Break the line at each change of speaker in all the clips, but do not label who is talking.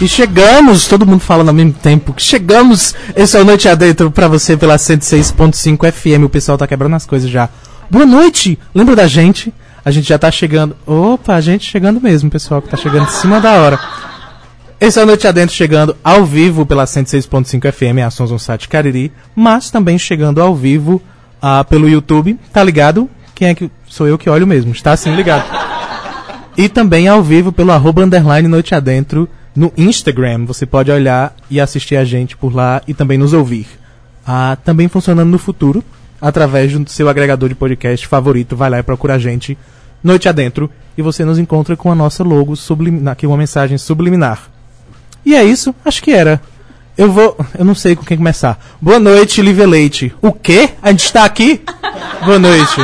E chegamos, todo mundo falando ao mesmo tempo, que chegamos. Esse é o Noite Adentro pra você pela 106.5 FM. O pessoal tá quebrando as coisas já. Boa noite! Lembra da gente? A gente já tá chegando. Opa, a gente chegando mesmo, pessoal, que tá chegando em cima da hora. Esse é o Noite Adentro chegando ao vivo pela 106.5 FM, a Sons on Site Cariri, mas também chegando ao vivo ah, pelo YouTube, tá ligado? Quem é que. Sou eu que olho mesmo, está assim ligado. E também ao vivo pelo arroba underline Noite Adentro no Instagram. Você pode olhar e assistir a gente por lá e também nos ouvir. Ah, também funcionando no futuro, através do seu agregador de podcast favorito. Vai lá e procura a gente Noite Adentro e você nos encontra com a nossa logo subliminar, que é uma mensagem subliminar. E é isso, acho que era. Eu vou. Eu não sei com quem começar. Boa noite, Lívia Leite. O quê? A gente tá aqui? Boa noite.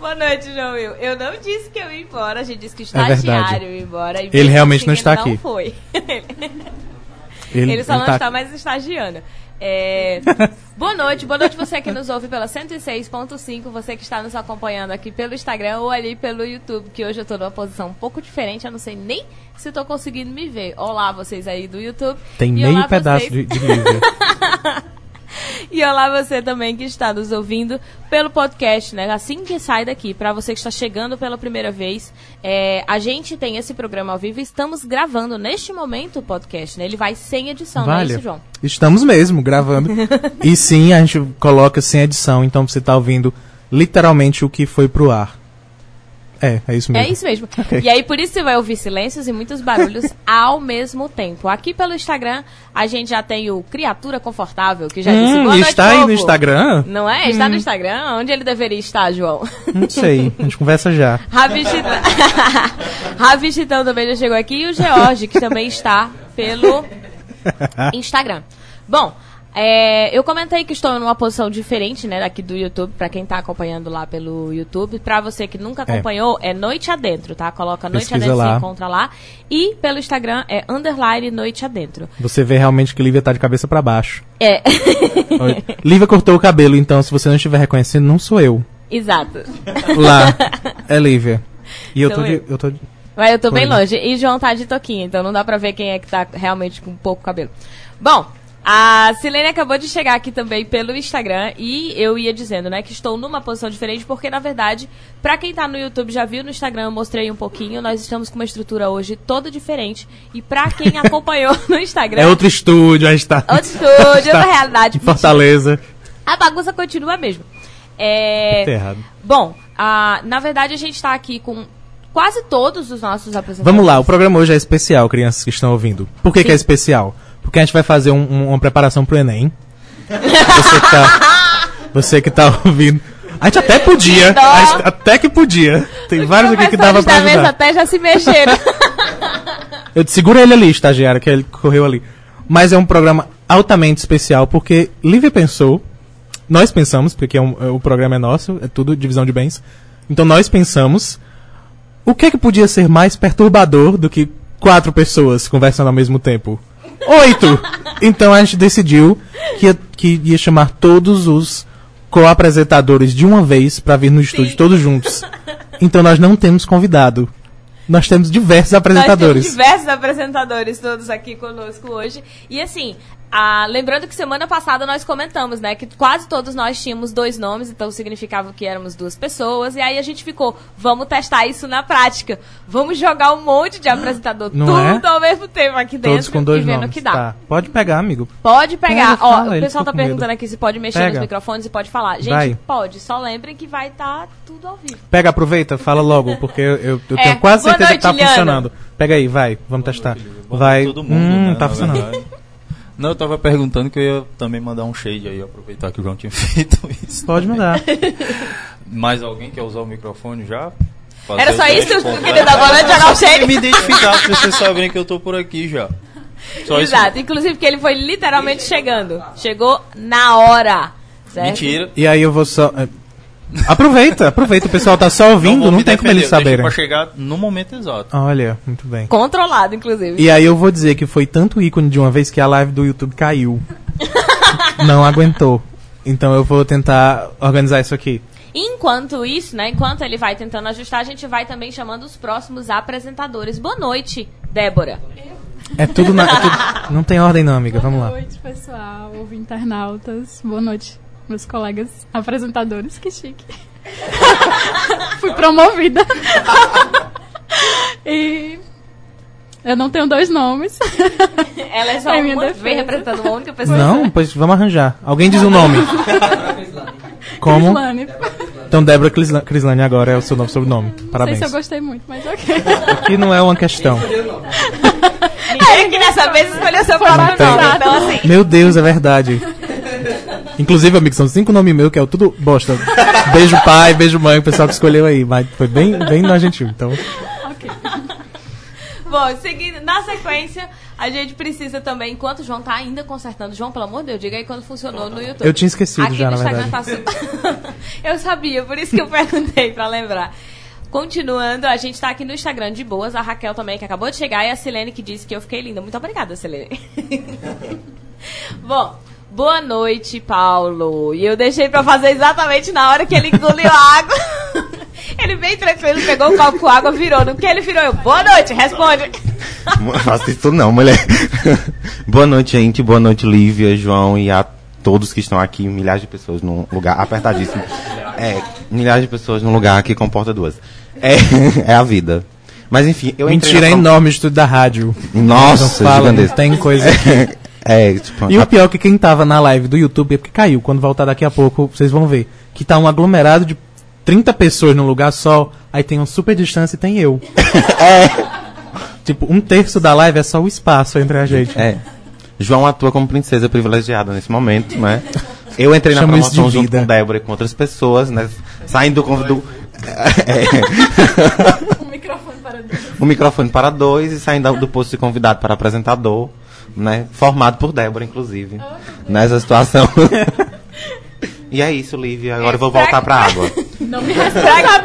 Boa noite, João Will. Eu não disse que eu ia embora, a gente disse que o
É
estagiário
verdade.
ia embora. e
Ele
mesmo
realmente não
assim,
está
ele
aqui.
Não foi. Ele, só não
tá
está
aqui.
mais estagiando. É, boa noite, boa noite você que nos ouve pela 106.5, você que está nos acompanhando aqui pelo Instagram ou ali pelo YouTube, que hoje eu tô numa posição um pouco diferente, eu não sei nem se tô conseguindo me ver. Olá, vocês aí do YouTube.
Tem
E
meio
olá,
pedaço
vocês-
de, de Lívia.
e olá você também que está nos ouvindo pelo podcast, né? Assim que sai daqui, para você que está chegando pela primeira vez, é, a gente tem esse programa ao vivo e estamos gravando neste momento o podcast, né? Ele vai sem edição, não é isso, João?
Estamos mesmo gravando. e sim, a gente coloca sem edição, então você tá ouvindo literalmente o que foi pro ar. É, é isso mesmo.
É isso mesmo. E aí, por isso você vai ouvir silêncios e muitos barulhos ao mesmo tempo. Aqui pelo Instagram, a gente já tem o Criatura Confortável, que já disse
Hum,
é boa noite,
está aí no
povo."
Instagram? Hum.
Não é? Está no Instagram? Onde ele deveria estar, João?
Não sei, a gente conversa já.
Ravishitão. Ravishitão também já chegou aqui. E o George, que também está pelo Instagram. Bom, é, eu comentei que estou numa posição diferente, né, daqui do YouTube, pra quem tá acompanhando lá pelo YouTube. Pra você que nunca acompanhou, é, Noite Adentro, tá? Coloca Noite
Pesquisa
Adentro,
lá.
você encontra lá. E pelo Instagram é underline Noite Adentro.
Você vê realmente que Lívia tá de cabeça pra baixo.
É,
Olha, Lívia cortou o cabelo, então se você não estiver reconhecendo, não sou eu.
exato.
Lá, é Lívia. E eu
Sou
tô, de,
eu.
eu tô de-
Mas eu tô bem
Pois.
longe. E João tá de toquinha, então não dá pra ver quem é que tá realmente com pouco cabelo. Bom, a Silene acabou de chegar aqui também pelo Instagram e eu ia dizendo, né, que estou numa posição diferente, porque na verdade, pra quem tá no YouTube já viu no Instagram, eu mostrei um pouquinho, nós estamos com uma estrutura hoje toda diferente. E pra quem acompanhou no Instagram.
É outro estúdio, a gente tá.
Outro estúdio,
a gente tá
outra realidade.
Em Fortaleza.
A bagunça continua mesmo.
Tá
É.
errado.
Bom, ah, na verdade a gente tá aqui com quase todos os nossos apresentadores.
Vamos lá, o programa hoje é especial, crianças que estão ouvindo. Por que, que é especial? Porque a gente vai fazer um- um- uma preparação pro Enem. Você que tá, você que tá ouvindo. A gente até podia.
Que dó.
a gente até que podia. Tem vários aqui que dava
Os
pra
da mesa
ajudar.
até já se mexeram.
Eu segura ele ali, estagiário, que ele correu ali. Mas é um programa altamente especial, porque Lívia pensou, nós pensamos, porque é um- é- o programa é nosso, é tudo divisão de bens. Então nós pensamos, o que é que podia ser mais perturbador do que quatro pessoas conversando ao mesmo tempo? Oito! Então a gente decidiu que ia, que ia chamar todos os co-apresentadores de uma vez pra vir no estúdio, todos juntos. Então nós não temos convidado. Nós temos diversos
Nós
apresentadores.
temos diversos apresentadores todos aqui conosco hoje. E assim, ah, lembrando que semana passada nós comentamos, né, que quase todos nós tínhamos dois nomes, então significava que éramos duas pessoas. E aí a gente ficou, vamos testar isso na prática. Vamos jogar um monte de apresentador,
Não
tudo
é?
ao mesmo tempo aqui dentro
Todos com dois
e vendo
nomes.
o que dá.
Tá. Pode pegar, amigo.
Pode pegar.
Pega,
Ó,
fala,
o
ele
pessoal
ficou
tá
com medo.
perguntando aqui se pode mexer
Pega.
nos microfones e pode falar. Gente,
Vai.
pode. Só lembrem que vai estar tudo ao vivo.
Pega, aproveita, fala logo, porque eu, eu- eu
É,
tenho quase
boa
certeza
noite,
que tá
Liana.
funcionando. Pega aí, vai, vamos testar. vai.
Todo mundo,
hum,
né,
tá
na
funcionando.
verdade. Não, eu tava perguntando que eu ia também mandar um shade aí, aproveitar que o João tinha feito isso.
Pode mandar.
Mais alguém quer usar o microfone já? Fazer
Era
o
só
teste
isso,
completo?
querida da bola, jogar um o
Tem que
shade.
me identificar pra vocês saberem que eu tô por aqui já. Só Então, isso.
Exato. Inclusive porque ele foi literalmente chegando. Chegou na hora. Certo?
Mentira.
E aí eu vou só. é, Aproveita, aproveita, o pessoal tá só ouvindo, não,
vou me
tem como
defender,
eles
eu deixo
saberem.
Pra chegar no momento exato.
Olha, muito bem.
Controlado, inclusive.
E aí eu vou dizer que foi tanto ícone de uma vez que a live do YouTube caiu. não aguentou. Então eu vou tentar organizar isso aqui.
Enquanto isso, né? Enquanto ele vai tentando ajustar, a gente vai também chamando os próximos apresentadores. Boa noite, Débora.
É tudo na. é tudo- Não tem ordem, não, amiga. Vamos lá.
Boa noite, pessoal, ouvintes internautas. Boa noite, meus colegas apresentadores. Que chique. Fui promovida. e eu não tenho dois nomes.
Ela é só
É minha
uma,
defesa.
vem representando uma única pessoa.
é.
Não? Pois vamos arranjar. Alguém diz o nome. Como?
Crislane.
Então, Débora Crisla- Crislane agora é o seu novo sobrenome.
Não sei
Parabéns.
se eu gostei muito, mas ok.
Aqui não é uma questão.
Ninguém aqui dessa vez escolheu seu próprio
tem.
nome. Então, assim,
Meu Deus, é verdade. Inclusive, amigo, são cinco nomes meus, que é o tudo bosta. Beijo pai, beijo mãe, o pessoal que escolheu aí. Mas foi bem, bem na gentil, então.
bom, seguindo, na sequência, a gente precisa também, enquanto o João tá ainda consertando, João, pelo amor de Deus, diga aí quando funcionou no YouTube.
Eu tinha esquecido
Aqui
já,
no
na
Instagram Tá... su- eu sabia, por isso que eu perguntei pra lembrar. Continuando, a gente tá aqui no Instagram de boas, a Raquel também, que acabou de chegar, e a Silene que disse que eu fiquei linda. Muito obrigada, Silene. Bom, boa noite, Paulo. E eu deixei pra fazer exatamente na hora que ele engoliu a água. ele bem tranquilo, pegou o copo com água, virou. No que ele virou, eu, boa noite, responde.
Não faça isso não, mulher. Boa noite, gente. Boa noite, Lívia, João e a todos que estão aqui. Milhares de pessoas num lugar apertadíssimo. É, milhares de pessoas num lugar que comporta duas. É, é a vida. Mas enfim, eu entrei
Mentira, é
na pro-
enorme o estúdio da rádio.
Nossa,
não fala, não
gigantesco.
tem coisa.
É, tipo,
E
a-
o pior é que quem tava na live do YouTube é porque caiu. Quando voltar daqui a pouco, vocês vão ver. Que tá um aglomerado de 30 pessoas num lugar só, aí tem uma super distância e tem eu. Tipo, um terço da live é só o espaço entre a gente.
é. João atua como princesa privilegiada nesse momento, né? Eu entrei na
Chama isso de
promoção junto
vida.
com Débora e com outras pessoas, né? Saindo do É, convido.
o microfone para
o microfone para dois e saindo da- do posto de convidado para apresentador, né? Formado por Débora, inclusive,
Ah,
nessa situação. e é isso, Lívia. Agora eu vou voltar para a água.
Não me
Pra,
responsabilizo.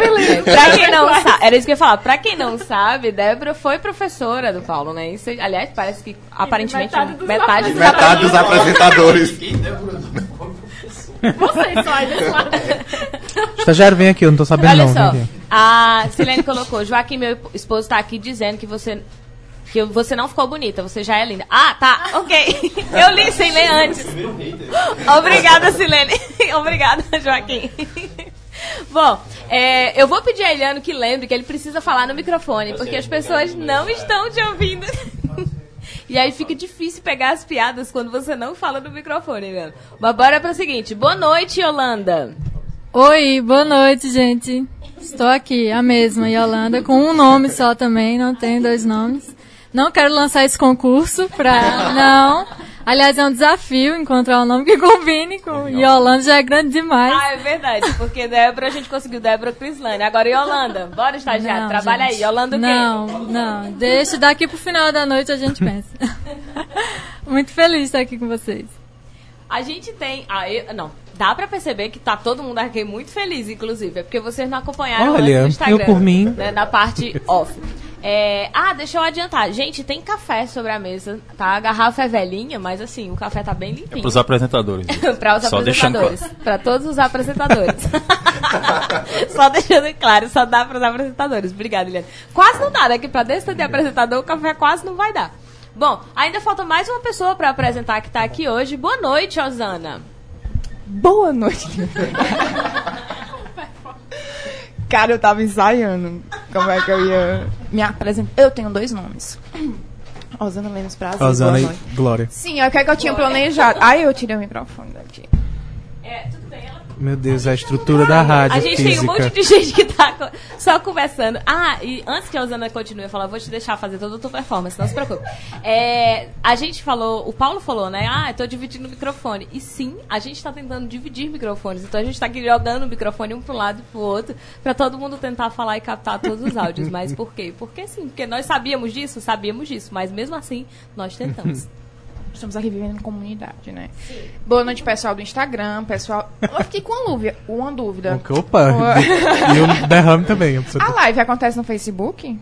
pra quem não sabe, era isso que eu ia falar. Pra quem não sabe, Débora foi professora do Paulo, né? Isso, aliás, parece que aparentemente
metade dos
metade dos
Metade dos apresentadores.
Vocês só, olha só.
Estagiário, vem aqui, eu não tô sabendo
Olha
não. né,
só,
vem aqui.
a Silene colocou, Joaquim, meu esposo tá aqui dizendo que você que você não ficou bonita, você já é linda. Ah, tá, ok. Eu li sem ler antes. Obrigada, Silene. Obrigada, Joaquim. Bom, é, eu vou pedir a Eliano que lembre que ele precisa falar no microfone, porque as pessoas não estão te ouvindo. E aí fica difícil pegar as piadas quando você não fala no microfone, Eliano. Mas bora para o seguinte. Boa noite, Yolanda.
Oi, boa noite, gente. Estou aqui, a mesma, Yolanda, com um nome só também, não tenho dois nomes. Não quero lançar esse concurso pra. Não. Aliás, é um desafio encontrar um nome que combine com Yolanda, já é grande demais.
Ah, é verdade, porque Débora, a gente conseguiu Débora Crislane. Agora, Yolanda, bora estagiar,
Não,
Ah, trabalha aí.
gente.
Yolanda o quê?
Não, não. Deixa daqui pro final da noite a gente pensa. Muito feliz de estar aqui com vocês.
A gente tem... Ah, eu- não, dá pra perceber que tá todo mundo aqui muito feliz, inclusive. É porque vocês não acompanharam o lance
Olha,
do Instagram.
eu por mim.
né, na parte off. É, ah, deixa eu adiantar. Gente, tem café sobre a mesa, tá? A garrafa é velhinha, mas assim, o café tá bem limpinho.
Para os apresentadores.
Para os
Só deixando
apresentadores. Para todos os apresentadores. só deixando claro, só dá para os apresentadores. Obrigada, Eliane. Quase não dá, né? Que para desse tanto de apresentador, o café quase não vai dar. Bom, ainda falta mais uma pessoa para apresentar que tá aqui hoje. Boa noite, Osana.
Boa noite. Cara, eu tava ensaiando. Como é que eu ia me apresentar? Eu tenho dois nomes. Osana Lemos Prazer.
Rosana
boa
e
noite.
Glória.
Sim, é o que, é que eu tinha planejado. Ai, eu tirei o microfone daqui.
Meu Deus, é a estrutura da rádio
A gente
física.
tem um monte de gente que tá co- só conversando. Ah, e antes que a Osana continue a falar, vou te deixar fazer toda a tua performance, não se preocupe. É, a gente falou, o Paulo falou, né? Ah, eu tô dividindo o microfone. E sim, a gente tá tentando dividir microfones. Então a gente tá aqui jogando o microfone um pro lado e pro outro, pra todo mundo tentar falar e captar todos os áudios. Mas por quê? Porque sim, porque nós sabíamos disso, sabíamos disso, mas mesmo assim, nós tentamos.
Estamos aqui vivendo em comunidade, né? Boa noite, pessoal do Instagram, pessoal. Eu fiquei com uma dúvida. Uma dúvida.
Opa! e o derrame também. a pessoa
A
tá-
live acontece no Facebook?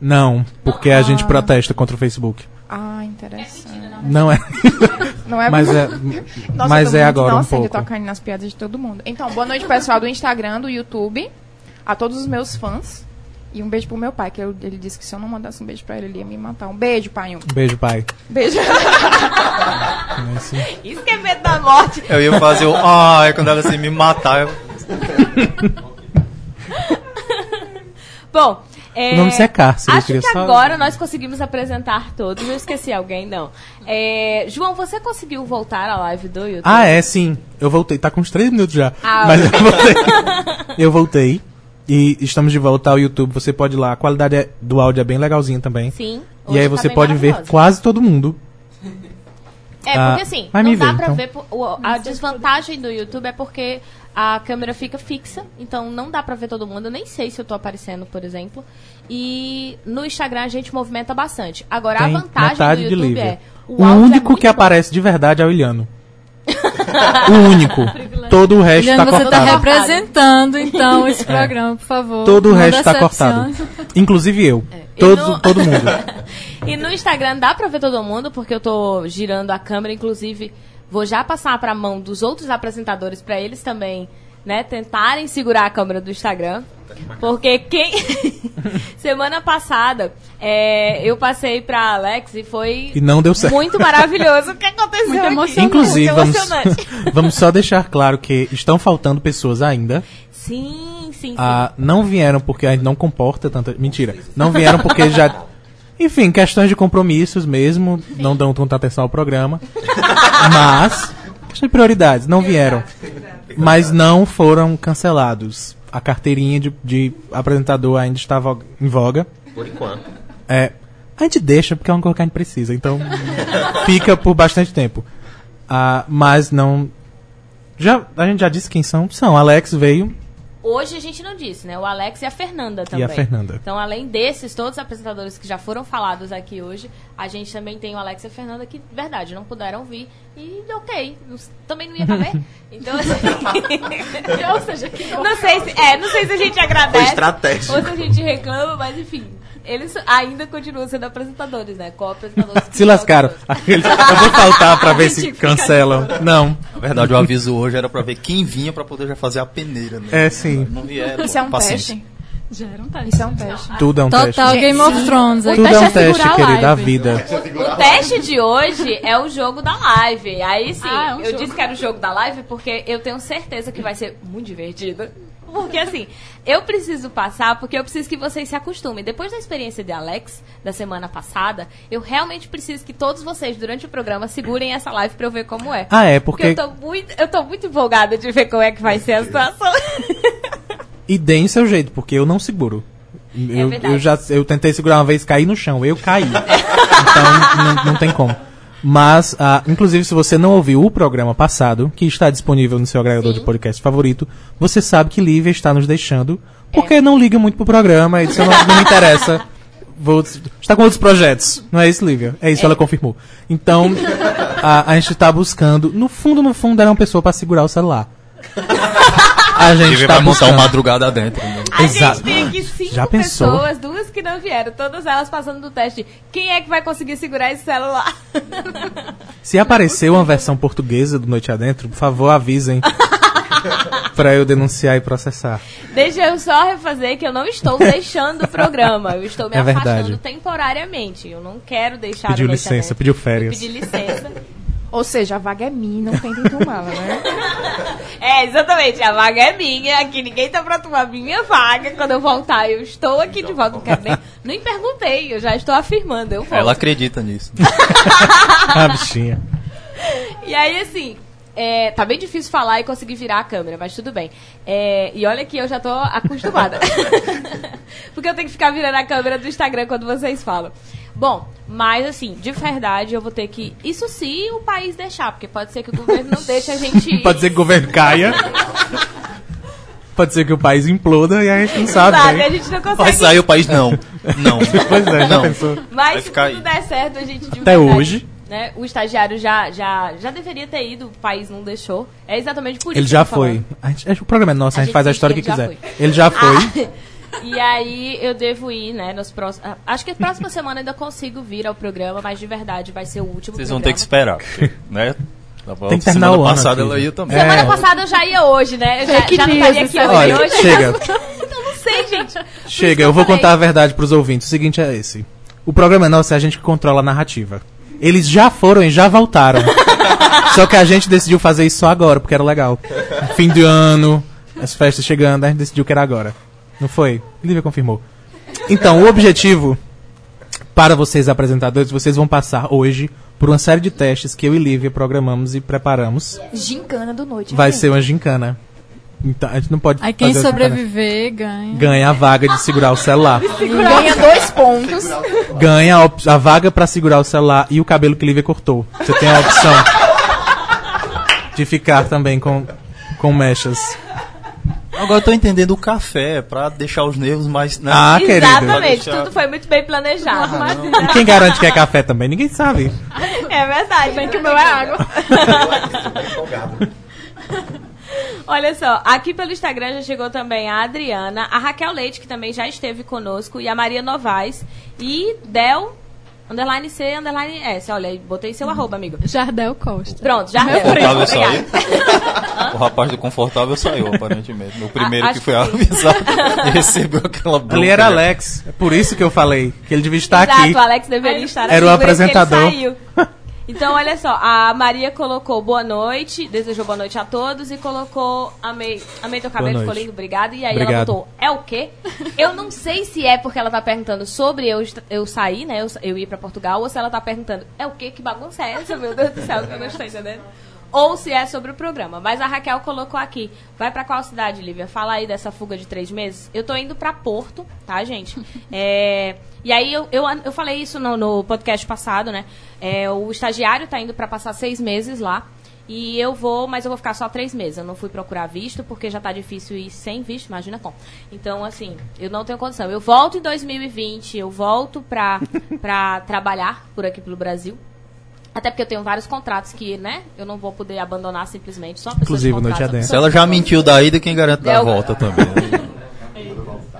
Não, porque a
Ah.
gente protesta contra o Facebook.
Ah, interessante.
Não é.
Não é
Mas é, mas
Nossa,
é
todo mundo-
assim,
agora um
nossa,
pouco.
ainda tô caindo nas piadas de todo mundo. Então, boa noite, pessoal do Instagram, do YouTube, a todos os meus fãs E um beijo pro meu pai, que eu- ele disse que se eu não mandasse um beijo pra ele, ele ia me matar. Um beijo, pai. Um
Beijo, pai.
beijo.
É assim.
Isso que é medo da morte.
Eu ia fazer o. Ah, quando ela se me matar. Eu...
Bom, é,
O nome disso é cárcere, eu
Acho
queria
que
só-
agora nós conseguimos apresentar todos. Eu esqueci alguém, não. É, João, você conseguiu voltar à live do YouTube?
Ah, é, sim. Eu voltei. Tá com uns 3 minutos já.
Ah,
mas eu voltei. eu voltei. E estamos de volta ao YouTube. Você pode ir lá. A qualidade é- do áudio é bem legalzinha também.
Sim.
e
hoje
aí
tá
você
bem
pode ver
maravilhosa.
quase todo mundo.
É,
Ah,
porque assim,
vai
não
me
dá
ver,
pra
então.
ver. por- o- a desvantagem do YouTube é porque a câmera fica fixa, então não dá pra ver todo mundo. Eu nem sei se eu tô aparecendo, por exemplo. E no Instagram a gente movimenta bastante. Agora
Tem
a vantagem
metade
do
de
YouTube
livre.
é.
O,
áudio é
único
muito
que aparece de verdade é o Iliano. o único. Todo o resto
Juliano,
tá
você tá
cortado. É.
representando, então, esse programa, por favor.
Todo o
Não
resto tá cortado.
decepcione.
Inclusive eu.
E
Todos,
no-
Todo mundo.
E no Instagram dá pra ver todo mundo, porque eu tô girando a câmera, inclusive vou já passar pra mão dos outros apresentadores pra eles também, né, tentarem segurar a câmera do Instagram. Porque quem semana passada é, eu passei pra Alex e foi
E não deu certo.
muito maravilhoso o que aconteceu.
Muito
aqui.
emocionante.
Inclusive,
Muito
vamos,
emocionante.
vamos só deixar claro que estão faltando pessoas ainda.
Sim, sim, sim.
Ah, não vieram porque a gente não comporta tanta. Mentira. Não vieram porque já. Enfim, questões de compromissos mesmo. Não dão tanta atenção ao programa. Mas. Questão de prioridades. Não vieram. Mas não foram cancelados. A carteirinha de, de apresentador ainda está vo- em voga.
Por enquanto.
É. A gente deixa porque é uma coisa que a gente precisa, então fica por bastante tempo. Ah, mas não. Já, a gente já disse quem são. São Alex veio
Hoje a gente não disse, né? O Alex e a Fernanda
e
também.
a Fernanda.
Então, além desses, todos os apresentadores que já foram falados aqui hoje, a gente também tem o Alex e a Fernanda que, verdade, não puderam vir. E ok, não s- também não ia caber. Então, assim, ou seja, não sei se, é, não sei se a gente agradece.
estratégico.
Ou se a gente reclama, mas enfim. Eles ainda continuam sendo apresentadores, né? Co-apresentadores.
Se lascaram. Aqueles- Eu vou faltar pra ver se
Gente,
cancelam.
assim.
Não.
Na verdade, o aviso hoje era pra ver quem vinha pra poder já fazer a peneira, né?
É sim.
Não vieram.
Isso é um
paciência.
teste.
Gera um teste.
Isso é um teste.
Tudo é um
Total
teste.
Tá Game of Thrones. aqui.
Tudo é um
teste é
teste,
segurar a
querido. A
live.
vida.
O teste de hoje é o jogo da live. Aí sim,
Ah, é um
eu
jogo.
disse que era o jogo da live porque eu tenho certeza que vai ser muito divertido. Porque assim, eu preciso passar porque eu preciso que vocês se acostumem. Depois da experiência de Alex, da semana passada, eu realmente preciso que todos vocês, durante o programa, segurem essa live pra eu ver como é.
Ah, é,
Porque eu
porque.
tô muito, eu tô muito empolgada de ver como é que vai ser a situação.
E deem seu jeito, porque eu não seguro. Eu,
verdade.
eu já eu tentei segurar uma vez, caí no chão, eu caí. então não, não tem como. Mas, ah, inclusive, se você não ouviu o programa passado, que está disponível no seu agregador de podcast favorito, você sabe que Lívia está nos deixando, porque não liga muito pro programa e disse, não, não me interessa. Vou, está com outros projetos. Não é isso, Lívia? É isso, ela confirmou. Então, a, a gente está buscando. No fundo, no fundo, era uma pessoa para segurar o celular. A gente tá
Tive
está
pra montar um
buscando.
uma madrugada dentro. Né?
A
Exato.
gente tem aqui cinco
Já pensou?
pessoas, duas que não vieram, todas elas passando do teste. Quem é que vai conseguir segurar esse celular?
Se aparecer uma versão portuguesa do Noite Adentro, por favor, avisem. pra eu denunciar e processar.
Deixa eu só refazer que eu não estou deixando o programa. Eu estou me
É
afastando
verdade.
temporariamente. Eu não quero deixar
Pediu
o Noite
licença,
Adentro.
pediu férias.
Pedi licença.
Ou seja, a vaga é minha, não tentem tomá-la, né?
É, exatamente. A vaga é minha. Aqui ninguém tá pra tomar minha vaga. Quando eu voltar, eu estou aqui de volta. Não quero nem. Nem perguntei. Eu já estou afirmando. Eu volto.
Ela acredita nisso.
Ah, bichinha.
E aí, assim, é, tá bem difícil falar e conseguir virar a câmera, mas tudo bem. É, e olha que eu já tô acostumada. Porque eu tenho que ficar virando a câmera do Instagram quando vocês falam. Bom, mas assim, de verdade, eu vou ter que. Isso se o país deixar, porque pode ser que o governo não deixe a gente ir.
Pode ser que o governo caia. Pode ser que o país imploda e a gente não sabe. né?
Sabe, a
hein?
gente não
Vai
consegue.
sair o país? Não. Não.
Pois é, já
Não.
pensou?
Vai
Mas se
ficar
tudo
aí.
der certo, a gente de
Até
verdade,
hoje.
Né, o estagiário já, já, já deveria ter ido, o país não deixou. É exatamente por isso.
Ele
que eu
já
tô falando.
foi. A gente- o programa é nosso, a gente,
A gente
faz a
finge
história que
que ele
quiser.
já
Ele já foi.
Ah, e aí eu devo ir, né, nos próximos... ah, Acho que a próxima semana eu ainda consigo vir ao programa, mas de verdade vai ser o último
Vocês vão
programa.
ter que esperar. porque, Né?
Tem que terminar
Semana
o ano
passada
aqui.
ela ia também.
É.
Semana passada eu já ia hoje, né? Eu já,
Fake
já não
news,
estaria aqui
isso
hoje.
Olha,
hoje.
chega.
então não sei, gente.
Chega, eu vou contar a verdade pros ouvintes. O seguinte é esse. O programa é nosso, é a gente que controla a narrativa. Eles já foram e já voltaram. só que a gente decidiu fazer isso só agora, porque era legal. Fim de ano, as festas chegando, a gente decidiu que era agora. Não foi? Lívia confirmou. Então, o objetivo para vocês apresentadores, vocês vão passar hoje por uma série de testes que eu e Lívia programamos e preparamos.
Gincana do noite.
Vai ser uma gincana. Então, a gente não pode
Aí quem
fazer uma gincana.
sobreviver ganha.
ganha a vaga de segurar o celular.
Ganha dois pontos.
ganha a, op- a vaga pra segurar o celular e o cabelo que Lívia cortou. Você tem a opção de ficar também com, com mechas.
Agora eu tô entendendo o café, pra deixar os nervos mais. né?
Ah, querido.
Exatamente,
Pode deixar.
tudo foi muito bem planejado. Mas
E quem garante que é café também? Ninguém sabe.
é verdade. Bem que o meu é água. Olha só, aqui pelo Instagram já chegou também a Adriana, a Raquel Leite, que também já esteve conosco, e a Maria Novaes, e Del, underline C, underline S. Olha, botei seu arroba, amigo.
Jardel Costa.
Pronto, já
O confortável
Obrigada. Tá
saiu. O rapaz do confortável saiu, aparentemente. O primeiro
Ah,
que
acho
foi
que
avisado e recebeu aquela bronca.
Ali era Alex. É por isso que eu falei que ele devia estar
Exato,
Tá aqui.
o Alex deveria estar
Era o
aqui, por isso que ele
apresentador.
saiu. Então, olha só, a Maria colocou boa noite, desejou boa noite a todos e colocou amei, amei teu cabelo,
Boa
ficou
noite.
lindo, obrigada. E aí ela
Obrigado.
botou, é o quê? Eu não sei se é porque ela tá perguntando sobre eu, est- eu sair, né, eu, sa- eu ir pra Portugal, ou se ela tá perguntando, é o quê? Que bagunça é essa, meu Deus do céu, que eu não estou entendendo. Ou se é sobre o programa. Mas a Raquel colocou aqui. Vai pra qual cidade, Lívia? Fala aí dessa fuga de três meses. Eu tô indo pra Porto, tá, gente? É, e aí eu, eu, eu falei isso no, no podcast passado, né? É, o estagiário tá indo pra passar seis meses lá. E eu vou, mas eu vou ficar só três meses. Eu não fui procurar visto, porque já tá difícil ir sem visto, imagina como. Então, assim, eu não tenho condição. Eu volto em 2020, eu volto pra, pra trabalhar por aqui pelo Brasil. Até porque eu tenho vários contratos que, né, eu não vou poder abandonar simplesmente. Só uma pessoa de
Inclusive,
contrato,
noite
uma
adentro.
Se ela já mentiu da ida, quem garante da
Del-
volta também? né?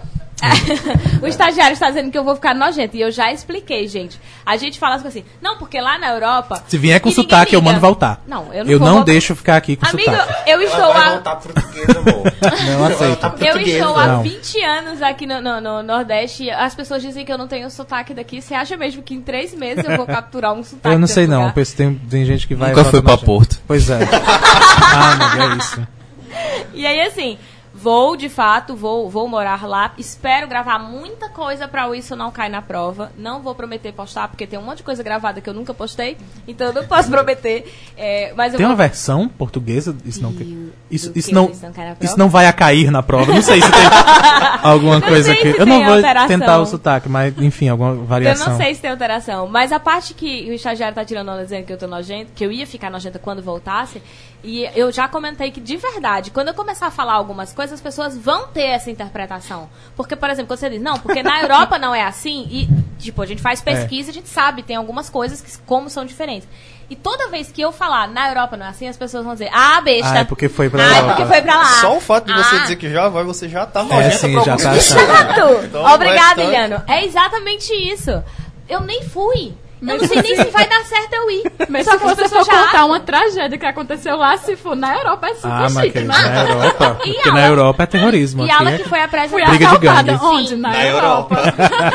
O estagiário está dizendo que eu vou ficar nojento. E eu já expliquei, gente. A gente fala assim, não, porque lá na Europa.
Se vier com
E ninguém
sotaque, eu
liga.
mando voltar.
Não,
eu
eu não
não,
vou voltar.
deixo ficar aqui com
Amigo,
sotaque.
eu estou
Ela vai
a.
voltar portuguesa, amor.
Não aceito.
Eu estou há
Não.
20 anos aqui no, no- no Nordeste e as pessoas dizem que eu não tenho sotaque daqui. Você acha mesmo que em três meses eu vou capturar um sotaque?
Eu não
de
sei
outro
não.
lugar?
Penso, tem, tem gente que vai.
Nunca
e volta
foi pra
na gente.
Porto.
Pois é. ah, amigo, é isso.
E aí, assim, vou de fato, vou, vou morar lá. Espero gravar muita coisa pra o Isso Não Cai na Prova. Não vou prometer postar, porque tem um monte de coisa gravada que eu nunca postei. Então eu não posso prometer. É, mas eu
Tem uma
vou...
versão portuguesa? Isso não,
E-
isso,
do
isso,
que
não,
eles não caem na prova?
isso não vai a cair na prova. Não sei se tem alguma
Não
coisa
sei
que.
se
Eu não
tem
vou
alteração.
tentar o sotaque, mas enfim, alguma
Eu
variação.
não sei se tem alteração, mas a parte que o estagiário tá tirando onda dizendo que eu tô nojento, que eu ia ficar nojenta quando voltasse, e eu já comentei que de verdade, quando eu começar a falar algumas coisas, as pessoas vão ter essa interpretação. Porque, por exemplo, quando você diz, não, porque na Europa não é assim, e tipo, a gente faz
É.
pesquisa, a gente sabe, tem algumas coisas que como são diferentes. E toda vez que eu falar na Europa não é assim, as pessoas vão dizer, ah, besta.
Ah, é porque foi pra
Ah, é
Europa.
porque foi pra lá.
Só o fato de você
Ah,
dizer que já vai, você já tá nojenta
sim,
pra
já
alguns
tá
lugares.
achando.
Exato!
Então, não
Obrigada,
é tanto.
Eliano. É exatamente isso. Eu nem fui. Eu não sei nem se vai dar certo eu ir.
Mas
Só
se
que as
você for
pessoas já
contar
acham.
uma tragédia que aconteceu lá, se for na Europa, é super
Ah, mas
chique,
querido,
né?
na Europa.
E
Porque
aula?
na Europa é terrorismo.
E
aqui
ela
é-
que foi
Fui
apresentada. né?
Briga de
assaltada.
gangues.
Onde? Na,
Na
Europa.
É Europa.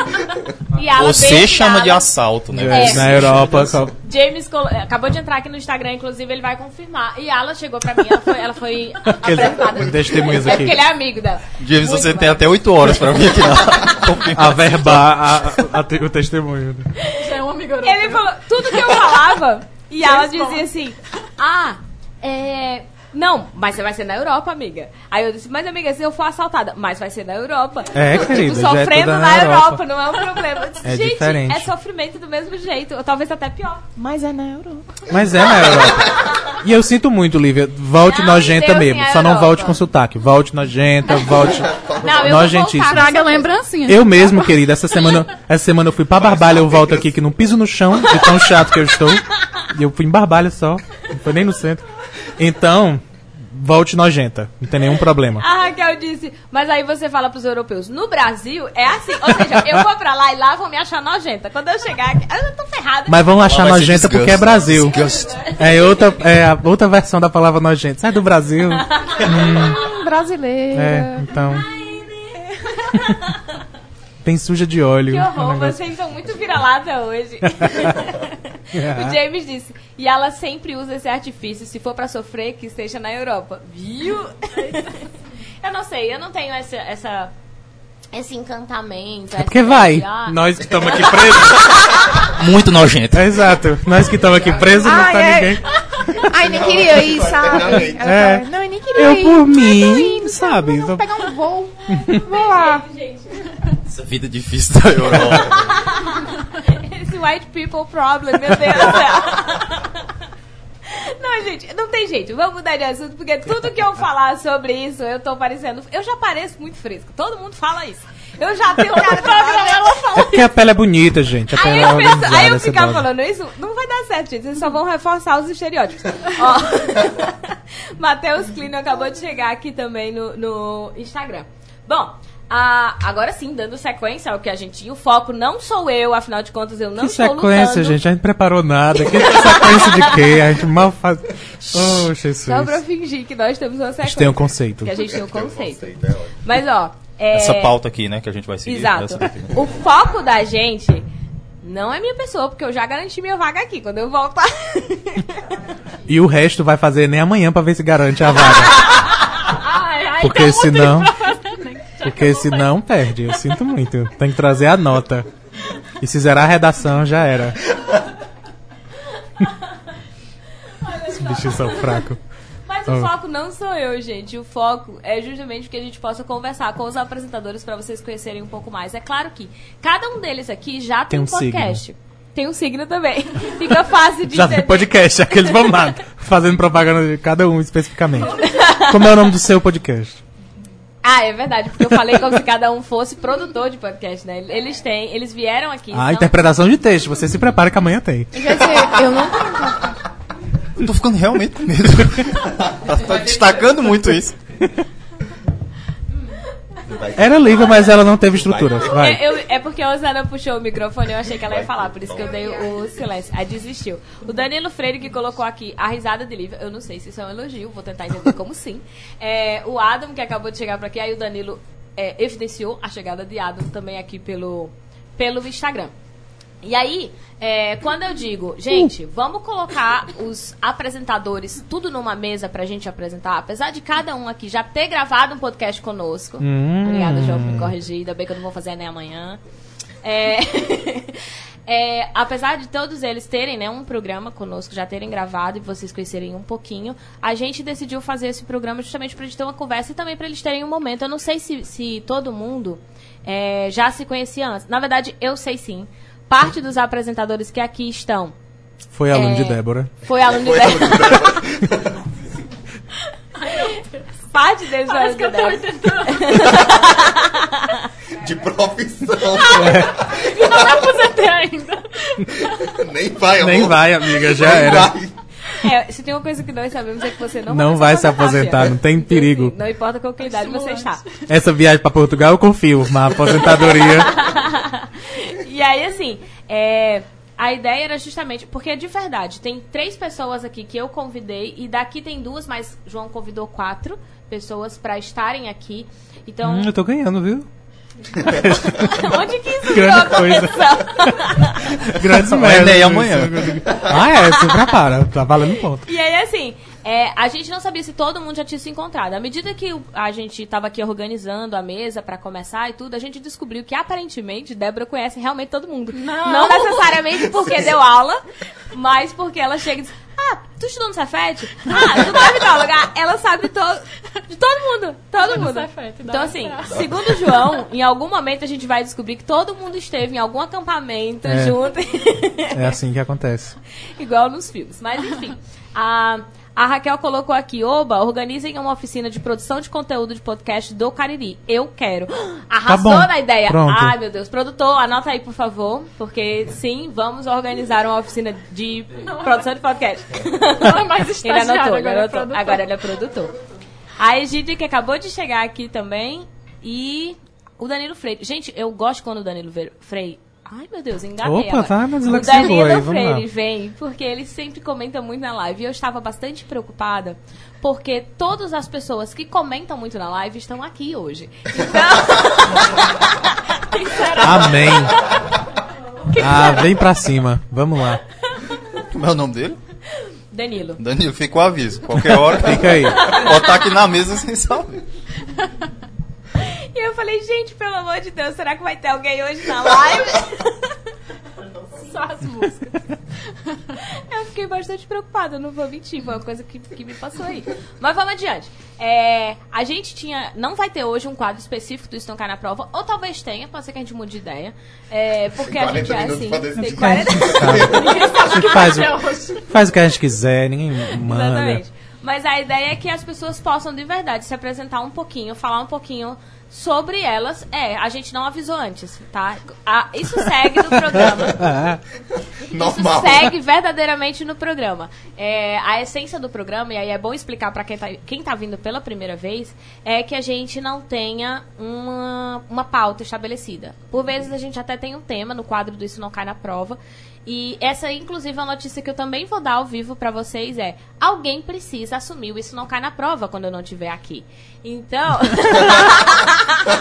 E ela veio
Você
de
chama de
Dallas.
assalto, né?
É.
Na Europa. só-
James colo- acabou de entrar aqui no Instagram, inclusive, ele vai confirmar. E ela chegou pra mim, ela foi, ela foi
Aqueles-
apresentada.
testemunhas
É
aqui.
porque ele é amigo dela.
James,
Muito
você
bom.
tem até 8 horas pra vir aqui na confirmar.
é
Averbar a- a- a- o testemunho. né?
É um amigo europeu.
Ele falou tudo que eu falava e ela dizia assim: Ah, é. Não, mas você vai ser na Europa, amiga. Aí eu disse, mas amiga, se eu for assaltada, mas vai ser na Europa.
É,
Tipo,
querida, já é
sofrendo
toda
na
na
Europa.
Europa,
não é um problema. Eu disse,
É
Gente,
diferente.
é sofrimento do mesmo jeito, ou talvez até pior.
Mas é na Europa.
Mas é na Europa. E eu sinto muito, Lívia. Volte
Não,
nojenta
Deus,
mesmo.
minha
Só não
Europa.
volte com sotaque. Volte nojenta, volte
Não, eu
nojentíssima.
vou voltar.
Traga lembrancinha.
Eu mesmo, querida, essa semana, essa semana eu fui pra Barbalha, eu volto aqui que não piso no chão, de tão chato que eu estou. E eu fui em Barbalha só, não foi nem no centro. Então, volte nojenta, não tem nenhum problema.
A Raquel disse, mas aí você fala pros europeus, no Brasil é assim. Ou seja, eu vou pra lá e lá vão me achar nojenta. Quando eu chegar aqui, eu tô ferrada.
Mas vão achar
vai ser
nojenta
desgosto.
porque é Brasil.
Desgosto.
É outra, é a outra versão da palavra nojenta. Sai do Brasil.
Brasileira.
É, então. Tem suja de óleo.
Que
É
horror,
um negócio-
vocês são muito vira-lata hoje. o James disse, e ela sempre usa esse artifício, se for pra sofrer, que esteja na Europa. Viu? eu não sei, eu não tenho essa, essa- esse encantamento.
É porque vai.
Não.
Nós que estamos aqui presos.
Muito nojento.
É, exato. Nós que estamos aqui presos, não
Ah,
tá
é.
ninguém.
Ai, nem queria ir, sabe? Ela
É.
fala, Não, eu nem queria
Eu
ir.
por
tá
Tô
mim,
indo,
sabe?
Vamos pegar um voo. Vou lá.
Essa vida difícil da Europa.
Esse white people problem, meu Deus do céu. Não, gente, não tem jeito. Vamos mudar de assunto, porque tudo que eu falar sobre isso, eu tô parecendo. Eu já pareço muito fresca. Todo mundo fala isso. Eu já tenho cara ela
É porque a pele é bonita, gente. A pele é
Aí eu, penso,
organizada,
aí eu
essa
ficava
base.
falando isso, não vai dar certo, gente. Vocês só vão reforçar os estereótipos. Ó, Matheus Clino acabou de chegar aqui também no, no Instagram. Bom, ah, agora sim, dando sequência ao que a gente tinha, o foco não sou eu, afinal de contas, eu não
Que
estou
sequência,
lutando.
gente? A gente preparou nada. Que sequência de quê? A gente mal faz. Oh, Jesus.
Só pra fingir que nós temos uma
A
sequência.
gente tem um conceito.
Que a gente tem um conceito. Mas ó. É...
Essa pauta aqui, né, que a gente vai seguir.
Exato.
essa daqui, né?
O foco da gente não é minha pessoa, porque eu já garanti minha vaga aqui. Quando eu voltar.
E o resto vai fazer nem amanhã pra ver se garante a vaga.
ai, ai, tá
Porque senão. Porque senão perde. Eu sinto muito. Tem que trazer a nota. E se zerar a redação, já era. Esse bicho são fraco.
Mas o
Ah.
foco não sou eu, gente. O foco é justamente que a gente possa conversar com os apresentadores para vocês conhecerem um pouco mais. É claro que cada um deles aqui já
Tem
tem, um
um
podcast. Tem um signo também. Fica fácil de
Já tem
entender.
podcast, aqueles vão lá, fazendo propaganda de cada um especificamente. Como é o nome do seu podcast?
Ah, é verdade, porque eu falei como se cada um fosse produtor de podcast, né? Eles têm, eles vieram aqui.
Ah,
são-
interpretação de texto. Você se prepara que amanhã tem.
Gente, eu não tenho.
Eu tô ficando realmente com medo. tá, tá destacando muito isso.
Era livre, mas ela não teve estrutura. Vai.
É, eu- é porque a Osana puxou o microfone, eu achei que ela ia falar, por isso que eu dei o silêncio. Aí desistiu. O Danilo Freire que colocou aqui a risada de Lívia, eu não sei se isso é um elogio, vou tentar entender como sim. É, o Adam que acabou de chegar pra aqui, aí o Danilo é, evidenciou a chegada de Adam também aqui pelo, pelo Instagram. E aí, é, quando eu digo, gente, vamos colocar os apresentadores tudo numa mesa pra gente apresentar, apesar de cada um aqui já ter gravado um podcast conosco. Obrigada, João, por me corrigir. Ainda bem que eu não vou fazer nem amanhã. É, é, apesar de todos eles terem né, um programa conosco, já terem gravado e vocês conhecerem um pouquinho, a gente decidiu fazer esse programa justamente pra gente ter uma conversa e também pra eles terem um momento. Eu não sei se, se todo mundo é, já se conhecia antes. Na verdade, eu sei sim. Parte dos apresentadores que aqui estão
Foi aluno
é.
de Débora.
foi aluno de Débora. Parte deles foi aluno de Débora.
De profissão.
Não me aposentei ainda.
Nem vai,
Nem
amor.
vai, amiga, já
Nem
era.
vai.
É, se tem uma coisa que nós sabemos é que você não,
Não vai se aposentar,
Fia.
não tem perigo.
Assim, não importa com que idade você está.
Essa viagem pra Portugal eu confio, mas aposentadoria.
E aí, assim, é, a ideia era justamente. Porque, é de verdade, tem três pessoas aqui que eu convidei, e daqui tem duas, mas João convidou quatro pessoas pra estarem aqui. Então,
Hum, eu tô ganhando, viu?
onde que isso virou
Grande
a
coisa.
competição?
Grandes
Vai
merdas,
ler
isso.
amanhã.
Ah, é, você prepara, tá valendo ponto.
E aí, assim, é, a gente não sabia se todo mundo já tinha se encontrado. À medida que o- a gente tava aqui organizando a mesa pra começar e tudo, a gente descobriu que aparentemente Débora conhece realmente todo mundo. Não, necessariamente porque deu aula, mas porque ela chega e diz. Ah, tu estudou no Cefet? Ah, tu dorme em tal lugar? Ela sabe to de todo mundo, todo mundo.
Cefet, dá
então
um
assim,
abraço.
segundo o João, em algum momento a gente vai descobrir que todo mundo esteve em algum acampamento
É.
junto.
É assim que acontece.
Igual nos filmes. Mas enfim. A, a Raquel colocou aqui: Oba, organizem uma oficina de produção de conteúdo de podcast do Cariri. Eu quero. Arrasou
Tá bom.
na ideia.
Pronto.
Ai, meu Deus. Produtor, anota aí, por favor. Porque sim, vamos organizar uma oficina de produção de podcast.
Não é mais
Ele
estagiário,
anotou,
agora
ele
é
anotou.
produtor.
Agora ele é produtor. A Egídio, que acabou de chegar aqui também. E o Danilo Freire. Gente, eu gosto quando o Danilo Ver- Freire. Ai, meu Deus, enganei.
Opa,
agora.
tá, mas
O
Alexia
Danilo
Boy, vamos lá.
Freire vem, porque ele sempre comenta muito na live. E eu estava bastante preocupada, porque todas as pessoas que comentam muito na live estão aqui hoje. Então. Quem será?
Amém. Ah, vem pra cima. Vamos lá.
Como é o nome dele?
Danilo.
Danilo, fica o aviso. Qualquer hora,
Fica aí.
botar aqui na mesa sem saber.
E eu falei, gente, pelo amor de Deus, será que vai ter alguém hoje na live?
Só as músicas.
Eu fiquei bastante preocupada, não vou mentir, foi uma coisa que, que me passou aí. Mas vamos adiante. É, a gente tinha. Não vai ter hoje um quadro específico do Estancar na Prova, ou talvez tenha, pode ser que a gente mude de ideia. É, porque a
40
gente é
minutos
assim.
pra decidir.
Tem 40
A gente faz o, faz o que a gente quiser, ninguém manda.
Exatamente. Mas a ideia é que as pessoas possam de verdade se apresentar um pouquinho, falar um pouquinho sobre elas. É, a gente não avisou antes, tá? A- isso segue do programa.
Ah,
Normal.
Isso segue verdadeiramente no programa. É, a essência do programa, e aí é bom explicar para quem tá, quem tá vindo pela primeira vez, é que a gente não tenha uma, uma pauta estabelecida. Por vezes a gente até tem um tema no quadro do Isso Não Cai na Prova. E essa, inclusive, é uma notícia que eu também vou dar ao vivo para vocês é alguém precisa assumir o Isso Não Cai na Prova quando eu não estiver aqui. Então...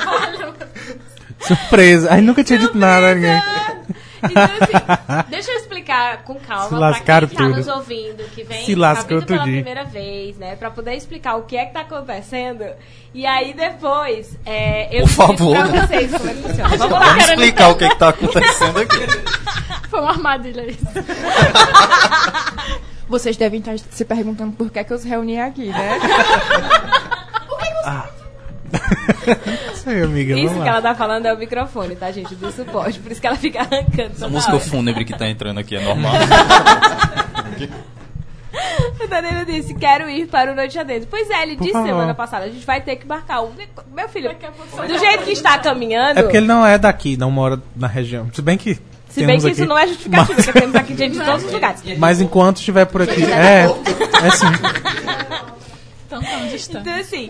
surpresa. Aí nunca tinha dito nada a ninguém.
Então, assim, deixa eu explicar com calma
Se lascaram
pra quem tá
tudo.
nos ouvindo, que vem
Se lascou
tá vindo pela
tudinho.
primeira vez, né? Pra poder explicar o que é que tá acontecendo. E aí depois, é, eu
Por
explico
favor,
pra
né?
vocês como é que funciona. Vamos lá.
Vamos explicar o que, que tá acontecendo aqui.
Foi uma armadilha isso.
Então,
Vocês devem estar se perguntando por que, é que eu os reuni aqui, né?
Isso aí, amiga.
Isso
vamos
que ela
lá.
tá falando é o microfone, tá, gente? Do suporte. Por isso que ela fica arrancando.
Essa
toda
música
hora.
fúnebre que tá entrando aqui é normal.
O Danilo disse, quero ir para o Noite Adentro. Pois é, ele
Por
disse
favor.
semana passada, a gente vai ter que marcar um... Meu filho, do jeito que está caminhando...
É porque ele não é daqui, não mora na região. Se bem que.
Se bem
temos
que isso
aqui-
não é justificativa,
Mas-
porque temos aqui gente de todos os lugares.
Mas enquanto estiver por aqui. É. É sim.
Então tão distante.
Então, assim.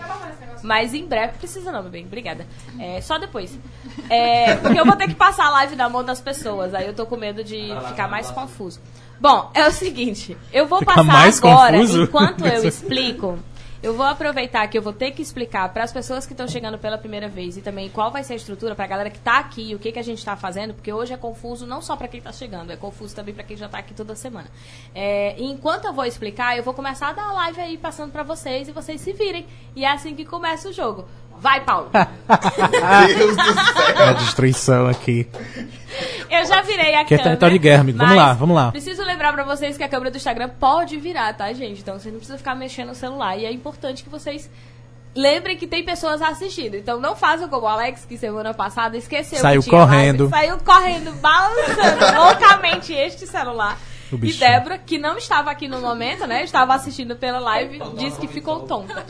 Mas em breve. Precisa não, meu bem. Obrigada. É, só depois. É, porque eu vou ter que passar a live na mão das pessoas. Aí eu tô com medo de ficar mais confuso. Bom, é o seguinte. Eu vou
Ficar
passar
mais
agora,
confuso?
enquanto eu explico. Eu vou aproveitar que eu vou ter que explicar para as pessoas que estão chegando pela primeira vez e também qual vai ser a estrutura para a galera que está aqui, o que, que a gente está fazendo, porque hoje é confuso não só para quem está chegando, é confuso também para quem já está aqui toda semana. É, e enquanto eu vou explicar, eu vou começar a dar a live aí passando para vocês e vocês se virem. E é assim que começa o jogo. Vai, Paulo!
Meu Deus do céu.
É a destruição aqui.
Eu já virei a
Que é
câmera.
território de guerra, amigo. Vamos
mas
lá, vamos lá.
Preciso lembrar pra vocês que a câmera do Instagram pode virar, tá, gente? Então vocês não precisam ficar mexendo no celular. E é importante que vocês lembrem que tem pessoas assistindo. Então não façam como o Alex, que semana passada esqueceu.
Saiu
que tinha live,
correndo.
saiu correndo, balançando loucamente este celular.
O
E
bichinho.
Débora, que não estava aqui no momento, né? Estava assistindo pela live, disse que ficou tonta.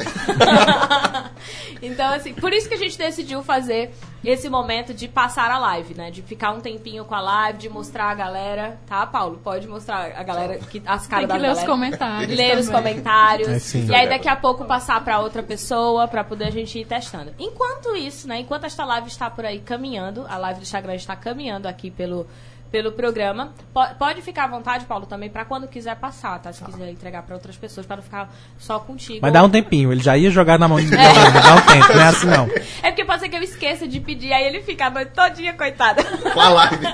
então, assim, por isso que a gente decidiu fazer esse momento de passar a live, né? De ficar um tempinho com a live, de mostrar a galera, tá, Paulo? Pode mostrar a galera, que, as caras
Tem
da
que ler
galera.
os comentários.
Ler os
também.
comentários.
É, sim.
e aí daqui a pouco passar pra outra pessoa pra poder a gente ir testando. Enquanto isso, né, enquanto esta live está por aí caminhando, a live do Instagram está caminhando aqui pelo pelo programa. Po- Pode ficar à vontade, Paulo, também pra quando quiser passar, tá? Se quiser entregar pra outras pessoas pra não ficar só contigo.
Mas dá um tempinho, ele já ia jogar na mão de alguém, dá um tempo, não é assim não.
É porque pode ser que eu esqueça de pedir, aí ele fica a noite todinha, coitado.
Com a live.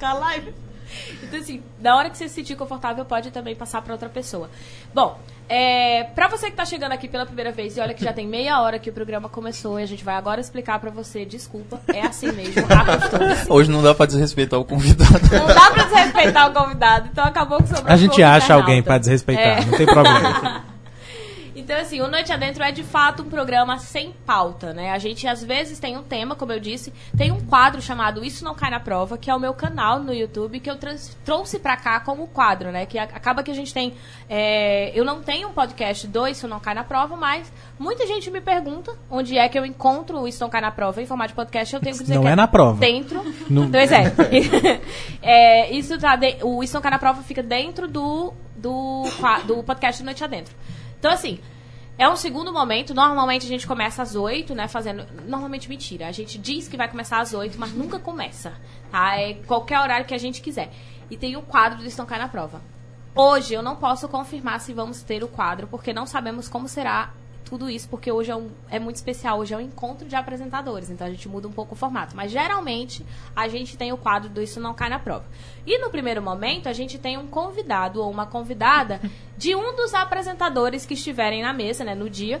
com a live. Então, assim, na hora que você se sentir confortável, pode também passar pra outra pessoa. Bom, é, para você que tá chegando aqui pela primeira vez, e olha que já tem meia hora que o programa começou, e a gente vai agora explicar pra você, desculpa, é assim mesmo, acostuma-se.
Hoje não dá pra desrespeitar o convidado.
Não dá pra desrespeitar o convidado, então acabou que sobrou
A gente
pouco
acha
internauta.
alguém pra desrespeitar,
É.
não tem problema.
Então, assim, o Noite Adentro é de fato um programa sem pauta, né? A gente às vezes tem um tema, como eu disse, tem um quadro chamado Isso Não Cai na Prova, que é o meu canal no YouTube, que eu trans- trouxe pra cá como quadro, né? Que a- acaba que a gente tem. é, Eu não tenho um podcast do Isso Não Cai na Prova, mas muita gente me pergunta onde é que eu encontro o Isso Não Cai na Prova em formato de podcast. Eu tenho que dizer
Não
que
é na prova.
Dentro.
Não-
Pois é. É, isso tá de- o Isso Não Cai na Prova fica dentro do, do, qua- do podcast Noite Adentro. Então, assim, É um segundo momento. Normalmente a gente começa às 8, né? Fazendo. Normalmente mentira. A gente diz que vai começar às 8, mas nunca começa. Tá? É qualquer horário que a gente quiser. E tem o quadro do Estancar na prova. Hoje eu não posso confirmar se vamos ter o quadro, porque não sabemos como será tudo isso, porque hoje é, um- é muito especial. Hoje é um encontro de apresentadores, então a gente muda um pouco o formato. Mas geralmente a gente tem o quadro do Isso Não Cai na Prova. E no primeiro momento a gente tem um convidado ou uma convidada de um dos apresentadores que estiverem na mesa, né, no dia.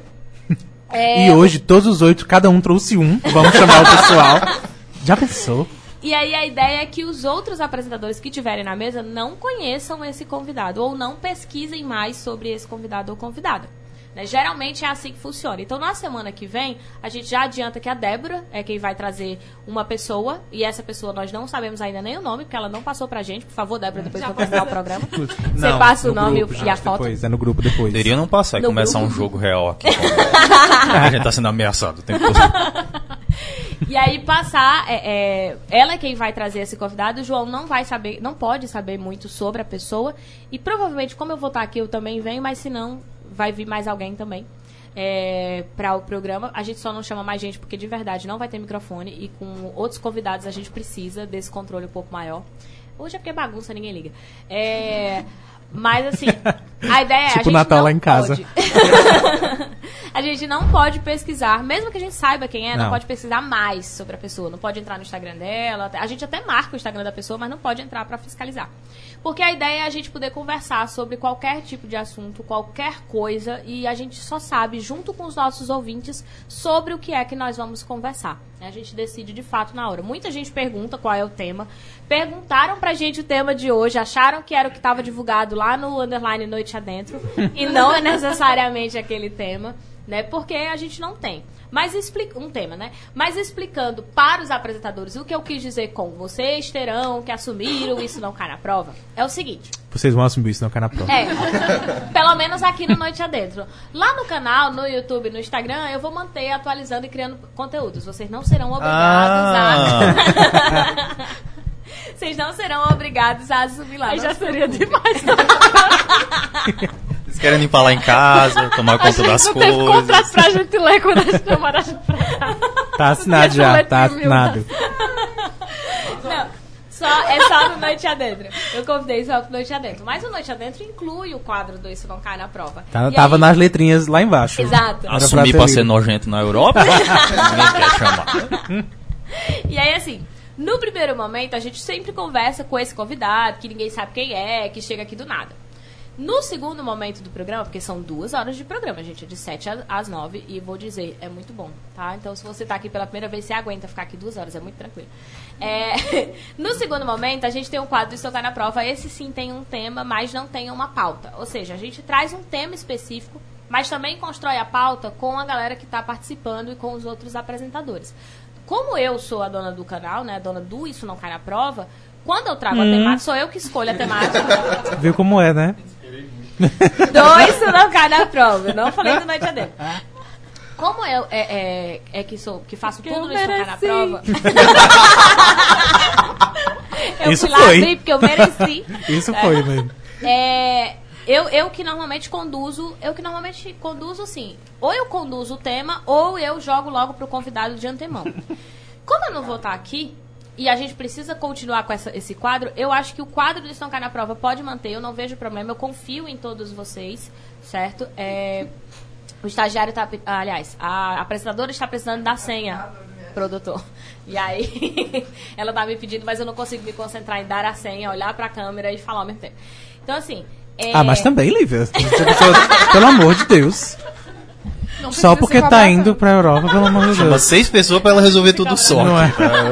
É,
E hoje, todos os oito, cada um trouxe um. Vamos chamar o pessoal. Já pensou?
E aí a ideia é que os outros apresentadores que tiverem na mesa não conheçam esse convidado ou não pesquisem mais sobre esse convidado ou convidada. né? Geralmente é assim que funciona. Então, na semana que vem, a gente já adianta que a Débora é quem vai trazer uma pessoa. E essa pessoa nós não sabemos ainda nem o nome, porque ela não passou pra gente. Por favor, Débora, depois que eu terminar o programa. Você passa o
no
nome
grupo,
e
gente,
a foto.
Depois, é no grupo depois.
Poderia não passar e
No
começar
grupo.
um jogo real aqui. a gente tá sendo ameaçado o tempo todo.
E aí passar, é, é, ela é quem vai trazer esse convidado, o João não vai saber, não pode saber muito sobre a pessoa. E provavelmente, como eu vou estar aqui, eu também venho, mas se não, vai vir mais alguém também é, para o programa. A gente só não chama mais gente, porque de verdade não vai ter microfone. E com outros convidados a gente precisa desse controle um pouco maior. Hoje é porque é bagunça, ninguém liga. É, mas assim, a ideia é. a
Tipo
gente
Natal
não
lá em casa.
pode- a gente não pode pesquisar, mesmo que a gente saiba quem é, não,
Não.
pode pesquisar mais sobre a pessoa, não pode entrar no Instagram dela. A gente até marca o Instagram da pessoa, mas não pode entrar pra fiscalizar. Porque a ideia é a gente poder conversar sobre qualquer tipo de assunto, qualquer coisa, e a gente só sabe, junto com os nossos ouvintes, sobre o que é que nós vamos conversar. né? A gente decide de fato na hora. Muita gente pergunta qual é o tema. Perguntaram pra gente o tema de hoje, acharam que era o que estava divulgado lá no underline Noite Adentro, e não é necessariamente aquele tema né? Porque a gente não tem. Mas explica um tema, né? Mas explicando para os apresentadores o que eu quis dizer com vocês terão que assumiram isso não cai na prova. É o seguinte,
Vocês vão assumir isso, não cai na prova.
é. Pelo menos aqui no Noite Adentro. Lá no canal, no YouTube, no Instagram, eu vou manter atualizando e criando conteúdos. Vocês não serão
Ah!
obrigados
Ah,
a. Vocês não serão obrigados a assumir lá.
Aí
não
já
se
seria
preocupem.
demais.
Eles querem limpar lá em casa, tomar
A
conta
gente
das
não teve
coisas.
contrato pra gente ler quando a gente namorar a gente pra cá.
Tá assinado
É
já, tá assinado.
Não, só, é só no Noite Adentro. Eu convidei só pro Noite Adentro. Mas o Noite Adentro inclui o quadro do Isso Não Cai na Prova.
Tá-
E
tava
aí-
nas letrinhas lá embaixo.
Exato.
pra
Assumir
ter
pra
lido.
ser nojento na Europa? Ninguém quer chamar.
E aí, assim, no primeiro momento, a gente sempre conversa com esse convidado, que ninguém sabe quem é, que chega aqui do nada. No segundo momento do programa, porque são duas horas de programa, gente, é de 7 a- às 9, e vou dizer, é muito bom, tá? Então, se você tá aqui pela primeira vez, você aguenta ficar aqui duas horas, é muito tranquilo. É, no segundo momento, a gente tem um quadro Estocar na Prova. Esse sim tem um tema, mas não tem uma pauta. Ou seja, a gente traz um tema específico mas também constrói a pauta com a galera que está participando e com os outros apresentadores. Como eu sou a dona do canal, né, a dona do Isso Não Cai na Prova, quando eu trago a temática, sou eu que escolho a
Uhum.
temática
Viu como é, né?
do Isso Não Cai na Prova. Eu não falei do Noite Adentro. Como eu é, é, é que sou que faço tudo do Isso Não Cai na
mereci.
Prova... eu
Isso
fui lá
foi.
abrir porque eu mereci.
Isso foi, mesmo.
É, eu, eu que normalmente conduzo, eu que normalmente conduzo assim, ou eu conduzo o tema ou eu jogo logo pro convidado de antemão. Como eu não vou estar aqui e a gente precisa continuar com essa- esse quadro, eu acho que o quadro do Estão Cá na Prova pode manter, eu não vejo problema, eu confio em todos vocês, certo? É, o estagiário está. Aliás, a apresentadora está precisando da senha, produtor. E aí, ela tá me pedindo, mas eu não consigo me concentrar em dar a senha, olhar pra câmera e falar ao mesmo tempo. Então, assim. é-
Ah, mas também, Lívia. Pelo amor de Deus.
Não
Só
precisa
porque
se
tá
cobrar
indo
tanto.
pra Europa, pelo amor de
Chama né?
Deus.
seis pessoas pra ela resolver tudo só.
Não é.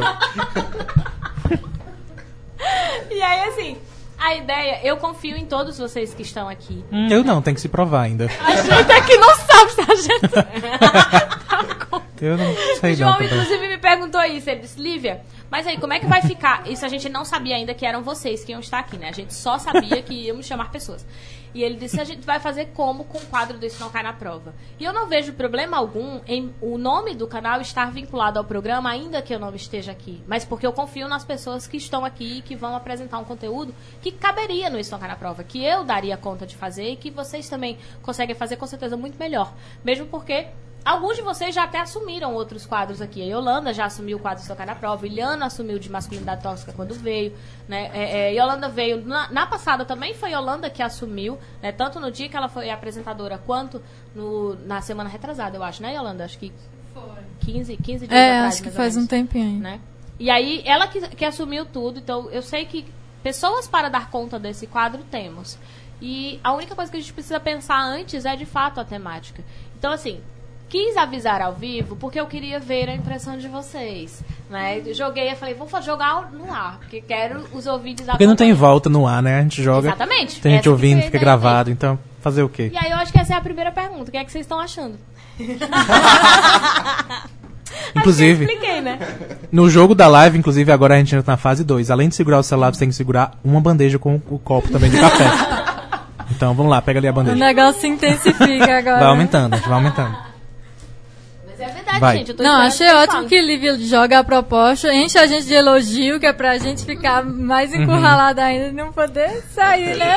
E aí, assim, a ideia, eu confio em todos vocês que estão aqui.
Hum, Eu não, tem que se provar ainda.
A gente aqui não sabe se a gente
Eu não
O
sei não.
João,
também.
tá
inclusive, me perguntou isso, ele disse, Lívia, mas aí, como é que vai ficar? Isso a gente não sabia ainda que eram vocês que iam estar aqui, né? A gente só sabia que íamos chamar pessoas. E ele disse, a gente vai fazer como com o quadro do Isso Não Cai Na Prova. E eu não vejo problema algum em o nome do canal estar vinculado ao programa, ainda que eu não esteja aqui. Mas porque eu confio nas pessoas que estão aqui e que vão apresentar um conteúdo que caberia no Isso Não Cai Na Prova, que eu daria conta de fazer e que vocês também conseguem fazer com certeza muito melhor. Mesmo porque Alguns de vocês já até assumiram outros quadros aqui. A Yolanda já assumiu o quadro Socar na Prova, Iliana assumiu de masculinidade tóxica quando veio. Né? É, é, Yolanda veio. Na, na passada também foi Yolanda que assumiu, né? Tanto no dia que ela foi apresentadora quanto no, na semana retrasada, eu acho, né, Yolanda? Acho que. Foi. 15, 15 dias
É,
atrás,
acho que
mais ou
faz um
menos
tempinho aí.
né? E aí, ela que, que assumiu tudo, então eu sei que pessoas para dar conta desse quadro temos. E a única coisa que a gente precisa pensar antes é de fato a temática. Então, assim, quis avisar ao vivo porque eu queria ver a impressão de vocês. Né? Joguei e falei, vou fa- jogar no ar, porque quero os ouvintes
Porque não tem volta no ar, né? A gente joga.
Exatamente.
Tem gente
Essa que
ouvindo,
foi a
fica
ideia
gravado, então fazer o quê?
E aí eu acho que essa é a primeira pergunta. O que é que vocês estão achando?
Inclusive,
Acho que eu expliquei, né?
no jogo da live, inclusive, agora a gente entra na fase 2. Além de segurar o celular, você tem que segurar uma bandeja com o copo também de café. então vamos lá, pega ali a
O
bandeja.
negócio se intensifica agora.
Vai aumentando, a gente vai aumentando.
Mas é verdade,
Vai.
gente. Eu tô
Não,
esperando
achei
vocês
ótimo
falem.
que Lívia joga a proposta, enche a gente de elogio, que é pra gente ficar mais
Uhum.
encurralada ainda e não poder sair, né?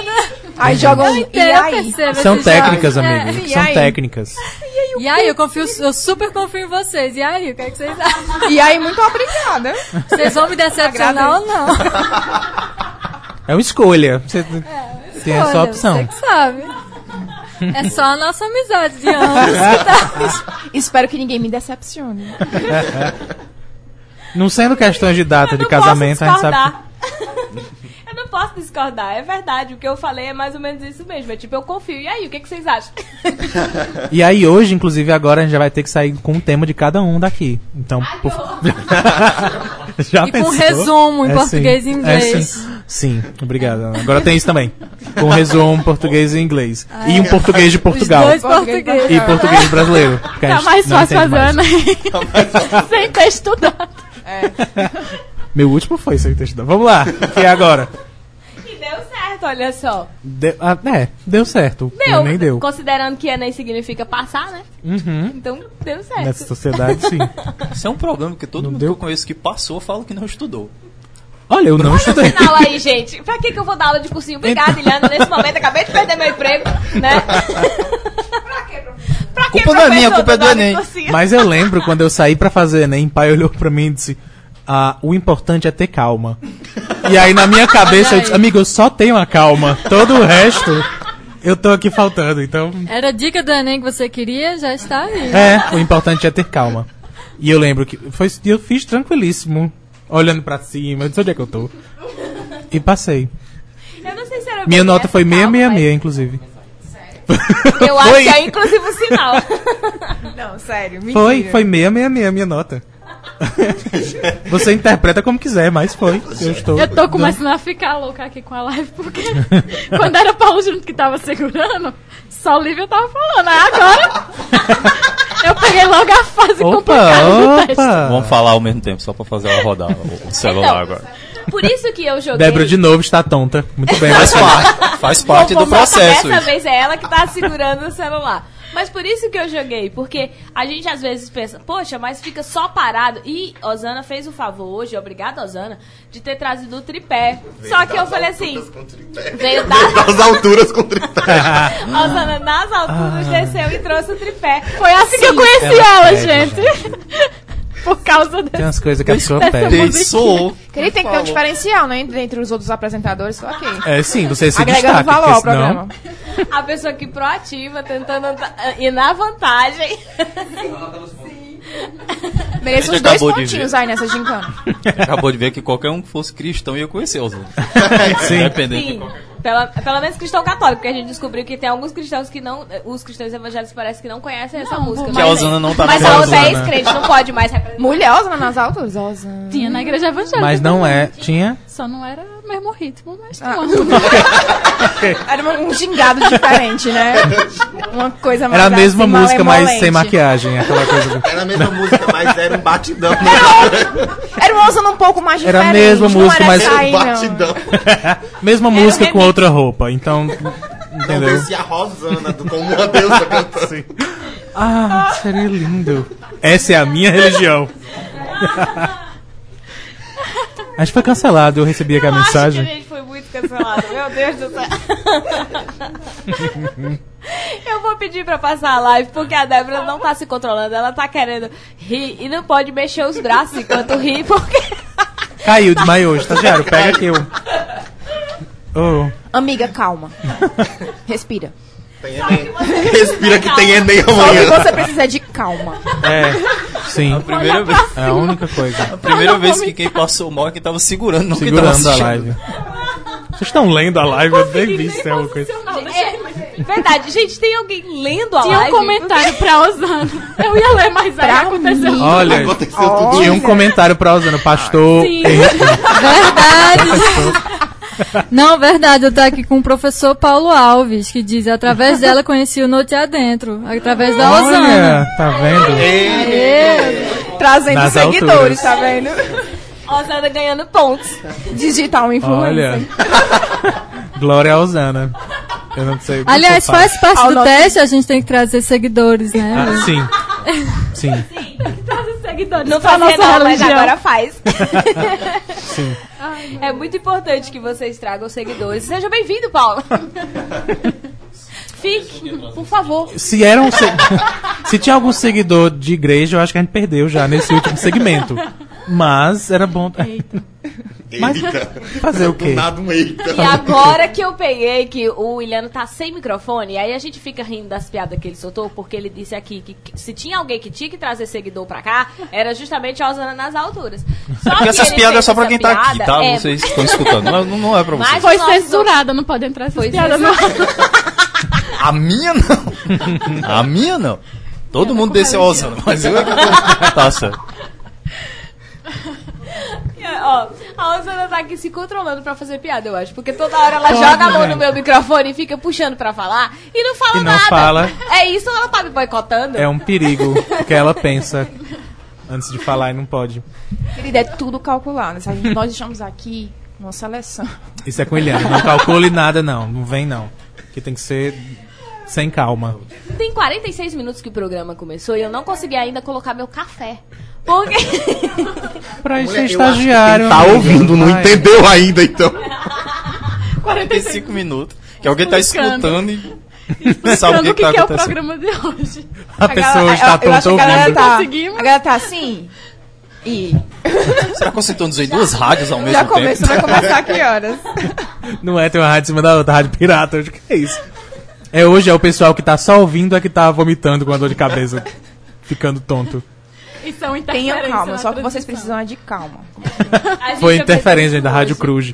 Aí jogam um. E
Eu
aí?
percebo
São
esse jogo.
técnicas,
É,
amigo.
e
São
aí?
técnicas.
E aí, eu confio, eu super confio em vocês. E aí, o que, é que vocês acham?
E aí, muito obrigada.
Vocês vão me decepcionar ou não?
É uma escolha. Você tem essa
Olha, Você
opção.
que sabe. É só a nossa amizade de anos.
Espero que ninguém me decepcione.
Não sendo questões de data
Eu
de
não
casamento,
posso
a gente sabe. que-
discordar. eu não posso discordar, é verdade. O que eu falei é mais ou menos isso mesmo. É tipo, eu confio. E aí, o que, que vocês acham?
E aí hoje, inclusive, agora a gente já vai ter que sair com o tema de cada um daqui. Então, por... já
E com resumo em português e inglês.
É, sim. sim, obrigado. Agora tem isso também. Com resumo em português e inglês. E um português de
é. Os
Portugal.
dois portugueses.
E português brasileiro. porque a
Tá
gente
mais
não
fácil
entende
fazer,
mais.
né? Sem ter estudado.
Meu último foi sem texto. Vamos lá, que é agora.
E deu certo, olha só.
Deu, ah, é, deu certo.
Deu.
Nem deu.
Considerando que Enem significa passar, né?
Uhum.
Então, deu certo.
Nessa sociedade, sim.
Isso é um problema, porque todo
Não
mundo
deu?
que eu conheço que passou fala que não estudou.
Olha, eu
assim?
não estudei.
é Final aí, gente. Pra que, que eu vou dar aula de cursinho? Obrigada, Iliana. Nesse momento, acabei de perder meu emprego, né? pra quê, professor? Pra quê,
Culpa não é minha,
professor,
culpa é do
dar aula de
Enem.
cursinho?
Mas eu lembro quando eu saí pra fazer Enem, o pai olhou pra mim e disse: ah, O importante é ter calma. E aí na minha cabeça eu disse: Amigo, eu só tenho a calma. Todo o resto eu tô aqui faltando. Então,
Era a dica do Enem que você queria, já está aí.
é, o importante é ter calma. E eu lembro que foi, e eu fiz tranquilíssimo, olhando pra cima, eu disse: Onde é que eu tô? E passei.
Eu não sei se era
Minha
bem
nota
essa,
foi
calma, mas
666, inclusive.
Eu acho
Foi.
que é inclusive um sinal.
Não, sério, mentira.
Foi, foi 666 a minha nota. Você interpreta como quiser, mas foi. Eu estou.
Eu tô começando a ficar louca aqui com a live, porque quando era Paulo Júnior que tava segurando, só o Lívia tava falando. Aí agora eu peguei logo a
É
fase complicada
né,
do
Opa,
teste.
opa!
Vamos falar ao mesmo tempo, só pra fazer ela rodar o o celular
Então,
agora.
Por isso que eu joguei.
Débora de novo está tonta. Muito bem, mas
Faz parte, faz parte do
Só que
processo.
Dessa
isso.
vez é ela que tá segurando o celular. Mas por isso que eu joguei, porque a gente às vezes pensa, poxa, mas fica só parado. E Osana fez o favor hoje, obrigada Osana, de ter trazido o tripé. Só que eu falei assim, veio da
Das alturas com tripé.
Osana nas alturas, desceu e trouxe o tripé.
Foi assim que eu conheci ela, gente. Por causa
tem
dessa.
umas coisas que a pessoa perde.
Pensou.
Ele tem que ter um diferencial, né? Entre, entre os outros apresentadores, só que.
É, sim, você se
Agregando
destaca,
valor ao
porque senão...
programa.
A pessoa que proativa, tentando anta- ir na vantagem.
Merece
Ele
uns dois
acabou de
pontinhos
ver.
aí nessa gincana.
Acabou de ver que qualquer um que fosse cristão ia conhecer os outros. Independente de
Sim,
qualquer
pela, pelo menos cristão católico, porque a gente descobriu que tem alguns cristãos que não. Os cristãos evangélicos parece que não conhecem essa música.
Que a Osana não tá
mas
na
a
casa.
outra é ex-crente, não pode mais representar.
Mulher, Osana nas alturas? Osana.
Tinha na igreja evangélica.
Mas não é. Tinha.
Só não era
o mesmo ritmo, mas
Ah.
tomando.
Era um, um gingado diferente, né? Uma coisa mais
Era a mesma
assim,
música, mas sem
malemolente.
maquiagem. Aquela coisa.
Era a mesma música, mas era um batidão. né?
Era uma usando um pouco mais
Era a
diferente.
mesma
não
música,
era
mas-
essa aí,
Era um
não.
batidão.
Mesma música com
remix.
outra roupa. Então.
Não
Entendeu?
descia a Rosana do- como uma deusa cantando.
Ah, seria lindo. Essa é a minha religião. Acho que foi cancelado, eu recebi aqui a
Acho que a
mensagem.
gente foi muito cancelado. Meu Deus do céu. Eu vou pedir pra passar a live, porque a Débora não tá se controlando. Ela tá querendo rir e não pode mexer os braços enquanto ri, porque...
Caiu, desmaiou. Estagiário, pega aqui um. o. Oh.
Amiga, calma. Respira.
Tem Enem. Respira que tem Enem
Só o que
amanhã.
você precisa é de calma.
É, sim.
Primeira vez,
É a única coisa.
primeira vez que quem passou mal é quem tava segurando, não quem tava
Segurando a live.
assistindo.
Tá Vocês estão lendo a live? Eu nem vi se é uma coisa.
Verdade. Gente, tem alguém lendo a
Tinha um
live?
comentário pra Osana. Eu ia ler, mas aí
Pra
aconteceu.
mim.
Olha,
Aconteceu tudo.
tinha um comentário pra usando pastor.
Sim.
Verdade. Não, verdade, eu tô aqui com o professor Paulo Alves, que diz, através dela conheci o Note Adentro, através da Osana.
Olha, tá vendo?
Trazendo
Nas
seguidores,
alturas.
tá vendo?
Osana ganhando pontos.
Digital influencer.
Olha. Glória a Osana. Eu não sei.
Aliás,
Você fala.
faz parte
Ao
do
nosso-
teste, a gente tem que trazer seguidores, né?
Ah, sim. Sim.
Não
Tá
fazia
nossa
não, mas
religião.
agora faz. é muito importante que vocês tragam seguidores. Seja bem-vindo, Paulo. Fique, por favor.
Se era um se... se tinha algum seguidor de igreja, eu acho que a gente perdeu já nesse último segmento. Mas era bom Mas-
Eita.
fazer o
Do
quê?
nada um
E
Tá
eita.
agora que eu peguei que o Williano tá sem microfone, aí a gente fica rindo das piadas que ele soltou, porque ele disse aqui que que se tinha alguém que tinha que trazer seguidor pra cá, era justamente a Osana nas alturas. Só
Porque essas
ele
piadas é
fez
só pra
essa
quem tá aqui,
piada,
tá?
é,
Vocês estão escutando. Não, não é pra
Mas-
vocês.
Foi
Nossa.
censurada, não pode entrar essas piadas. né? não.
A minha não. A minha não. Todo mundo desceu a Osana, mas eu é que tô- Tá certo.
Ó, a Osana tá aqui se controlando pra fazer piada, eu acho. Porque toda hora ela joga a mão no meu microfone e fica puxando pra falar e não fala
E não
nada.
fala.
É isso ou ela tá me boicotando?
É um perigo o que ela pensa antes de falar e não pode.
Querida, é tudo calculado. sabe? Nós estamos aqui numa seleção.
Isso é com Eliana. Não calcule nada, não. Não vem, não. Que tem que ser sem calma.
Tem 46 minutos que o programa começou e eu não consegui ainda colocar meu café. Porque. Então,
Pra isso é
eu acho que
estagiário.
Tá
amiga.
ouvindo, não
Vai.
entendeu ainda, então.
45 minutos. Que alguém tá escutando
Explicando.
e não sabe o
Explicando
que,
o que,
tá
que é o
acontecendo.
programa de hoje.
A pessoa
eu-
está
eu
pronta
acho que a galera
ouvindo.
tá,
Conseguimos.
a galera tá assim. E
Será que eu sintonizei duas rádios ao mesmo
já
tempo?
começou, vai começar que horas?
Não é ter uma rádio em cima da outra, rádio pirata. Hoje que é isso? É hoje, é o pessoal que tá só ouvindo é que tá vomitando com a dor de cabeça. Ficando tonto.
E são
Tenham
interferências na
calma, só que
transmissão.
vocês precisam é de calma.
A gente
Foi
aprendeu
interferência
isso
da Rádio Cruz.
hoje.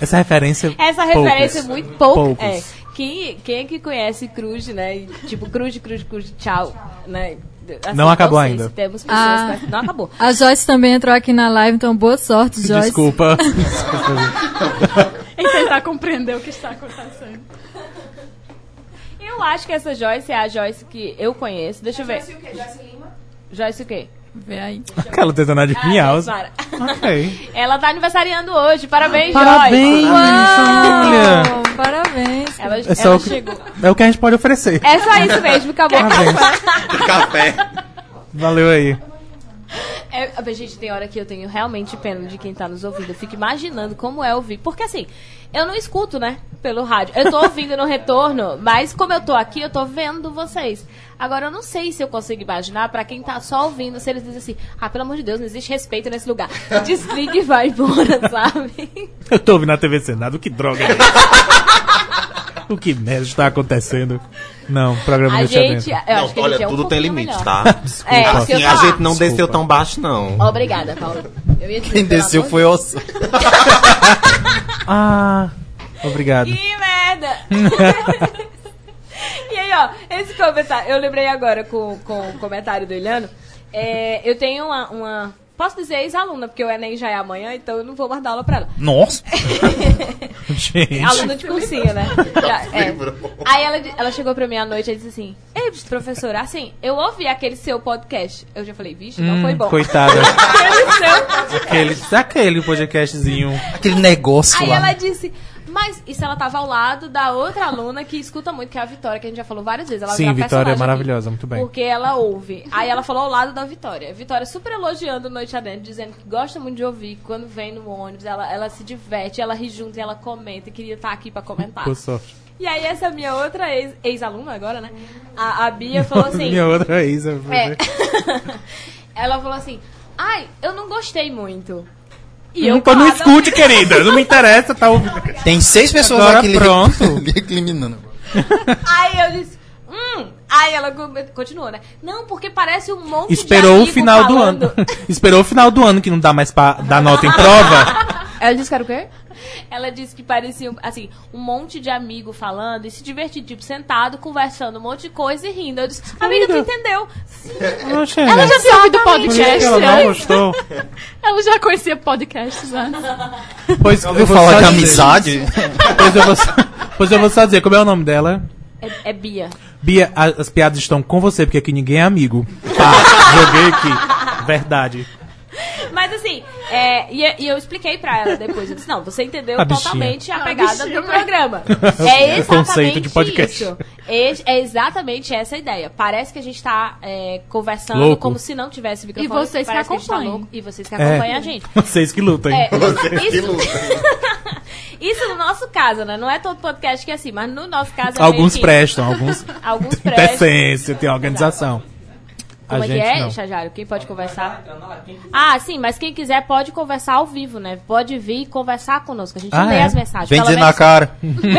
Essa referência.
Essa
poucos.
referência é muito pouco.
Poucos.
É. Quem, quem é que conhece Cruz, né? E, Tipo, Cruz, Cruz, Cruz, tchau. Né? Assim,
Não acabou
sei
ainda.
se Temos pessoas,
Ah.
mas não acabou.
A Joyce também entrou aqui na live, então boa sorte, Joyce.
Desculpa. Desculpa.
Em tentar compreender o que está acontecendo.
Eu acho que essa Joyce é a Joyce que eu conheço. Deixa eu ver. Joyce o quê? Joyce Lima? Joyce o quê?
Vê aí.
Aquela tentando adivinhar. os-
Mara.
Ok.
Ah, então Ela tá aniversariando hoje. Parabéns, Joyce.
Parabéns, olha.
Uau, parabéns.
Ela,
É só
ela
o que,
chegou.
é o que a gente pode oferecer.
É só isso mesmo, acabou.
Parabéns.
Café.
Valeu aí.
É, ah, gente, tem hora que eu tenho realmente pena de quem tá nos ouvindo. Eu fico imaginando como é ouvir. Porque assim, eu não escuto, né? Pelo rádio. Eu tô ouvindo no retorno, mas como eu tô aqui, eu tô vendo vocês. Agora, eu não sei se eu consigo imaginar pra quem tá só ouvindo, se eles dizem assim: ah, pelo amor de Deus, não existe respeito nesse lugar. Desliga e vai embora, sabe?
Eu tô ouvindo na TV Senado, que droga é essa? O que merda está acontecendo? Não, o programa
A
deixa
gente.
dentro.
Eu acho que a
olha,
gente é um
tudo tem
pouquinho
limite,
melhor.
tá?
É, isso que eu
Assim,
ia
a
falar.
gente não
Desculpa.
desceu tão baixo, não.
Obrigada, Paula. Eu ia dizer,
Quem
pelo
desceu
amor
foi a Osana.
Ah, obrigado.
Que merda! e aí, ó, esse comentário, eu lembrei agora com, com o comentário do Ilhano. É, eu tenho uma, uma Posso dizer ex-aluna, porque o Enem já é amanhã, então eu não vou mais dar aula pra ela.
Nossa!
Aluna de cursinho, né? Já- é.
Lembrou?
Aí ela, di- ela chegou pra mim à noite e disse assim: Ei, professora, assim, eu ouvi aquele seu podcast. Eu já falei, vixe,
Hum,
não foi bom.
Coitada.
Aquele seu.
aquele, aquele podcastzinho.
Aquele negócio
Aí
lá.
ela é disse. Mas isso ela tava ao lado da outra aluna que escuta muito, que é a Vitória, que a gente já falou várias vezes. Ela
Sim,
virou
Vitória é
personagem aqui,
maravilhosa, muito bem.
Porque ela ouve. Aí ela falou ao lado da Vitória. Vitória super elogiando Noite Adentro, dizendo que gosta muito de ouvir, que quando vem no ônibus, ela, ela se diverte, ela ri junto e ela comenta, e queria estar aqui pra comentar.
Boa sorte.
E aí essa minha outra ex- ex-aluna agora, né? A, a Bia falou assim.
Minha outra ex.
né?
É.
É. Ela falou assim: "Ai, eu não gostei muito". E eu
Então não
parada-
escute, querida. Não me interessa, tá ouvindo.
Tem seis pessoas
Agora
aqui
pronto.
ali recriminando.
Aí eu disse: "Hum". Aí ela co- continuou, né? Não, porque parece um monte
Esperou o
de amigo
final
falando.
do ano. Esperou o final do ano que não dá mais pra dar nota em prova.
Ela disse que era o quê?
Ela disse que parecia assim, um monte de amigo falando e se divertindo, tipo, sentado, conversando um monte de coisa e rindo. Eu disse: "Amiga, tu entendeu?"
Oxe,
Ela já tinha ouvido
por que que
podcast né?
ela não
antes?
gostou.
Ela já conhecia podcasts antes.
Pois
Eu vou
só
falar de
dizer-
amizade.
Pois eu, vou, só- pois eu vou só dizer, como é o nome dela?
É, é Bia.
Bia, a- as piadas estão com você, porque aqui ninguém é amigo. Pá, joguei aqui. Verdade.
Mas assim, é, e, e eu expliquei pra ela depois. Eu disse, não, você entendeu
A bichinha.
totalmente a
A
pegada
bichinha,
do
né?
programa. É exatamente
Conceito de podcast.
isso. Esse- É exatamente essa a ideia. Parece que a gente tá é, conversando
Louco.
como se não tivesse microfone.
E vocês que
parece a gente tá
acompanham.
louco, e vocês que
É.
acompanham a gente.
Vocês que lutem.
É,
Que
isso,
luta.
isso no nosso caso, né? Não é todo podcast que é assim, mas no nosso caso é meio
alguns
que-
prestam, alguns
Alguns
tem
prestam.
decência, tem organização.
Como
a
é
gente
que é,
não. é
Chajário? Quem pode conversar? Ah, sim, mas quem quiser pode conversar ao vivo, né? Pode vir e conversar conosco. A gente
Ah,
lê
é?
as mensagens.
Vem
pelo
dizer na
menos-
cara.
Vem-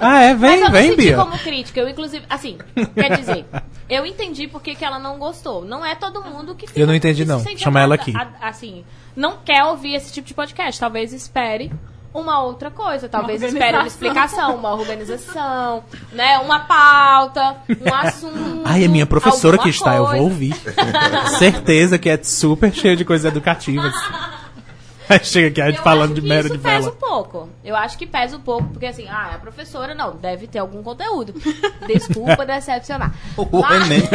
Ah, é,
Mas eu
vem,
não
vem,
senti
Bia.
como crítica. Eu, inclusive, assim, quer dizer, eu entendi porque que ela não gostou. Não é todo mundo que fica,
Eu não entendi,
que se
não.
sente
Chama ela
amada-
aqui.
a- assim, não quer ouvir esse tipo de podcast. Talvez espere uma outra coisa. Talvez espere uma explicação, uma organização, né? Uma pauta, um assunto.
Ai, é minha professora
alguma
que está, eu vou
coisa.
ouvir. Certeza que é super cheio de coisas educativas. Aí chega aqui a gente
Eu
falando
acho
de
que
merda
isso
de
pesa
vela.
um pouco. Eu acho que pesa um pouco, porque assim, ah, a professora não, deve ter algum conteúdo. Desculpa decepcionar.
O
é
Enem.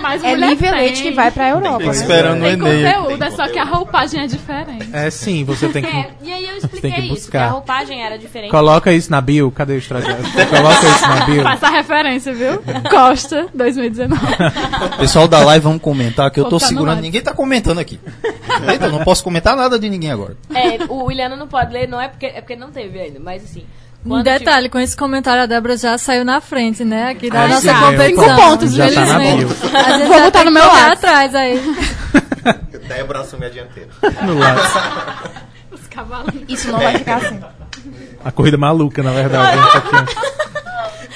Mas
É
mulher
nível
tem.
leite que vai pra Europa.
Pois
né?
Esperando o
Tem
Enem.
conteúdo, é só que a roupagem é diferente.
É sim, você tem
É,
que.
e aí eu
Tem
expliquei
que
isso, que a
buscar.
roupagem era diferente.
Coloca isso na bio. Cadê o estagiário? Coloca isso na bio.
Faça a referência, viu? Costa, 2019.
Pessoal da live, vamos comentar, que eu tô
Focar no
segurando.
lado.
Ninguém tá comentando aqui. Eita, eu não posso comentar nada de ninguém agora.
É, o Williano não pode ler, não é porque, é porque não teve ainda, mas assim.
Um
quando
detalhe, com esse comentário a Débora já saiu na frente, né? Aqui da
Ah,
nossa
já.
competição.
Cinco
pontos,
Já tá na
infelizmente.
bio.
A gente
Vou
já
botar
tem
no
que
meu
correr
Whats.
atrás aí.
Débora assume a dianteira.
No lado.
Os cavalos.
Isso não vai ficar assim.
A corrida maluca, na verdade. né, Foquinha?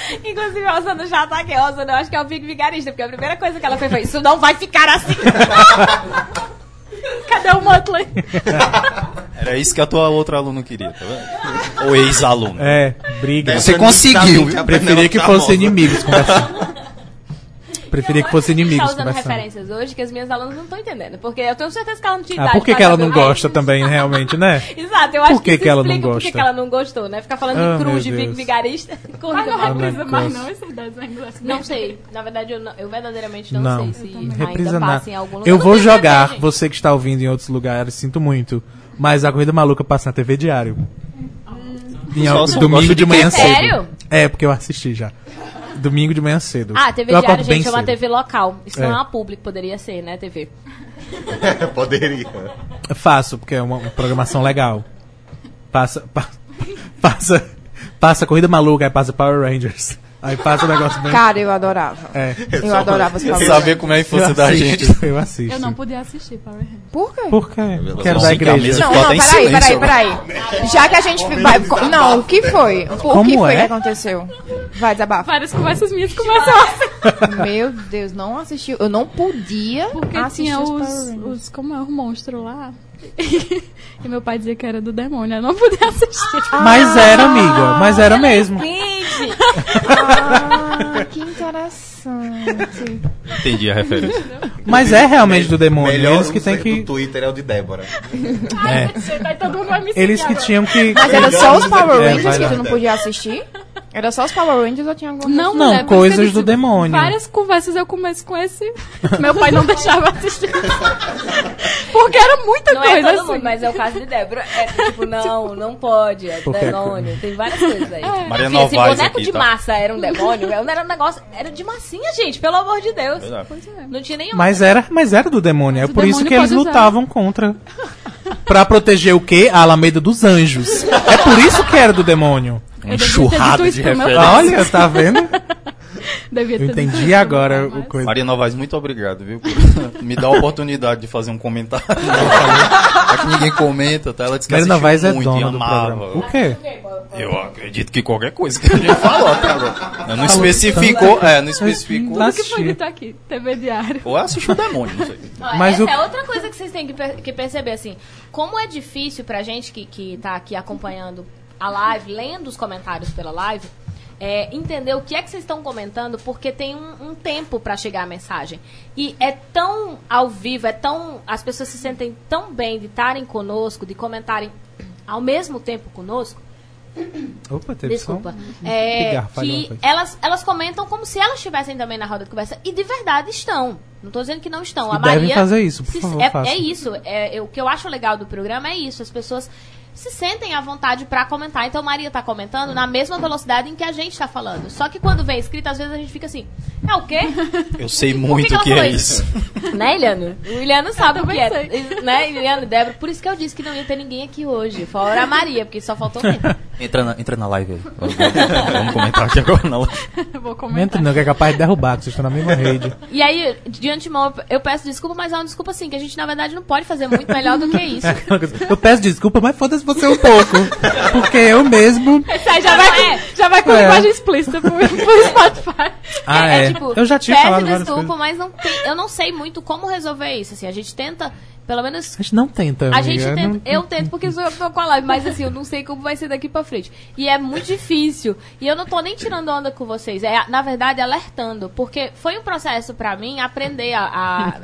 Tipo, inclusive, a Osana já tá aqui. A Osana, eu acho que é o Big Vigarista, porque a primeira coisa que ela fez foi: Isso não vai ficar assim.
Cadê o Motley?
Era isso que a tua outra aluna queria, tá vendo? Ou ex-aluna.
É, briga.
Você conseguiu.
Tá,
Preferia
Penélope
que
tá
fossem
morta.
inimigos conversando. Preferia
Eu
que
acho
fossem
A
inimigos
gente tá usando
conversando.
referências hoje que as minhas alunas não estão entendendo. Porque eu tenho certeza que é ela não tinha
Ah,
idade
por que,
pra
que ela
saber
não
o resto.
gosta também, realmente, né?
Exato, eu acho
Por que
que, isso
que ela não
explica por que
gosta?
que ela não gostou, né? Ficar falando
Ah,
em cruz
meu
de Big
Deus.
Vigarista.
Mas não
Corrida.
Ana
reprisa mais
Costa.
não esses desenhos assim.
Não sei. Na verdade, eu, não- eu verdadeiramente não,
Não,
sei se
reprisa
ainda
nada.
passa em algum lugar.
Eu
Não
vou
tem TV,
jogar,
gente.
você que está ouvindo em outros lugares, sinto muito. Mas a Corrida Maluca passa na TV diário. Em,
Só
al-
se eu
domingo
gosto
de
de
manhã
TV.
cedo.
Hum. Sério?
É, porque eu assisti já. Domingo de manhã cedo.
Ah, TV
eu
Diário,
acordo bem
gente, é uma
cedo.
TV local. Isso
É.
não é uma pública, poderia ser, né, TV?
Poderia.
Eu faço, porque é uma, uma programação legal. Passa, pa- passa, passa Corrida Maluca, aí passa Power Rangers. Aí passa o negócio bem...
Cara, eu adorava.
É.
Eu adorava esse
Você
bagulho.
saber como é a infância
Eu
da gente.
assisto, Eu assisto.
Eu não podia assistir Power Rangers.
Por quê?
Por quê? Porque era
Não,
da
sim, que
igreja.
a mesa-
Não,
Ficou
não,
até em
peraí, peraí,
silêncio
peraí. Já que a gente vai. co- Não, o que foi? O que
Como
foi
é?
que aconteceu? Vai, desabafa.
Várias conversas minhas começam assim.
Meu Deus, não assisti. Eu não podia
Porque
assistir
tinha
os
os,
Power Rangers.
os. Como é? Os monstros lá. E meu pai dizia que era do demônio. Eu não podia assistir.
Mas era, amiga. Mas era mesmo.
Gente,
Ah, que interessante.
Entendi a referência.
Mas é realmente do demônio.
Melhor
Eles que tem
user
que.
do Twitter é o de Débora.
Assim,
Ai, gente, aí todo mundo vai me seguir
Eles que
agora.
tinham que.
Mas era só os Power
É,
Rangers
vai
que
lá.
tu não podia assistir? Era só os Power Rangers ou tinha alguma coisa?
Não,
Não,
mulher, por
coisas
isso que eu
do
disse,
demônio.
Várias conversas eu começo com esse. Meu pai não deixava assistir. Porque era muita
Não é
coisa
todo
assim.
mundo, mas é o caso de Débora. É tipo, não, não pode, é
Qualquer
demônio. Tem várias coisas
É.
aí.
Maria
Enfim, esse
Novaes
boneco
aqui,
de
tá?
massa era um demônio, era um era um negócio. Era de massinha, gente, pelo amor de Deus.
Verdade.
Não tinha nenhum.
Mas era, mas era do demônio. É
o
por isso
demônio
que eles
pode usar.
lutavam contra. Pra proteger o quê? A Alameda dos Anjos. É por isso que era do demônio.
Um
devia ter
churrado
dito
de
isso pro meu
referência.
Olha, tá vendo?
Devia
Eu
ter
entendi
dito,
agora o
mas-
coisa.
Maria Novaes, muito obrigado, viu? por Me dá a oportunidade de fazer um comentário. É que ninguém comenta, tá? Ela disse que
Maria
assistiu
Novaes é
muito e
dona do
amava.
programa. O quê?
Eu acredito que qualquer coisa que a gente falou até agora. Eu não especificou, é, não especificou.
Lá
O que foi
Assisti.
dito aqui? TV Diário.
Ou assistiu o demônio, não sei.
Ó,
Mas
Essa
o-
é outra coisa que vocês têm que, per- que perceber, assim. Como é difícil pra gente que, que tá aqui acompanhando a live, lendo os comentários pela live, é, entender o que é que vocês estão comentando, porque tem um, um tempo pra chegar a mensagem. E é tão ao vivo, é tão. As pessoas se sentem tão bem de estarem conosco, de comentarem ao mesmo tempo conosco,
Opa, teve
Desculpa.
som?
É,
Ligar, falhou uma
que
coisa.
elas, elas comentam como se elas estivessem também na roda de conversa. E de verdade estão. Não tô dizendo que não estão.
E
a Maria.
devem fazer isso, por
se-
favor,
é,
façam.
é isso. É, é o que eu acho legal do programa é isso. As pessoas se sentem à vontade pra comentar. Então, Maria tá comentando na mesma velocidade em que a gente tá falando. Só que quando vem escrito, às vezes a gente fica assim: é o quê?
Eu sei
Por que
muito o
ela
que é
falou
isso.
né, Iliano? O Iliano sabe o que é.
também
Né, Iliano e Débora? Por isso que eu disse que não ia ter ninguém aqui hoje. Fora a Maria, porque só faltou mesmo.
Entra na, entra na live aí. Vamos, vamos- vamos comentar aqui agora na live.
Eu
Não entra
vou comentar.
não, que é capaz de derrubar, que vocês estão na mesma rede.
E aí, de antemão, eu peço desculpa, mas é uma desculpa assim, que a gente, na verdade, não pode fazer muito melhor do que isso. Então,
Aquela coisa, Eu peço desculpa, mas foda-se você um pouco. Porque eu mesmo.
Isso aí já vai com-
Já vai com
É.
linguagem explícita pro, pro Spotify.
Ah, é. eu já tinha
tipo, peço
falado várias
desculpa,
coisas.
mas não tem- eu não sei muito como resolver isso. Assim, a gente tenta, pelo menos.
A gente não tenta, amiga.
A gente tenta,
não-
eu tento porque sou eu que tô com a live, mas assim, eu não sei como vai ser daqui pra frente. E é muito difícil. E eu não tô nem tirando onda com vocês, é, na verdade, alertando. Porque foi um processo pra mim aprender a,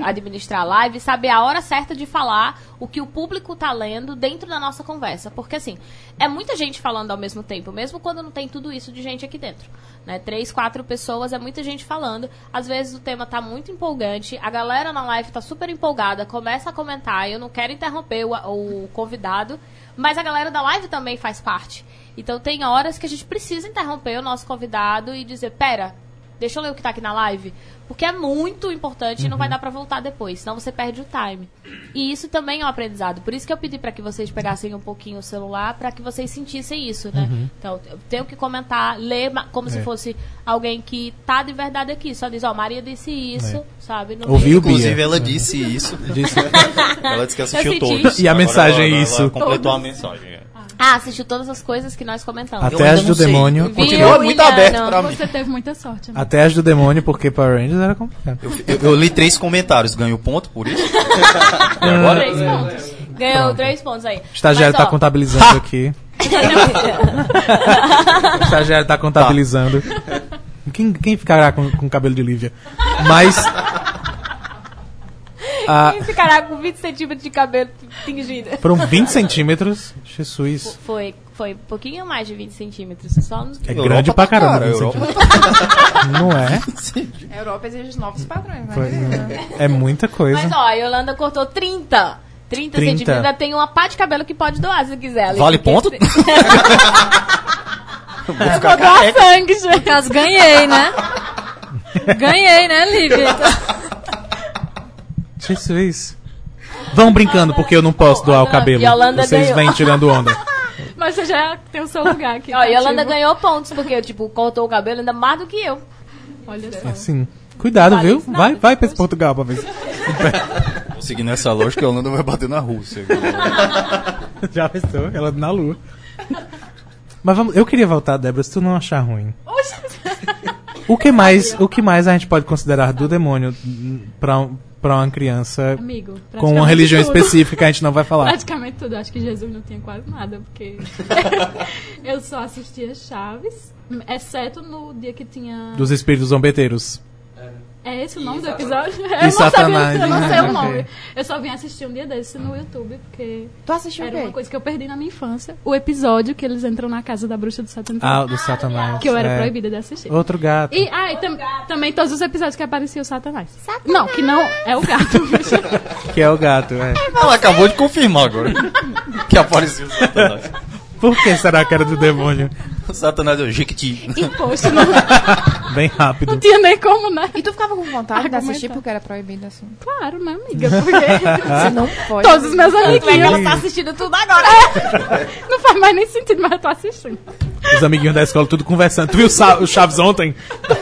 a administrar a live, saber a hora certa de falar o que o público tá lendo dentro da nossa conversa. Porque assim, é muita gente falando ao mesmo tempo, mesmo quando não tem tudo isso de gente aqui dentro. Né? Três, quatro pessoas, é muita gente falando. Às vezes o tema tá muito empolgante, a galera na live tá super empolgada, começa a comentar, eu não quero interromper o, o convidado, mas a galera da live também faz parte. Então tem horas que a gente precisa interromper o nosso convidado e dizer, pera, deixa eu ler o que tá aqui na live, porque é muito importante e não vai dar pra voltar depois, senão você perde o time. E isso também é um aprendizado. Por isso que eu pedi pra que vocês pegassem um pouquinho o celular pra que vocês sentissem isso, né? Então, eu tenho que comentar, ler ma- como se fosse alguém que tá de verdade aqui, só diz, ó, Maria disse isso, sabe? Não
Ouviu,
Inclusive,
Bia?
ela disse isso. Ela disse que
Eu
assistiu
senti.
todos.
E a
Agora
mensagem é
ela- ela
isso.
completou a mensagem. é.
Ah, assistiu todas as coisas que nós comentamos.
Até
Eu
as
ainda
do
não sei.
demônio.
Continua
Viu,
muito aberto
Iliana?
pra mim.
Você teve muita sorte, né?
Até as do demônio, porque Power Rangers era complicado.
Eu, eu li três comentários, ganho ponto por isso. e agora?
Três pontos. Ganhou três pontos aí.
O É. estagiário
Mas,
tá
ó,
contabilizando aqui. O estagiário tá contabilizando. Tá. Quem, quem ficará com, com o cabelo de Lívia? Mas. Ah,
Esse cara com 20 centímetros de cabelo tingido.
foram 20 centímetros. Jesus.
Foi, foi um pouquinho mais de 20 centímetros. Só nos...
É
Europa
grande pra
tá
caramba.
cara,
20
Europa.
centímetros. Não é?
A Europa exige novos padrões, né?
Foi- é muita coisa.
Mas ó, a Yolanda cortou 30. 30,
30.
centímetros. Ainda tem uma pá de cabelo que pode doar se quiser. Ela
Vale
porque-
ponto?
Vou
é-
doar sangue, gente.
caso, ganhei, né? Ganhei, né, Lívia?
Jesus. Vão brincando, porque eu não posso doar o cabelo.
Yolanda
Vocês
ganhou.
vêm tirando onda.
Mas você já tem o seu lugar aqui. tá
Ó, Yolanda
cativo.
ganhou pontos, porque, tipo, cortou o cabelo ainda mais do que eu.
Olha só.
Assim. Cuidado,
Vale
viu?
isso,
Vai,
nada,
vai pra esse Portugal pra ver. se-
tá Seguindo essa lógica, a Holanda vai bater na Rússia.
Já pensou? Ela na lua. Mas vamos, eu queria voltar, Débora, se tu não achar ruim. O que mais, o que mais a gente pode considerar do demônio para pra uma criança
Amigo.
com uma
praticamente
religião
tudo.
específica que a gente não vai falar.
Praticamente tudo. Acho que Jesus não tinha quase nada, porque eu só assistia Chaves, exceto no dia que tinha.
Dos espíritos zombeteiros.
É esse o nome do episódio? Eu não
Satanás,
sabia, eu não
né?
sei o nome.
Ok.
Eu só vim assistir um dia desse no YouTube, porque
Tu assistiu o
era uma
quê?
coisa que eu perdi na minha infância. O episódio que eles entram na casa da bruxa do Satanás.
Ah, do Satanás.
que eu era
é.
proibida de assistir.
Outro gato.
E, ah, e tam- também todos os episódios que aparecia o Satanás. Não, que não é o gato.
Que é o gato, é.
Ela acabou de confirmar agora que apareceu o Satanás.
Por que será que era do demônio?
O Satanás é o Jequiti.
Imposto, não,
Bem rápido.
não tinha nem como, né?
E tu ficava com vontade de assistir
Argumentar.
porque era proibido assim.
Claro, né, amiga? Porque
Ah?
Você não pode.
todos os meus
Como é que ela
amiguinhos.
tá assistindo tudo agora?
Não faz mais nem sentido, mas eu tô assistindo.
Os amiguinhos da escola tudo conversando. Tu viu o Sa- o Chaves ontem?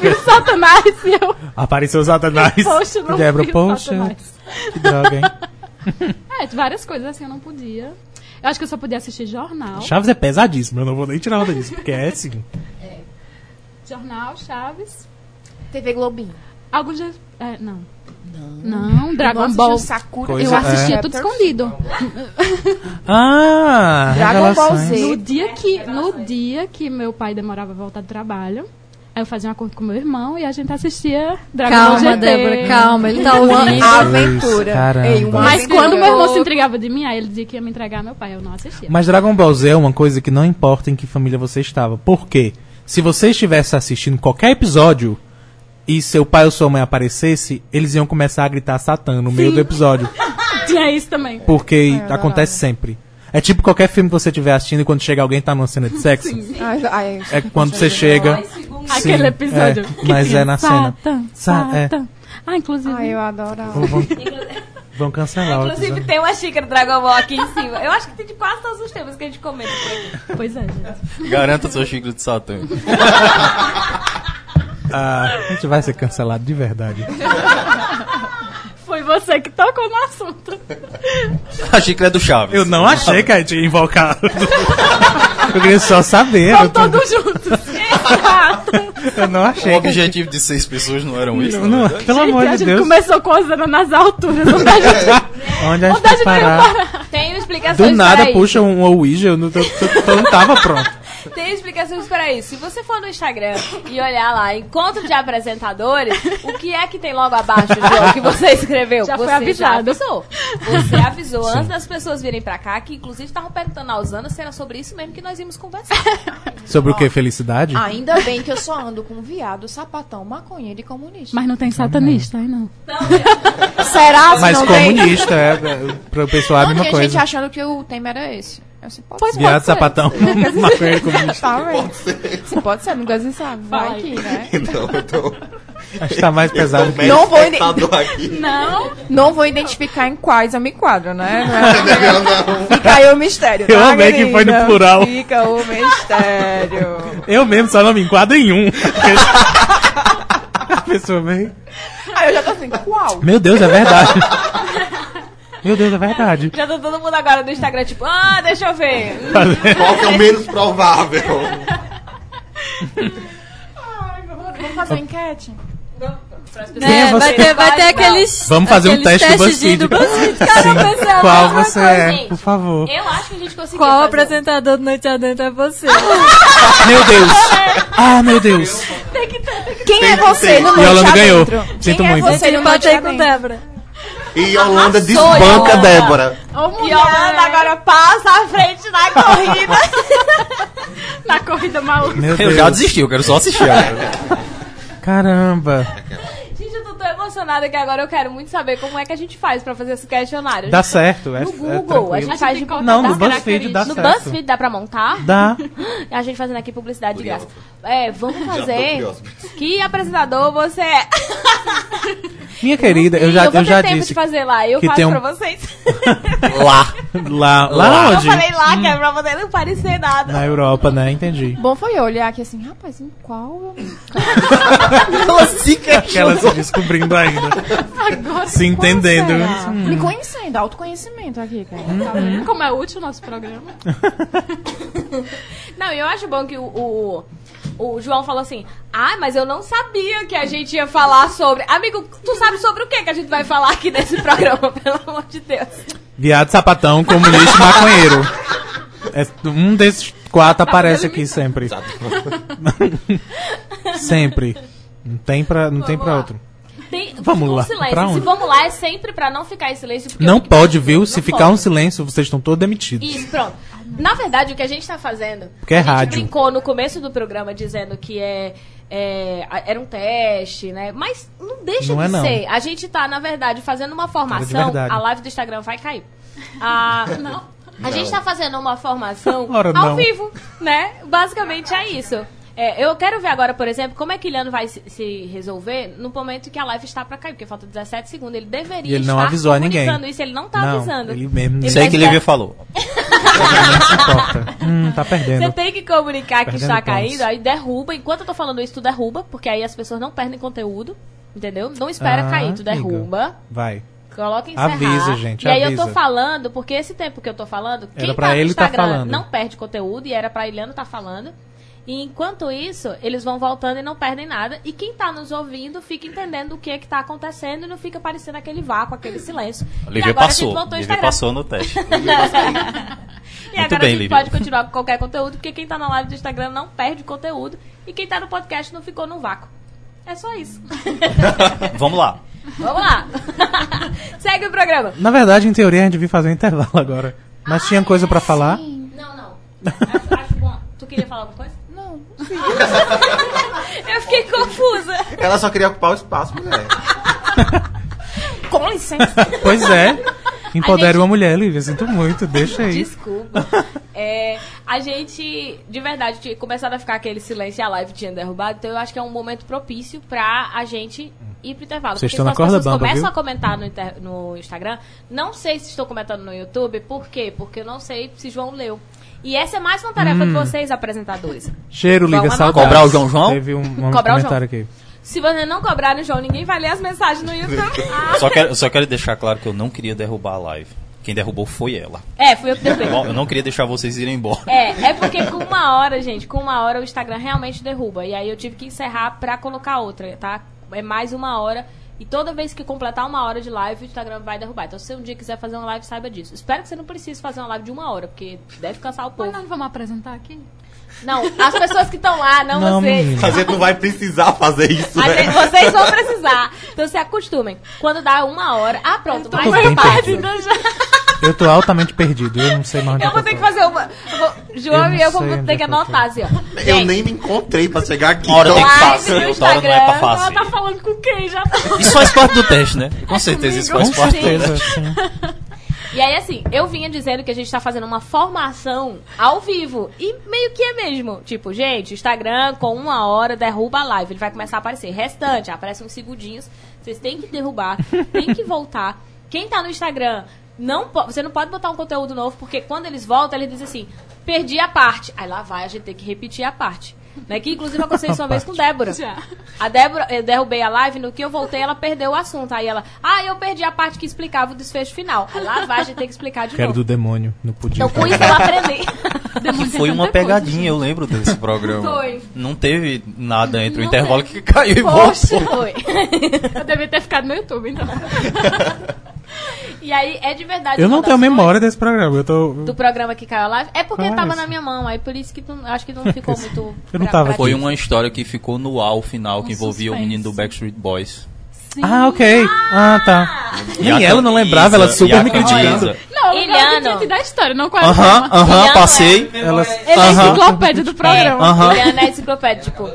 E o Satanás e eu.
Apareceu o Satanás.
Poxa, não
Débora,
vi o
poxa,
Satanás.
que droga, hein?
É, várias coisas assim eu não podia. Eu acho que eu só podia assistir jornal.
Chaves é pesadíssimo, eu não vou nem tirar onda disso, porque é assim.
Jornal, Chaves.
TV Globinho.
Alguns dias. É, não. Não. Não, Dragon
Nossa,
Ball.
tinha um Sakura.
Coisa-
Eu assistia
é.
tudo escondido.
Ah!
Dragon Ball Z.
No dia que, no dia que meu pai demorava a voltar do trabalho, aí eu fazia um acordo com meu irmão e a gente assistia Dragon Ball
Calma,
GT.
Débora, calma. Ele tá ouvindo.
Uma aventura.
caramba.
Ei, uma
Mas
aventura.
quando meu irmão se intrigava de mim, aí ele dizia que ia me entregar meu pai, eu não assistia.
Mas Dragon Ball Z é uma coisa que não importa em que família você estava. Por quê? Se você estivesse assistindo qualquer episódio e seu pai ou sua mãe aparecesse, eles iam começar a gritar Satã no meio do episódio.
Tinha isso também.
Porque
adorava.
acontece sempre. É tipo qualquer filme que você estiver assistindo e quando chega alguém tá numa cena de sexo.
Ai, ai,
É quando você chega.
Aquele episódio.
é,
que
mas
tinha
é na cena.
Satan,
Sa- é.
Satan. Ah, inclusive.
ai, eu adorava.
Vão, vão- vão cancelar o
Inclusive
episódio.
tem uma xícara do Dragon Ball aqui em cima. Eu acho que tem de quase todos os temas que a gente comenta. por aqui.
Pois é, gente.
Garanta seu xícara de Satã.
Ah, a gente vai ser cancelado de verdade.
Foi você que tocou no assunto.
A xícara é do Chaves.
Eu não achei que a gente ia invocar. Eu queria só saber.
Vamos
eu tô-
todos juntos. Exato.
Eu não
O
achei. que-
objetivo de seis pessoas não eram isso.
Não,
né?
pelo
Gente,
amor
a
de
gente
Deus.
começou coisando nas alturas. Não dá gente...
Onde a gente
Vontade
vai
de
parar?
Tem explicações
Do nada
para
puxa um Ouija, eu não, tô, tô- tô- não tava pronto.
isso. Tem explicações para isso. Se você for no Instagram e olhar lá, encontro de apresentadores, o que é que tem logo abaixo do que você escreveu?
Já
você
foi avisado.
Já avisou. Você avisou antes das pessoas virem pra cá, que inclusive estavam perguntando aos anos se era sobre isso mesmo que nós íamos conversar.
Sobre o que? Felicidade?
Ainda bem que eu só ando com um viado, sapatão, maconheiro e comunista.
Mas não tem satanista aí, não.
será se
Mas
não tem?
comunista, é. é, Pro pessoal é a
Não,
mesma
tinha gente
coisa.
achando que o tema era esse. Eu sei, pode ser.
Viado, sapatão, maconheiro comunista.
Tá, velho. Se pode ser, nunca se sabe. Vai
Vai.
aqui, né?
Então, eu tô.
Acho que tá mais pesado que
Não vou, ide-
Espetado aqui.
Não.
não vou identificar em quais eu me enquadro, né? Não é- Fica aí o mistério.
Eu
tá,
amei que foi no
querida?
plural.
Fica o mistério.
Eu mesmo só não me enquadro em um. A pessoa vem.
Aí eu já tô assim, qual?
Meu Deus, é verdade. Meu Deus, é verdade.
Já tá todo mundo agora no Instagram, tipo, ah, deixa eu ver.
Qual que é o menos provável?
Vamos fazer uma enquete?
Quem é
É, vai
você?
ter, vai ter
Vai,
aqueles.
Vamos fazer um
aqueles
teste do BuzzFeed.
testezinhos do BuzzFeed.
Sim.
Cara, pensando.
Qual você
coisa,
é,
gente.
por favor.
Eu acho que a gente conseguiu.
Qual
fazer. um
apresentador do Noite Adentro é você?
Meu Deus. Ah, meu Deus.
Quem é você no
E a Holanda
Noite
ganhou.
Adentro?
Sinto
Quem
muito.
é
Você
você no
ele
Noite
bateu com
Adentro?
Débora.
E Holanda desbanca Débora.
Ô, mulher,
E a Holanda agora passa à frente na corrida.
na corrida maluca.
Meu
Eu já
Deus.
desisti, eu quero só assistir agora.
Caramba.
Gente, eu tô tão emocionada que agora eu quero muito saber como é que a gente faz pra fazer esse questionário.
Dá
A gente-
certo. É,
No
é
Google, a
tranquilo.
gente faz de
coloca
Não,
das
no BuzzFeed dá
características.
No
certo.
BuzzFeed dá pra montar?
Dá.
A gente fazendo aqui publicidade de graça.
Curioso.
É, vamos fazer.
curioso.
Que apresentador você é?
Minha querida, eu
Ih,
já,
eu vou
eu
ter
já
tempo
disse.
de fazer lá, eu
que
faço
tem um-
pra vocês.
Lá.
Lá, lá
Lá.
Eu
onde?
falei lá, que é
Hum.
pra poder não parecer nada.
Na Europa, né? Entendi.
Bom foi eu olhar aqui assim, rapaz, em qual eu me
Ela se
Aquela se descobrindo ainda. se entendendo.
será? Me conhecendo, autoconhecimento aqui, cara.
Como é útil o nosso programa.
Não, eu acho bom que o, o- O João falou assim: Ah, mas eu não sabia que a gente ia falar sobre. Amigo, tu sabe sobre o que que a gente vai falar aqui nesse programa, pelo amor de Deus.
Viado, sapatão, comunista e maconheiro. É, um desses quatro
Tá
aparece aqui sempre. sempre. Não tem pra, não tem
Vamos
pra
lá.
outro.
Tem,
Vamos
um
lá.
silêncio.
Pra
Se
onde?
vamos lá, é sempre pra não ficar em silêncio. porque
Não
o que-
pode, viu? Se
Não
ficar
pode.
um silêncio, vocês estão todos demitidos.
Isso, pronto. Na verdade, o que a gente tá fazendo.
Porque é
a gente
rádio.
brincou no começo do programa dizendo que é. é, a- era um teste, né? Mas não deixa
Não
de
é, não.
ser. A gente tá, na verdade, fazendo uma formação.
verdade.
A live do Instagram vai cair. Ah, A gente tá fazendo uma formação
Ora,
ao
não.
vivo, né? Basicamente é isso. É, eu quero ver agora, por exemplo, como é que Leandro vai se, se resolver no momento que a live está pra cair, porque falta 17 segundos. Ele deveria
E ele não
estar
avisou a ninguém.
comunicando isso, ele não tá
não,
avisando.
ele mesmo
Ele
não
Sei
vai
que
ficar-
Lívia falou.
se importa. Hum, tá
Você
perdendo.
tem que comunicar que
Perdendo
está
pontos.
caindo, aí derruba. Enquanto eu tô falando isso, tu derruba, porque aí as pessoas não perdem conteúdo, entendeu? Não espera
Ah,
cair, é tu
amigo.
derruba.
Vai.
Coloca encerrar.
Avisa, gente,
E aí eu tô
avisa.
falando, porque esse tempo que eu tô falando, quem
Era pra
tá no
ele tá
Instagram
falando.
não perde conteúdo e era pra Eliano tá falando. E enquanto isso, eles vão voltando e não perdem nada. E quem tá nos ouvindo fica entendendo o que é que tá acontecendo e não fica parecendo aquele vácuo, aquele silêncio.
A
e
Lívia
agora a
passou.
gente voltou ao
Lívia
Instagram.
passou no teste.
E
Muito
agora
bem,
a gente
Lívia.
pode continuar com qualquer conteúdo, porque quem tá na live do Instagram não perde conteúdo. E quem tá no podcast não ficou num vácuo. É só isso.
Vamos lá.
Vamos lá. Segue o programa.
Na verdade, em teoria, a gente devia fazer um intervalo agora. Mas tinha coisa pra falar.
Não, não. Acho, acho bom. Tu queria falar alguma coisa? Não. Eu fiquei confusa.
Ela só queria ocupar o espaço, mulher.
Com licença.
Pois é. Empodere uma mulher, Lívia. Sinto muito, deixa aí.
Desculpa. É, a gente, de verdade, tinha começado a ficar aquele silêncio e a live tinha derrubado, então eu acho que é um momento propício pra a gente ir pro intervalo.
Vocês
porque
estão
se
na
as
corda
pessoas
bamba,
começam
viu?
a comentar no, inter- no Instagram, não sei se estou comentando no YouTube, por quê? Porque eu não sei se João leu. E essa é mais uma tarefa
Hum.
de vocês, apresentadores.
Cheiro, Lívia,
Vamos anotar.
saudades.
Cobrar o João João?
Teve um, um
Cobrar o
comentário aqui.
Se vocês não cobrarem, João, ninguém vai ler as mensagens no YouTube. Ah.
Só quero, só quero deixar claro que eu não queria derrubar a live. Quem derrubou foi ela.
É, fui eu que derrubei.
Bom, eu não queria deixar vocês irem embora.
É, é porque com uma hora, gente, com uma hora o Instagram realmente derruba. E aí eu tive que encerrar pra colocar outra, tá? É mais uma hora. E toda vez que completar uma hora de live, o Instagram vai derrubar. Então, se você um dia quiser fazer uma live, saiba disso. Espero que você não precise fazer uma live de uma hora, porque deve cansar o
Mas
povo.
nós não vamos apresentar aqui?
Não, as pessoas que estão lá, não,
Não,
você.
menina.
A gente não vai precisar fazer isso,
A gente-
né?
vocês vão precisar. Então se acostumem. Quando dá uma hora. Ah, pronto, mais
bem
parte.
perdida. Eu tô altamente perdido. Eu não sei mais onde
Eu vou ter que fazer uma. eu vou- João
Eu
e
não
eu
sei
vou
onde
ter
é
que
que eu
anotar, assim, ó.
Eu
Gente,
nem me encontrei pra chegar aqui.
Uma hora tem
então.
que
Live
fazer,
no
outra hora não é pra
Instagram,
fazer.
ela tá falando com quem? Já tá
Isso faz parte do teste, né? Com certeza isso faz
Com
parte do
certeza.
teste.
sim.
E aí, assim, eu vinha dizendo que a gente tá fazendo uma formação ao vivo. E meio que é mesmo. Tipo, gente, Instagram com uma hora derruba a live. Ele vai começar a aparecer. Restante, aparece uns segundinhos. Vocês têm que derrubar, tem que voltar. Quem tá no Instagram, não po- você não pode botar um conteúdo novo, porque quando eles voltam, eles dizem assim: perdi a parte. Aí lá vai, a gente tem que repetir a parte. Né? Que inclusive aconteceu isso uma vez com Débora.
Já.
A Débora, eu derrubei a live, no que eu voltei, ela perdeu o assunto. Aí ela, ah, eu perdi a parte que explicava o desfecho final. Aí lá vai, a gente tem que explicar de
Quero do
novo.
demônio. Tá. Não podia.
Então com isso eu aprendi.
Foi uma pegadinha, eu lembro desse programa.
Foi.
Não teve nada entre o
Não
intervalo que caiu e
Poxa,
voltou.
foi.
Eu devia ter ficado no YouTube, então.
E aí, é de verdade.
Eu não
uma
tenho
das
memória desse programa. Eu tô.
coisas Do programa que caiu a live. É porque
Qual é
tava
esse?
na minha mão, aí por isso que tu, acho que tu não ficou muito.
Eu não tava aqui.
Foi uma história que ficou no ar o final, que
Um
envolvia o
suspense.
menino do Backstreet Boys.
Ah, ok. Ah, tá. Nem
a
ela não
Camisa-
lembrava, ela
e a
super me
Camisa.
criticando.
Não, eu
Eliana.
gosto de da história, não qual é o
Aham,
tema.
aham,
Ela-
passei.
Ela...
Ele é a
Aham.
enciclopédia do programa.
Aham.
Williana é enciclopédia, tipo.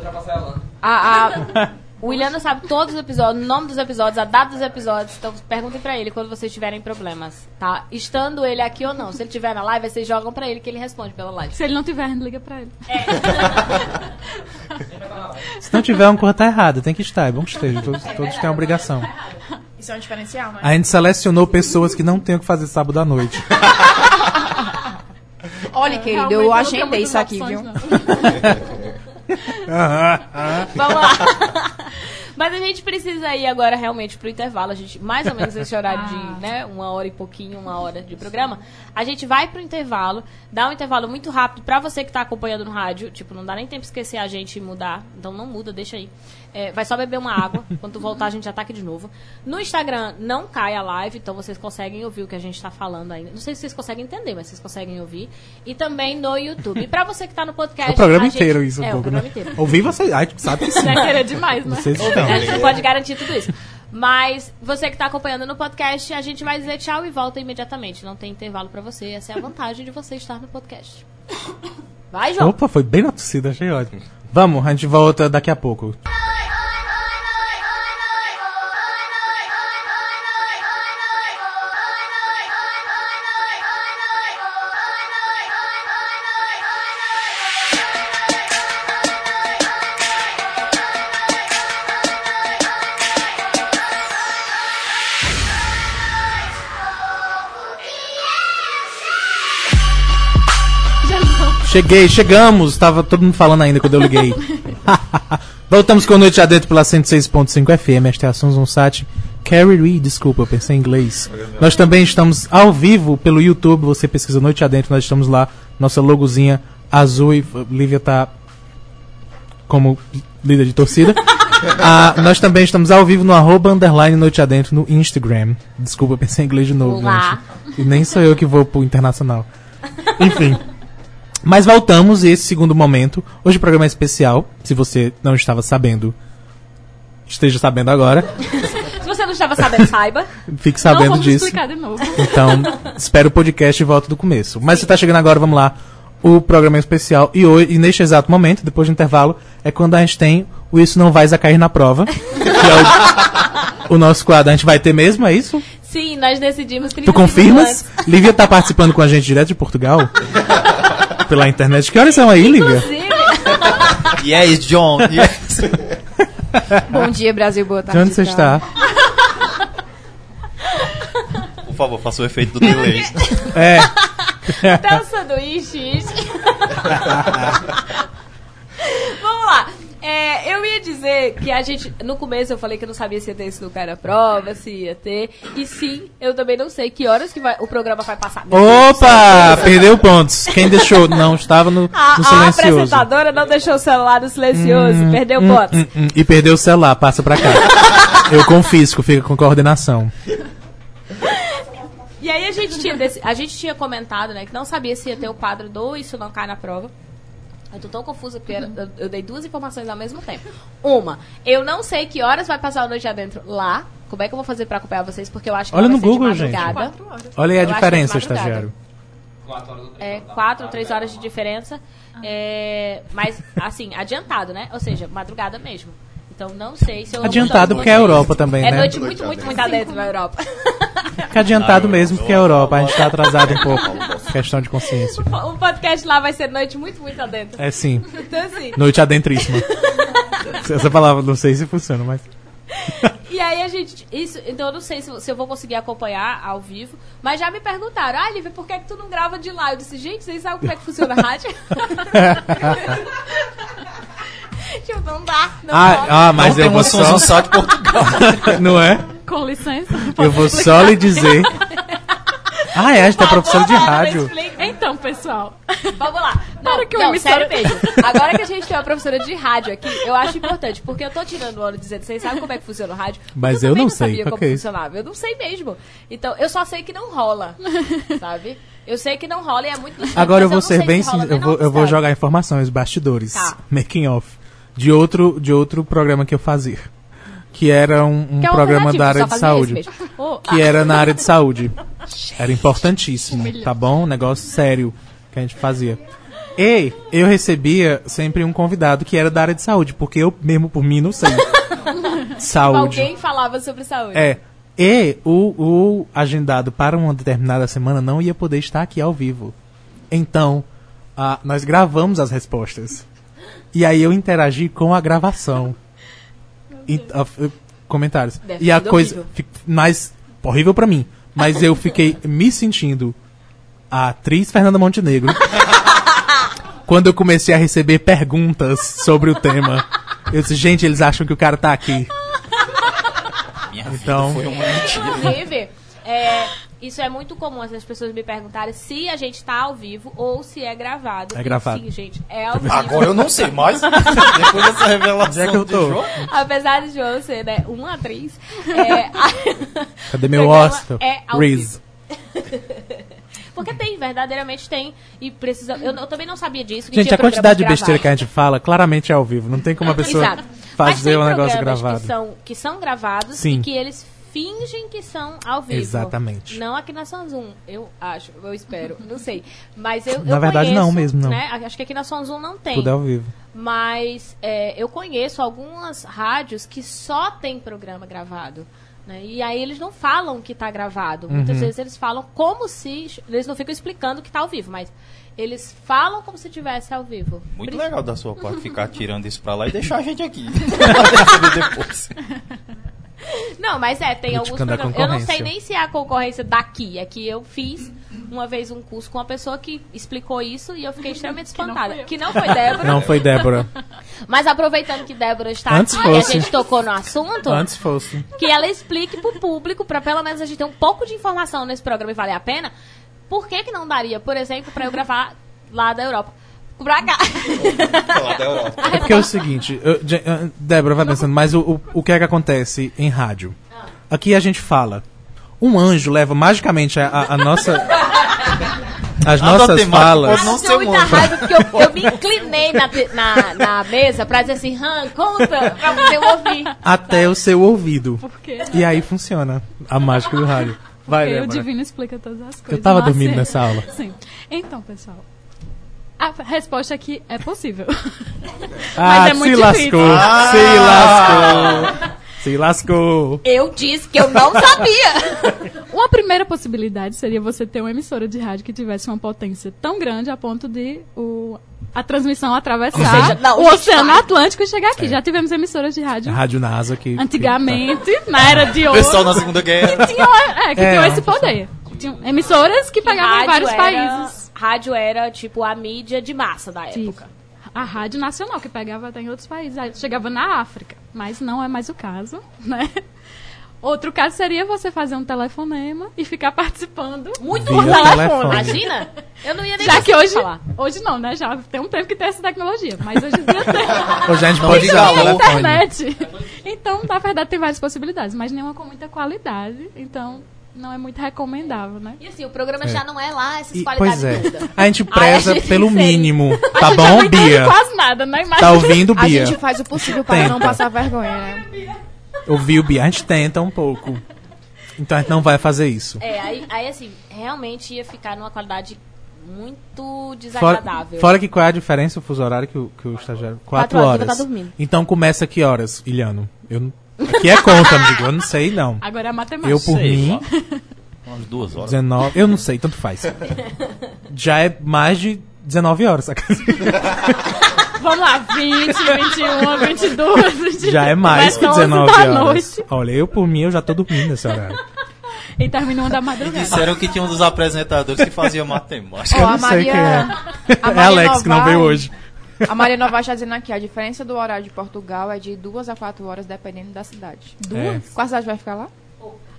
A, a, o Williana sabe todos os episódios, o nome dos episódios, a data dos episódios. Então perguntem pra ele quando vocês tiverem problemas, tá? Estando ele aqui ou não. Se ele tiver na live, aí vocês jogam pra ele que ele responde pela live.
Se ele não tiver, liga pra ele.
Se não tiver, uma coisa tá errada. Tem que estar. É bom que esteja. Todos, todos têm a obrigação.
Isso é um diferencial, né?
A gente selecionou pessoas que não tem o que fazer sábado à noite.
Olha, querido,
Realmente,
eu
não tenho
agendei
muitas
isso aqui,
opções,
viu?
não.
Vamos lá. Mas a gente precisa ir agora realmente pro intervalo. A gente, mais ou menos esse horário
Ah.
de, né, uma hora e pouquinho, uma hora de programa. A gente vai pro intervalo, dá um intervalo muito rápido pra você que tá acompanhando no rádio. Tipo, não dá nem tempo de esquecer a gente e mudar. Então não muda, deixa aí. É, vai só beber uma água. Quando tu voltar, a gente já tá aqui de novo. No Instagram não cai a live, então vocês conseguem ouvir o que a gente tá falando ainda. Não sei se vocês conseguem entender, mas vocês conseguem ouvir. E também no YouTube. E pra você que tá no podcast.
O programa
a gente-
inteiro, isso, um
é,
pouco,
o programa
né?
inteiro. é
Ouvir você. Ai, sabe que sim.
Já querer demais, né?
Não sei se não.
A gente não pode garantir tudo isso. Mas você que está acompanhando no podcast, a gente vai dizer tchau e volta imediatamente. Não tem intervalo para você. Essa é a vantagem de você estar no podcast. Vai, João.
Opa, foi bem na torcida, achei ótimo. Vamos, a gente volta daqui a pouco. Cheguei, chegamos. Tava todo mundo falando ainda quando eu liguei. Voltamos com Noite Adentro pela 106.5 FM. Esta é a Sons on Sat. Carrie Reed, desculpa, eu pensei em inglês. Nós também estamos ao vivo pelo YouTube. Você pesquisa Noite Adentro, nós estamos lá. Nossa logozinha azul e Lívia tá como líder de torcida. Ah, nós também estamos ao vivo no arroba underline Noite Adentro no Instagram. Desculpa, eu pensei em inglês de novo,
Olá.
gente. E nem sou eu que vou pro internacional. Enfim. Mas voltamos e esse segundo momento. Hoje o programa é especial. Se você não estava sabendo, esteja sabendo agora.
Se você não estava sabendo, saiba.
Fique
Não
sabendo
vamos
disso.
explicar Tá de novo.
Então, espera o podcast e volta do começo. Mas se tá chegando agora, vamos lá. O programa é especial. E, hoje, e neste exato momento, depois do intervalo, é quando a gente tem o Isso Não Vais a Cair na Prova. Que é o, o nosso quadro. A gente vai ter mesmo, é isso?
Sim, nós decidimos 30
Tu confirmas?
segundos
Lívia tá participando com a gente direto de Portugal? Pela internet. Que horas são aí, Lívia?
antes. Inclusive,
Yes, é John. Yes.
Bom dia, Brasil, boa tarde. tá?
De onde você está?
Por favor, faça o efeito do delay.
É.
até o sanduíche. isso. Vamos lá. É, eu ia dizer que a gente. No começo eu falei que eu não sabia se ia ter isso no cara prova, se ia ter. E sim, eu também não sei que horas que vai- o programa vai passar. Meu Deus do céu.
Opa! Perdeu pontos. Quem deixou? Não, estava no,
Ah, A,
no
a
silencioso.
apresentadora não deixou o celular no silencioso, perdeu
Hum,
votos.
hum, hum. E perdeu o celular, passa pra cá. Eu confisco, fica com coordenação.
E aí a gente tinha desse- a gente tinha comentado, né, que não sabia se ia ter o quadro do Isso Não Cai na Prova. Eu tô tão confusa porque era- eu, eu dei duas informações ao mesmo tempo. Uma, eu não sei que horas vai passar a noite adentro lá. Como é que eu vou fazer pra acompanhar vocês? Porque eu acho que
Olha
vai
no
ser
Google,
de
gente.
madrugada.
Olha aí a
Eu acho que é de
diferença,
madrugada.
estagiário.
É, quatro ou três horas de diferença. É, mas, assim, adiantado, né? Ou seja, madrugada mesmo. Então não sei se eu
Adiantado porque é a Europa também,
É
né?
noite muito, muito, muito adentro na Europa.
Fica adiantado mesmo porque é a Europa. A gente tá atrasado um pouco. Questão de consciência.
O podcast lá vai ser noite muito, muito adentro.
É sim.
Então, assim.
Noite adentríssima. Essa palavra não sei se funciona, mas.
E aí a gente. Isso, então eu não sei se, se eu vou conseguir acompanhar ao vivo, mas já me perguntaram, ah, Lívia, por que, é que tu não grava de lá? Eu disse, gente, vocês sabem como é que funciona a rádio? tipo, não dá, não rola.
Ah, ah mas
Mas não
eu
tem
vou
uma
só.
Sons no de Portugal.
Não é?
Com licença.
Eu vou só lhe dizer. Ah, é, a gente tá professor de
Agora,
rádio.
explica.
Então, pessoal.
Vamos lá. Não,
Para que eu
não,
me
sério
sabe.
mesmo. Agora que a gente tem uma professora de rádio aqui, eu acho importante, porque eu tô tirando o ano dizendo, vocês sabem como é que funciona o rádio?
Mas
Porque
eu
também
não sei,
sabia como
ok.
funcionava. Eu não sei mesmo. Então, eu só sei que não rola, sabe? Eu sei que não rola e é muito difícil,
Agora eu
mas
vou
não
ser
sei
bem
se rola
sincero, eu
até na
vou, eu vou
universidade.
jogar informações, bastidores,
Tá.
making off, de outro, de outro programa que eu fazia, que era um, um
Que é um
programa
alternativo,
da área
só
de
fazia
saúde,
esse mesmo. Oh,
que
ah,
era na área de saúde. Era importantíssimo, tá bom? Um negócio sério que a gente fazia. E eu recebia sempre um convidado que era da área de saúde, porque eu mesmo por mim não sei. saúde.
Tipo, Alguém falava sobre saúde.
É. E o, o agendado para uma determinada semana não ia poder estar aqui ao vivo. Então, ah, nós gravamos as respostas. E aí eu interagi com a gravação. E, ah, f- comentários.
Deve ter
e a
sido
coisa.
horrível.
fi- Mas. Horrível pra mim. Mas eu fiquei me sentindo a atriz Fernanda Montenegro quando eu comecei a receber perguntas sobre o tema. Eu disse, gente, eles acham que o cara tá aqui. Então,
Inclusive, é, isso é muito comum, assim, as pessoas me perguntarem se a gente tá ao vivo ou se é gravado.
É gravado.
E sim, gente, é ao vivo.
Agora eu não sei mais. Depois dessa revelação
onde é que eu
do
tô?
João.
Apesar de João ser, né, uma atriz, é, a-
Cadê
o
meu
programa
Oscar?
É ao
Reese.
Porque tem, verdadeiramente tem. E precisa. Eu, eu também não sabia disso. que
Gente,
tinha
a quantidade de
programas
besteira que a
gravados.
gente fala, claramente é ao vivo. Não tem como a pessoa
Exato. Mas
fazer
tem
um negócio
programas
gravado.
Que são, que são gravados
Sim.
e que eles fingem que são ao vivo.
Exatamente.
Não aqui na Samsung, eu acho, eu espero, não sei. Mas eu,
Na
eu
verdade,
conheço,
não mesmo, não.
né? Acho que aqui na Samsung não tem.
Tudo é ao vivo.
Mas é, eu conheço algumas rádios que só tem programa gravado. Né? E aí eles não falam que está gravado.
Uhum.
Muitas vezes eles falam como se. Eles não ficam explicando que está ao vivo, mas eles falam como se tivesse ao vivo.
Muito
Pri-
legal da sua parte ficar tirando isso pra lá e deixar a gente aqui. Deixa eu ver depois.
Não, mas é, tem alguns
Criticando a
programas. Eu não
concorrência.
sei nem se é a concorrência daqui. É que eu fiz uma vez um curso com uma pessoa que explicou isso e eu fiquei extremamente espantada. Que não foi Débora.
Não foi Débora.
Mas aproveitando que Débora está
Antes
aqui e a
fosse.
gente tocou no assunto,
Antes fosse.
que ela explique pro público, pra pelo menos a gente ter um pouco de informação nesse programa e valer a pena, por que que não daria, por exemplo, pra eu gravar lá da Europa? Pra cá. Ah,
É porque é o seguinte, eu- Je- eh, Débora vai pensando, mas o, o, o que é que acontece em rádio?
Ah.
Aqui a gente fala. Um anjo leva magicamente a, a- a nossa. As
A da
nossas
temática
falas.
pode não
Tenho
ser
muita
muito.
raiva porque eu, eu me inclinei na, te- na, na mesa pra dizer assim, Han, conta, pra você ouvir.
até o seu ouvido.
Por quê?
E aí funciona a mágica do rádio. Vai,
Porque o
Débora.
divino explica todas as coisas.
Eu tava
não
dormindo
acerta.
nessa aula.
Sim. Então, pessoal, a resposta aqui é possível.
Ah,
Mas é
se
muito
lascou.
difícil.
Se lascou. Se lascou.
Eu disse que eu não sabia.
Uma primeira possibilidade seria você ter uma emissora de rádio que tivesse uma potência tão grande a ponto de o, a transmissão atravessar
seja, não,
o
gente,
Oceano
vai.
Atlântico e chegar
É.
aqui. Já tivemos emissoras de
A
rádio
Rádio NASA que.
antigamente, na era de
O
ouro,
pessoal na Segunda Guerra.
que tinham, é, que
É,
tinham
não,
esse poder. Tinham emissoras que pagavam em vários países. Tipo.
Rádio era, tipo, a mídia de massa da época.
A rádio nacional, que pegava até em outros países. Aí Chegava na África, mas não é mais o caso, né? Outro caso seria você fazer um telefonema e ficar participando
Muito
Via
por telefone,
telefone.
imagina? Eu não ia nem
Já que
conseguir
hoje.
falar.
Hoje não, né? Já tem um tempo que tem essa tecnologia, mas hoje em dia tem.
Hoje a gente
Não
pode
diga
ligar o
alô.
telefone.
é internet. Então, na verdade, tem várias possibilidades, mas nenhuma com muita qualidade. Então, não é muito recomendável, né?
E assim, o programa
É.
já não é lá essas
E-
qualidades
pois é.
todas.
A gente preza
gente
pelo
insere.
mínimo.
A
Tá
gente
bom,
não entende
Bia?
quase nada, né? Imagina.
Tá ouvindo,
A
Bia?
gente faz o possível para
Tenta.
não passar vergonha, né?
Ouviu, Bia? A gente tenta um pouco. Então a gente não vai fazer isso.
É, aí, aí assim, realmente ia ficar numa qualidade muito
Fora,
É desagradável.
fora que qual é a diferença, o fuso horário que o, que o estagiário. Quatro
Quatro horas,
horas.
então tá dormindo.
Então começa que horas, Iliano? Eu, não- aqui é conta, amigo. Eu não sei, não.
Agora é a matemática.
Eu, por
Sei
mim,
lá. Umas duas horas.
19. Eu não sei, tanto faz. Já é mais de 19 horas. saca?
Vamos lá, 20, 21, 22. 23,
Já é mais
começa
que
11
19
da
horas.
noite
Olha, eu por mim, eu já tô dormindo nesse horário.
e termina uma da
é-
madrugada.
Disseram que tinha um dos apresentadores que fazia matemática.
Ó,
eu não
a
sei quem é.
Maria. a
é
Maria
Alex que não
Novaes-
veio hoje.
A Maria Nova está dizendo aqui, a diferença do horário de Portugal é de duas a quatro horas, dependendo da cidade. É.
Duas?
Qual cidade vai ficar lá?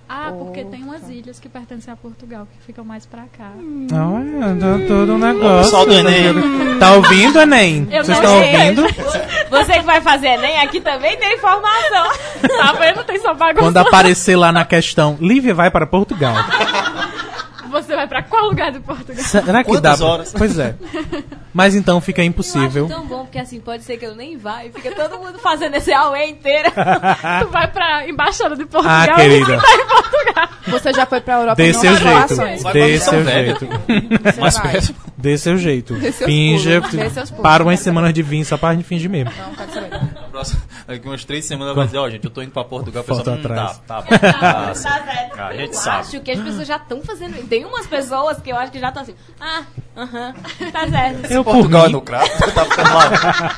Ah, porque tem umas ilhas que pertencem a Portugal, que ficam mais pra cá.
Não, é tô- todo um negócio.
pessoal do Enem.
Tá ouvindo, Enem?
Eu
Vocês estão
não sei.
ouvindo?
Você que vai fazer Enem, aqui também tem informação.
Tá vendo? Tem só bagunça.
Quando aparecer lá na questão, Lívia vai para Portugal.
Você vai pra qual lugar de Portugal?
Será que dá?
Quantas
pra-
horas?
Pois é. Mas então fica
Eu acho
impossível.
tão bom, porque assim, pode ser que eu nem vá e fica todo mundo fazendo esse auê inteira.
Tu vai pra embaixada de Portugal.
Ah, querida.
Você já foi pra Europa
Dê
e não
seu
vai pra lá,
jeito.
Sônia?
Dê
pra São
seu
Velho.
jeito.
Você
Mas
vai.
perto.
Dê seu jeito.
Dê seus
Finge.
pulos, dê seus pulos.
Para umas semanas de vir, só pra gente fingir mesmo.
Não, quero saber.
Na próxima- Daqui umas três semanas ela vai dizer, ó, gente, eu tô indo pra Portugal. O pessoal,
Foto
hum,
atrás.
tá, tá, bom, tá, tá, a
Eu
gente sabe.
acho que as pessoas já estão fazendo. isso. Tem umas pessoas que eu acho que já estão assim. Ah, aham, tá certo.
Eu por
Portugal é
mim,
no crato, tá ficando lá.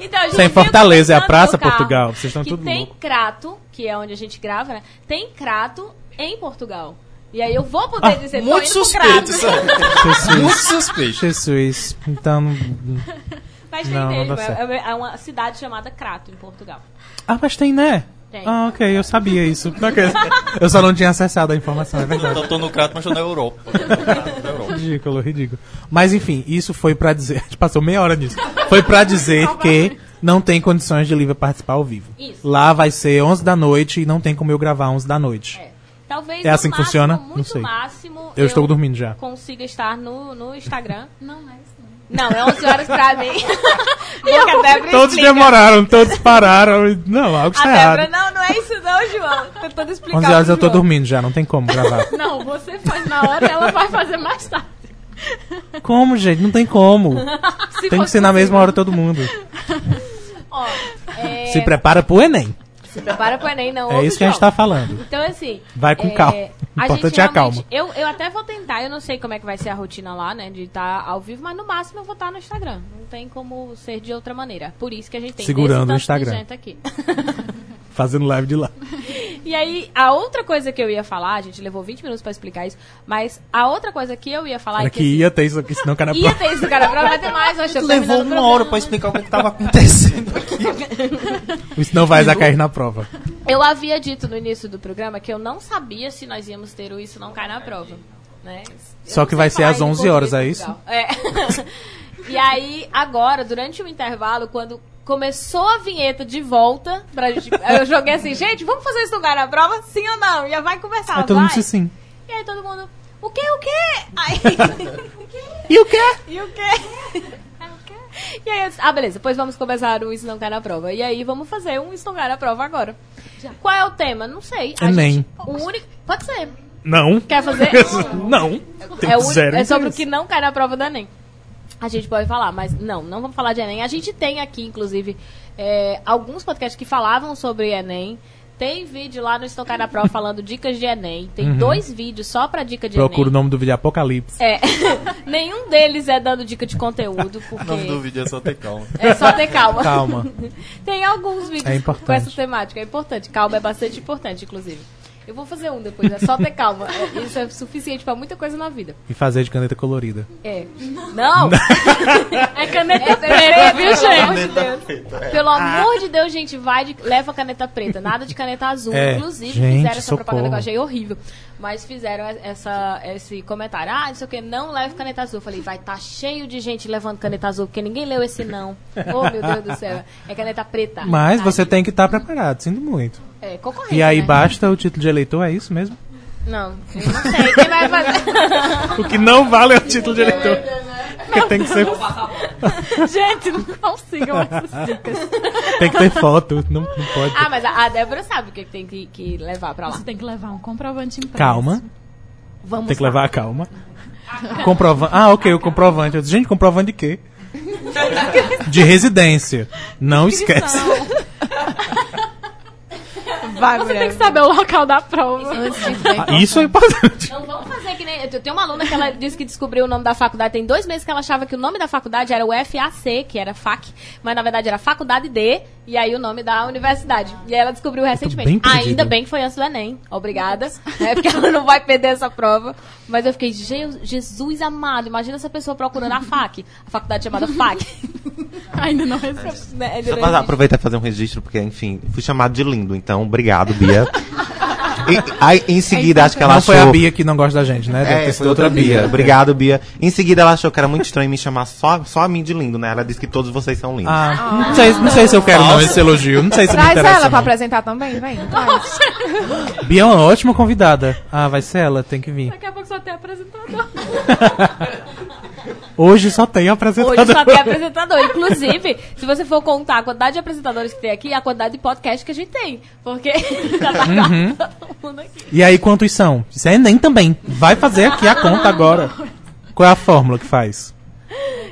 Então, a gente
Sem
viu
Fortaleza, é a
tanto
Praça
do carro
Portugal. Vocês estão
que
tudo
Tem
louco.
Crato, que é onde a gente grava, né? Tem Crato em Portugal. E aí eu vou
Ah,
poder dizer tô
Muito
tá indo pro
suspeito,
Crato.
sabe? Muito suspeito.
Jesus. Então. não-
Mas
Não,
tem
não
mesmo.
dá
é-
certo.
é, é uma cidade chamada Crato, em Portugal.
Ah, mas tem, né?
Tem.
Ah, ok, eu sabia isso. Não, quer dizer, Eu só não tinha acessado a informação, é verdade.
Eu tô no crato, mas tô na Europa.
Ridículo, ridículo. Mas enfim, isso foi pra dizer. A gente passou meia hora nisso. Foi pra dizer que não tem condições de Lívia participar ao vivo.
Isso.
Lá vai ser 11 da noite e não tem como eu gravar 11 da noite.
É. Talvez
É
no
assim que
máximo,
funciona?
Muito
Não sei.
máximo.
Eu estou dormindo já.
Consiga estar no, no Instagram.
Não, é isso. não.
Não, é 11 horas pra mim. Porque a Débora
Todos
explica.
demoraram, todos pararam. e- Não, algo
A
está
Débora,
errado.
não, não é isso não, João. Tô toda explicando.
11 horas eu tô dormindo já, não tem como gravar.
Não, você faz na hora e ela vai fazer mais tarde.
Como, gente? Não tem como. Tem que ser na mesma hora todo mundo.
Ó, é,
Se prepara pro Enem.
se prepara pro Enem, não.
É
ouve
isso
o
que a gente
João.
tá falando.
Então, assim.
Vai com calma.
a
Importante
gente
é a calma.
realmente- Eu, eu até vou tentar, eu não sei como é que vai ser a rotina lá, né? De estar ao vivo, mas no máximo eu vou estar no Instagram. Não tem como ser de outra maneira. Por isso que a gente tem
Segurando o
esse tanto de
Instagram.
gente aqui.
Fazendo live de lá.
E aí, a outra coisa que eu ia falar, a gente levou 20 minutos pra explicar isso, mas a outra coisa que eu ia falar
Era
é
que ia ter isso aqui, senão o cara.
assim, ia ter isso, cara, pra vai ter mais, eu acho que eu
Levou
terminando o
uma hora
programa.
pra explicar o que, que tava acontecendo aqui.
Isso não vai cair na prova.
Eu havia dito no início do programa que eu não sabia se nós íamos ter o Isso Não Cai na Prova. Né? Eu
Só
não
que
sei
vai ser
falar
às
em
11 horas,
português
é
de Portugal. É. e aí, agora, durante o intervalo, quando começou a vinheta de volta, pra gente, eu joguei assim, gente, vamos fazer Isso Não Cai na Prova? Sim ou não? Já vai conversar,
Aí todo
Ah, vai.
mundo disse assim, sim.
E aí todo mundo, o quê, o quê? Aí...
E o quê?
E o quê? E aí eu disse, ah, beleza, pois vamos começar um o Isso Não Cai na Prova. E aí vamos fazer um Isso Não Cai na Prova agora. Qual é o tema? Não sei. A
Enem.
gente- o único... Pode ser.
Não.
Quer fazer? Ah.
Não. Tem
é, o único-
zero
é sobre o
interesse.
que não cai na prova do Enem. A gente pode falar, mas não, não vamos falar de Enem. A gente tem aqui, inclusive, é, alguns podcasts que falavam sobre Enem. Tem vídeo lá no Isso Não Cai na Prova falando dicas de Enem. Tem
Uhum.
dois vídeos só pra dica de
Procura o
Enem.
nome do vídeo Apocalipse.
É, nenhum deles é dando dica de conteúdo, porque...
O nome do vídeo é só ter calma.
É só ter calma.
Calma.
Tem alguns vídeos
É importante.
com essa temática. É importante. Calma é bastante importante, inclusive. Eu vou fazer um depois. É só ter calma. É- Isso é suficiente pra muita coisa na vida.
E fazer de caneta colorida.
É. Não!
É caneta
É preta, viu, gente? Pelo amor de
Caneta
Deus.
preta, é.
Ah.
Pelo amor de Deus, gente, vai de... leva caneta preta. Nada de caneta azul.
É,
Inclusive,
gente,
fizeram essa propaganda que
socorro.
eu achei horrível. Mas fizeram essa, esse comentário. Ah, não sei o que, não leve caneta azul. Eu falei, vai tá cheio de gente levando caneta azul, porque ninguém leu esse não. Oh, meu Deus do céu. É caneta preta.
Mas
Ai,
você tem que estar preparado, sinto muito.
É, concorrência,
E aí
né?
basta o título de eleitor, é isso mesmo?
Não, eu não sei. Quem vai fazer?
O que não vale é o título de eleitor. Porque tem que ser.
Gente, não consigo mais essas dicas.
Tem que ter foto. Não, não pode.
Ah, mas a, a Débora sabe o que que tem que, que levar pra lá.
Você tem que levar um comprovante impresso.
Calma.
Vamos
Tem que levar a calma. Comprovante. Ah, ok, o comprovante. Eu disse, Gente, comprovante de quê? De residência. Não esquece.
Vai,
Você tem
mulher.
que saber o local da prova.
Ah, Isso é importante.
Não vamos fazer que nem. Eu tenho uma aluna que ela disse que descobriu o nome da faculdade. Tem dois meses que ela achava que o nome da faculdade era o FAC, que era FAC, mas na verdade era Faculdade D, e aí o nome da universidade. E aí ela descobriu recentemente.
bem perdido.
Ainda bem que foi antes do Enem. Obrigada. É porque ela não vai perder essa prova. Mas eu fiquei, "Je- Jesus amado, imagina essa pessoa procurando a FAC, a faculdade chamada FAC.
Ainda não recebeu.
Né?
Só pra aproveitar e fazer um registro, porque, enfim, fui chamado de lindo, então obrigado, Bia. E, aí, em seguida, acho que ela
É Não
achou...
foi a Bia que não gosta da gente, né? Deve
É,
ter
foi
sido
outra Bia. Obrigado, Bia. Em seguida, ela achou que era muito estranho me chamar só, só a mim de lindo, né? Ela disse que todos vocês são lindos.
Ah, não sei, não sei se eu quero não esse elogio. Não sei se me
Traz
interessa.
ela pra
não.
apresentar também, vem. Traz.
Bia é uma ótima convidada. Ah, vai ser ela, tem que vir.
Daqui a pouco só tem apresentador.
Hoje só tem apresentador.
Hoje só tem apresentador. Inclusive, se você for contar a quantidade de apresentadores que tem aqui, a quantidade de podcast que a gente tem. Porque já tá
Uhum.
quase todo mundo aqui.
E aí, quantos são? Isso é Enem também. Vai fazer aqui a conta agora. Qual é a fórmula que faz?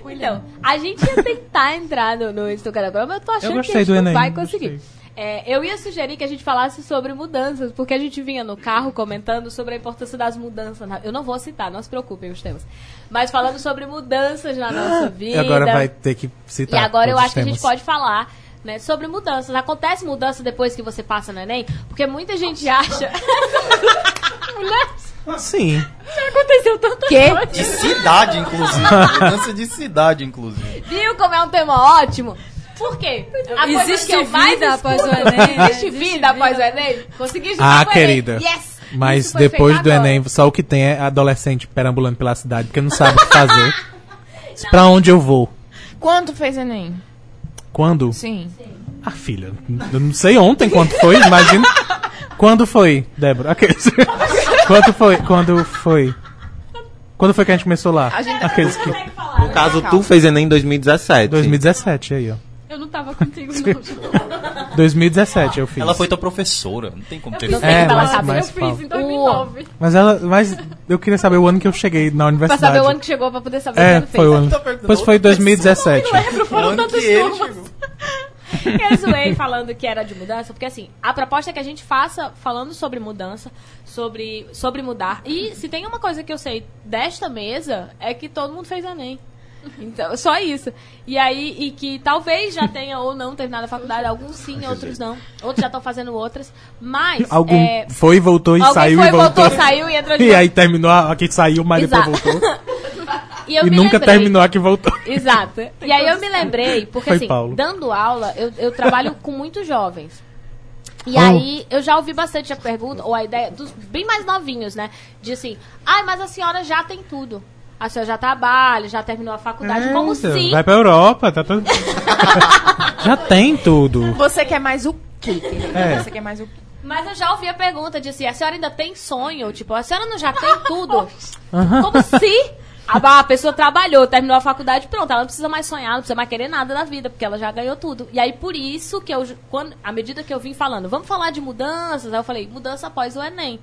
Então, a gente ia tentar entrar no, no Instagram, mas eu tô achando que a
gostei
gente
do
não
Enem,
vai
gostei.
conseguir. É, eu ia sugerir que a gente falasse sobre mudanças, porque a gente vinha no carro comentando sobre a importância das mudanças. na- Eu não vou citar, não se preocupem os temas. Mas falando sobre mudanças na nossa vida.
E agora vai ter que citar.
E agora eu
outros
acho que a gente
Tá, temas.
pode falar né, sobre mudanças. Acontece mudança depois que você passa no Enem? Porque muita gente acha.
Ah,
Sim.
Aconteceu tanta
Quê?
coisa.
De cidade, inclusive. Mudança de cidade, inclusive.
Viu como é um tema ótimo?
Por quê? A coisa
Existe
que eu mais
vida após o
escuto-
Enem, né?
Existe vida após o Enem? Consegui
Ah,
juntar com o Enem.
querida.
Yes!
Mas
Isso foi
depois
feito
do
agora.
Enem, só o que tem é adolescente perambulando pela cidade, porque não sabe o que fazer. Diz, pra onde eu vou?
Quanto fez Enem?
Quando?
Sim.
Ah, filha, eu não sei ontem quanto foi, imagina. Quando foi, Débora? Aqueles. quanto foi? Quando foi? Quando foi que a gente começou lá? Aqueles que.
No
Ah,
caso, tu fez Enem em 2017.
2017 aí, ó.
Eu não tava contigo, não.
2017 eu fiz.
Ela foi tua professora, não tem como ter
Eu
feito.
sei
É,
que tava
mas-
rápido.
mas
eu
fala.
fiz em 2009.
Mas ela. Mas eu queria saber o ano que eu cheguei na
Pra
universidade.
saber o ano que chegou, pra poder saber
É,
o que
foi o ano.
Tá perguntando
Pois foi
outra
2017.
é.
Foram tantas
Eu zoei falando que era de mudança, porque assim, a proposta é que a gente faça falando sobre mudança, sobre, sobre mudar. E se tem uma coisa que eu sei desta mesa, é que todo mundo fez Enem. Então, só isso. E aí, e que talvez já tenha ou não terminado a faculdade, alguns sim, outros não. Outros já estão fazendo outras. Mas
Algum
é,
foi, voltou e
alguém
saiu
foi,
e voltou.
saiu e entrou de
E
novo.
aí terminou a a que saiu, mas depois
Exato.
voltou.
E, eu
e
me
nunca
lembrei.
terminou a que voltou.
Exato. E aí eu me lembrei, porque
Foi
assim,
Paulo.
dando aula, eu, eu trabalho com muitos jovens. E
Ah.
aí eu já ouvi bastante a pergunta, ou a ideia, dos bem mais novinhos, né? De assim, ai, mas a senhora já tem tudo. A senhora já trabalha, já terminou a faculdade, como
Eita,
se...
Então, Vai pra Europa, tá tudo. Já tem tudo.
Você quer mais o quê? querida?
É.
Você quer mais o quê?
Mas eu já ouvi a pergunta de assim, a senhora ainda tem sonho? Tipo, a senhora não já tem tudo? Como se a, a pessoa trabalhou, terminou a faculdade, pronto, ela não precisa mais sonhar, não precisa mais querer nada da vida, porque ela já ganhou tudo. E aí, por isso que eu, ju- quando, à medida que eu vim falando, vamos falar de mudanças, aí eu falei, mudança após o Enem.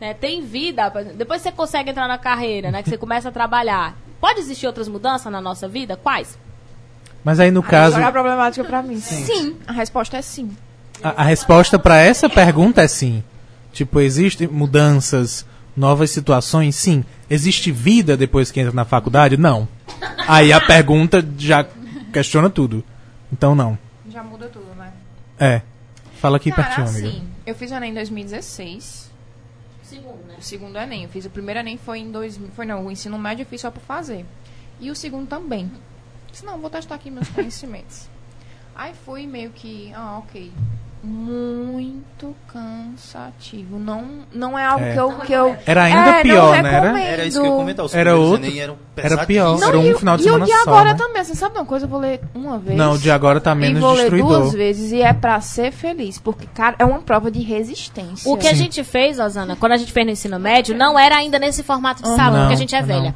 Né? Tem vida, após- depois você consegue entrar na carreira, né? Que você começa a trabalhar. Pode existir outras mudanças na nossa vida? Quais?
Mas aí no caso,
Jogar a
a,
problemática pra mim. Sim. A resposta é sim.
a resposta pra essa pergunta é sim. Tipo, existem mudanças, novas situações, sim. Existe vida depois que entra na faculdade? Não. Aí a pergunta já questiona tudo. Então não.
Já muda tudo, né?
É. Fala aqui
Cara,
pertinho, amiga.
assim, eu fiz o Enem em 2016.
Segundo, né?
O segundo Enem. Eu fiz o primeiro Enem foi em 2000. Foi não, o ensino médio eu fiz só por fazer. E o segundo também. Disse, não, vou testar aqui meus conhecimentos. Aí fui meio que, ah, ok. Muito cansativo. Não, não é algo
É.
que eu. Que eu
Era ainda
É,
pior,
não
né? Era-
recomendo.
Era isso que eu ia comentar. Os
Era
primeiros
outro-
Enem eram
era pior,
pesadíssimos.
era um
e o-
final de
e
semana
o de
só,
agora
né?
também. Você sabe uma coisa? Eu vou ler uma vez.
Não, o de agora tá
e
menos
vou ler
destruidor.
duas vezes e é pra ser feliz, porque, cara, é uma prova de resistência.
O que a gente fez, Osana, quando a gente fez no ensino médio, não era ainda nesse formato
Ah,
de salão,
Não,
porque a gente é
não.
velha.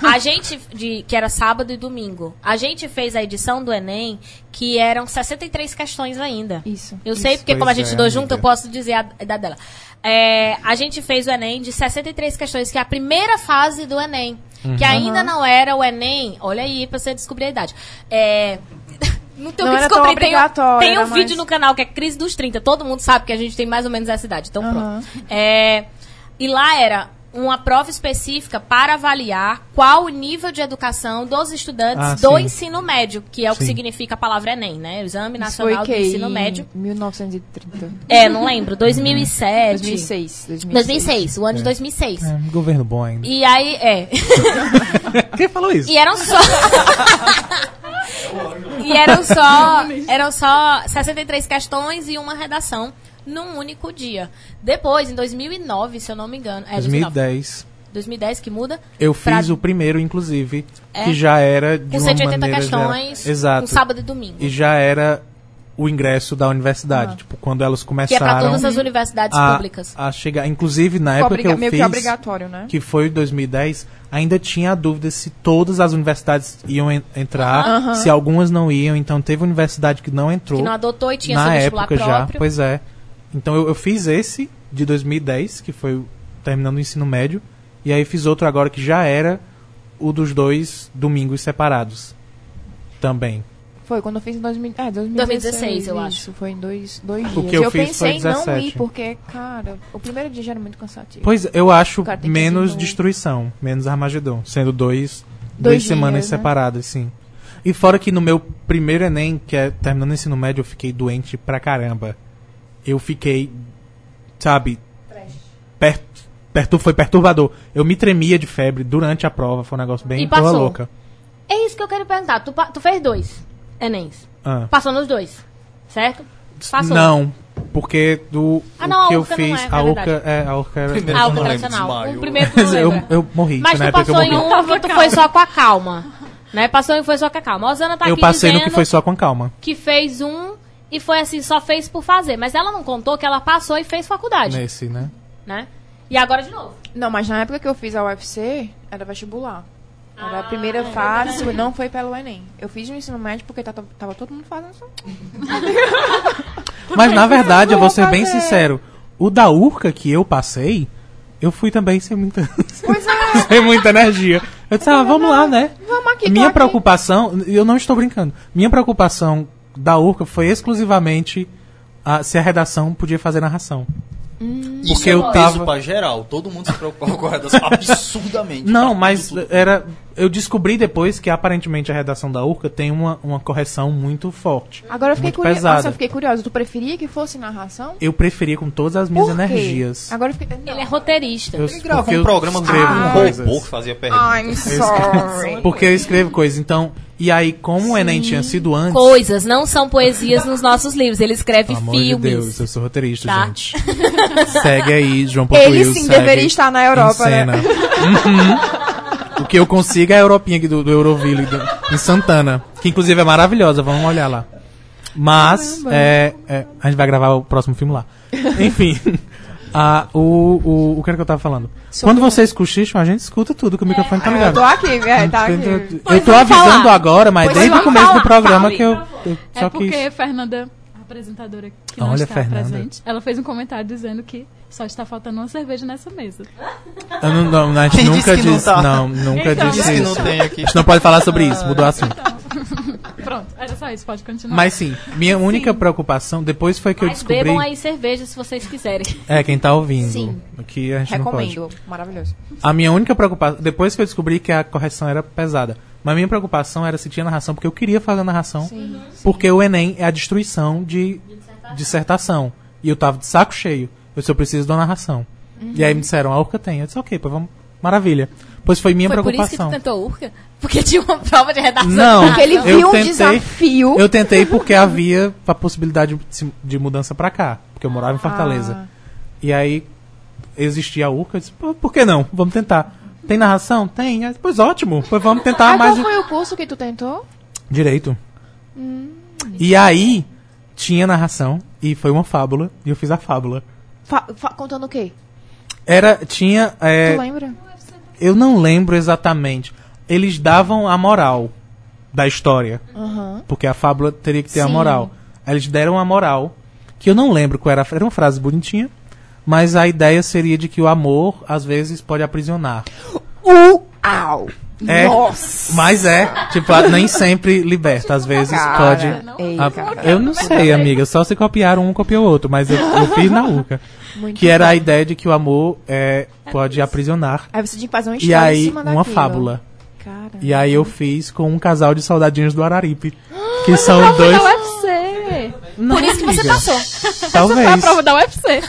A gente, de, que era sábado e domingo, a gente fez a edição do Enem, que eram 63 questões ainda.
Isso.
Eu sei, porque como a
Pois
gente
é,
dois
amiga.
junto, eu posso dizer a a idade dela. É, a gente fez o Enem de 63 questões, que é a primeira fase do Enem.
Uhum.
Que ainda não era o Enem. Olha aí, pra você descobrir a idade. É. Não tem o
Não
que descobrir.
era tão
Tem,
obrigatório,
tem um
era mais-
vídeo no canal que é Crise dos 30. Todo mundo sabe que a gente tem mais ou menos essa idade. Então, pronto. É, e lá era uma prova específica para avaliar qual o nível de educação dos estudantes
Ah,
do
sim.
ensino médio, que é o que
Sim.
significa a palavra Enem, né? Exame
Isso
Nacional do
foi que
Ensino
em
Médio.
1930.
É, não lembro.
Uhum.
2007.
2006.
2006, o ano de 2006.
É, um governo bom ainda.
E aí, é.
Quem falou isso?
E eram só. e eram só. Eram só 63 questões e uma redação num único dia. Depois, em 2009, se eu não me engano. É, 2009,
2010.
2010 que muda.
Eu
Pra-
fiz o primeiro, inclusive,
É.
que já era de
Com
uma
180
maneira geral-
questões.
Exato.
Com sábado e domingo.
E já era o ingresso da universidade, tipo, quando elas
Ah. que é pra
começaram
todas as universidades
a,
públicas. Tipo,
a chegar, inclusive na época
Obriga-
que eu
meio
fiz,
que obrigatório, né?
que foi 2010, ainda tinha a dúvida se todas as universidades iam en- entrar, se algumas não iam, então teve universidade que não entrou
Que não adotou e tinha
na
seu vestibular
época já,
próprio.
pois é. Então eu, eu fiz esse de 2010, que foi o- terminando o ensino médio, e aí fiz outro agora que já era o dos dois domingos separados. Também.
Foi quando eu fiz em 2000, é, 2016.
2016, eu
Isso, foi em dois, dois
O
dias.
que eu
eu
fiz foi
pensei em não
17.
ir, porque, cara, o primeiro dia já era muito cansativo.
Pois é, eu acho
Cara, tem que
menos
ir
um-
no-
destruição, menos Armagedon, sendo dois, duas
Dois
semanas
dias, né?
separadas, sim. E fora que no meu primeiro Enem, que é terminando o ensino médio, eu fiquei doente pra caramba. Eu fiquei, sabe, per pertur foi perturbador. Eu me tremia de febre durante a prova, foi um negócio bem
E
porra
passou.
louca.
É isso que eu quero perguntar. Tu, pa- tu fez dois Enems.
Ah.
Passou nos dois. Certo? Passou.
Não, porque do
Ah,
o
não, a
que eu
Urca não é,
fiz,
é
a
verdade.
orca é a orca era-
Primeiro
Ah,
eu
o
não lembro,
tradicional.
desmaio.
O primeiro tu não
eu,
lembra.
eu morri,
Mas
foi na
tu
época né, que eu
passou em
morri.
um que tu foi só com a calma. Né? Passou em um que foi só com a calma. A Osana tá
eu
aqui
passei no
dizendo
que foi só com calma.
que fez um e foi assim, só fez por fazer. Mas ela não contou que ela passou e fez faculdade,
Nesse, né?
né? E agora de novo.
Não, mas na época que eu fiz a UFC, era vestibular. Era a primeira
Ah, é
fase, não foi pelo Enem. Eu fiz o ensino médio porque tava, tava todo mundo fazendo isso.
Mas na verdade, eu vou
vou
ser bem
fazer.
sincero. O da urca que eu passei, eu fui também sem muita,
Pois é,
sem muita energia. Eu disse, ah, vamos lá, né?
vamos aqui. tô
Minha
aqui.
preocupação, eu não estou brincando, minha preocupação da urca foi exclusivamente a- se a redação podia fazer narração.
Isso
Porque
é
eu
um
tava-
peso pra geral. Todo mundo se preocupava com a redação absurdamente.
Não,
Tava
mas
tudo-
era. Eu descobri depois que aparentemente a redação da Urca tem uma, uma correção muito forte.
Agora eu fiquei
muito
curiosa.
pesada.
eu fiquei curiosa. Tu preferia que fosse narração?
Eu preferia com todas as minhas
Por quê?
energias.
Agora eu fiquei. Não.
Ele é roteirista.
Eu,
Ele gravou
porque
um
eu
programa com
escrevo
um
coisas.
robô que fazia pergunta.
I'm sorry.
Porque eu escrevo coisas. Então, e aí, como o Enem tinha sido antes.
Coisas, não são poesias nos nossos livros. Ele escreve
Pelo amor de
filmes.
Deus, eu sou roteirista,
Tá.
gente. Segue aí, João Pontuil.
Ele sim
segue
deveria estar na Europa,
em cena.
né?
Uhum. O que eu consigo é a Europinha aqui do, do Euroville, do- em Santana. Que inclusive é maravilhosa, vamos olhar lá. Mas, é, é, a gente vai gravar o próximo filme lá. Enfim, ah, o, o, o que era que eu tava falando? Quando vocês cochicham, a gente escuta tudo, que o microfone tá
Eu
ligado.
tô aqui, velho. Tá aqui.
Eu tô avisando agora, mas
Pois
desde o
vamos
começo do
falar,
programa
fale.
que eu, eu
É
só
porque
quis.
Fernanda, a apresentadora que não
Olha,
está
Fernanda.
presente, ela fez um comentário dizendo que só está faltando uma cerveja nessa mesa.
Eu não, não, a gente
Quem disse
nunca
que não
disse.
tá?
Não, nunca
Então,
disse
Diz que
isso.
não tem aqui.
A gente não pode falar sobre isso, mudou o assunto.
Pronto, era só isso, pode continuar.
Mas sim, minha única preocupação, depois foi que eu
Mas
descobri.
bebam aí cerveja se vocês quiserem.
É, quem tá ouvindo.
Sim.
Que a gente não
Recomendo. Maravilhoso.
pode. A minha única preocupação. Depois que eu descobri que a correção era pesada. Mas minha preocupação era se tinha narração, porque eu queria fazer a narração.
Uhum.
Porque o Enem é a destruição de dissertação. E eu tava de saco cheio. Eu só preciso de uma narração. E
Uhum.
aí me disseram, a Urca tem. Eu disse, ok, pois vamos. Maravilha. Pois foi minha
Foi por isso que
preocupação.
tu tentou Urca? Porque tinha uma prova de redação.
Não,
Ah,
Porque ele
eu
viu um
tentei-
desafio.
Eu tentei porque havia a possibilidade de se- de mudança pra cá, porque eu
Ah.
morava em Fortaleza. E aí existia a URCA, eu disse, "Pô, por que não? Vamos tentar. Tem narração? Tem. Aí, Pois ótimo, pois vamos tentar
Ah,
mais
qual
um-
foi o curso que tu tentou?
direito.
Hum.
E aí tinha narração e foi uma fábula, e eu fiz a fábula.
Fa- fa- contando o quê?
Era tinha é,
Tu lembra?
eu não lembro exatamente. Eles davam a moral da história.
Aham.
Porque a fábula teria que ter a moral. Aí eles deram a moral, que eu não lembro qual era. a fra- Era uma frase bonitinha, mas a ideia seria de que o amor, às vezes, pode aprisionar.
Au!
É,
Nossa!
Mas é, tipo, a- nem sempre liberta. Às vezes pode.
Ei,
a-
cara.
eu não sei, amiga. Só se copiaram um, copiou o outro. Mas eu, eu fiz na UCA.
Muito
Que era a ideia de que o amor é, pode aprisionar.
Aí você tinha que fazer uma
E
história em
aí,
cima
uma
daquilo.
fábula.
Cara.
E aí eu fiz com um casal de saudadinhos do Araripe. Que são dois.
é
É
UFC!
Por isso que você passou. Talvez.
Foi a prova da UFC.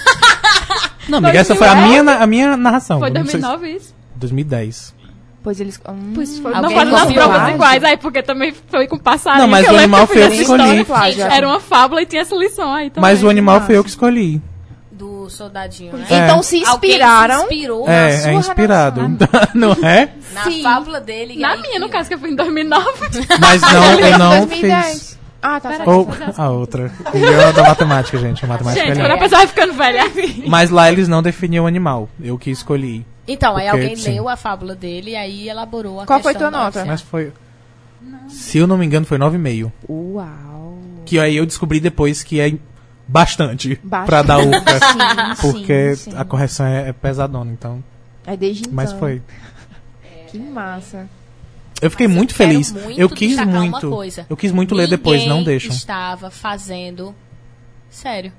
Não, amiga, essa foi a
2009.
minha, na- a minha narração.
Foi
Eu não sei se-
2009 isso.
2010
Pois eles. Hum,
não
alguém
foram nas
confirmou?
provas iguais, aí porque também foi com passarinho.
Não, mas
que eu
o
lembro
animal
que eu
foi eu
fiz essa
que
história.
escolhi.
Plágio.
Era uma fábula e tinha essa lição aí também.
Mas o animal foi eu que escolhi.
Do soldadinho, né?
Então se
Alguém
inspiraram.
se inspirou
É, é inspirado. Não é?
na fábula dele. e
Na
aí-
minha, no caso, que eu fui em 2009.
Mas não, eu não
2010.
fiz.
Ah, tá certo.
Ou a outra. E eu era da matemática, gente. A matemática
Gente,
é
quando a
linda.
pessoa vai ficando velha, é assim.
Mas lá eles não definiam o animal. Eu que escolhi.
Então, aí
Porque,
alguém
sim.
leu a fábula dele e aí elaborou a
Qual foi
questão
tua
da
nota?
UFCA.
Mas foi. Se eu não me engano, foi 9,5.
Uau.
Que aí eu descobri depois que é bastante,
Bastante.
pra dar uca.
Sim,
Porque
sim, sim.
a correção é, é pesadona, então.
É desde então.
Mas foi.
Que massa.
Eu fiquei
Mas eu
muito
quero
feliz.
muito
eu quis
destacar uma
muito.
coisa.
Eu quis muito ler depois, não
Ninguém
deixam.
estava fazendo... Sério.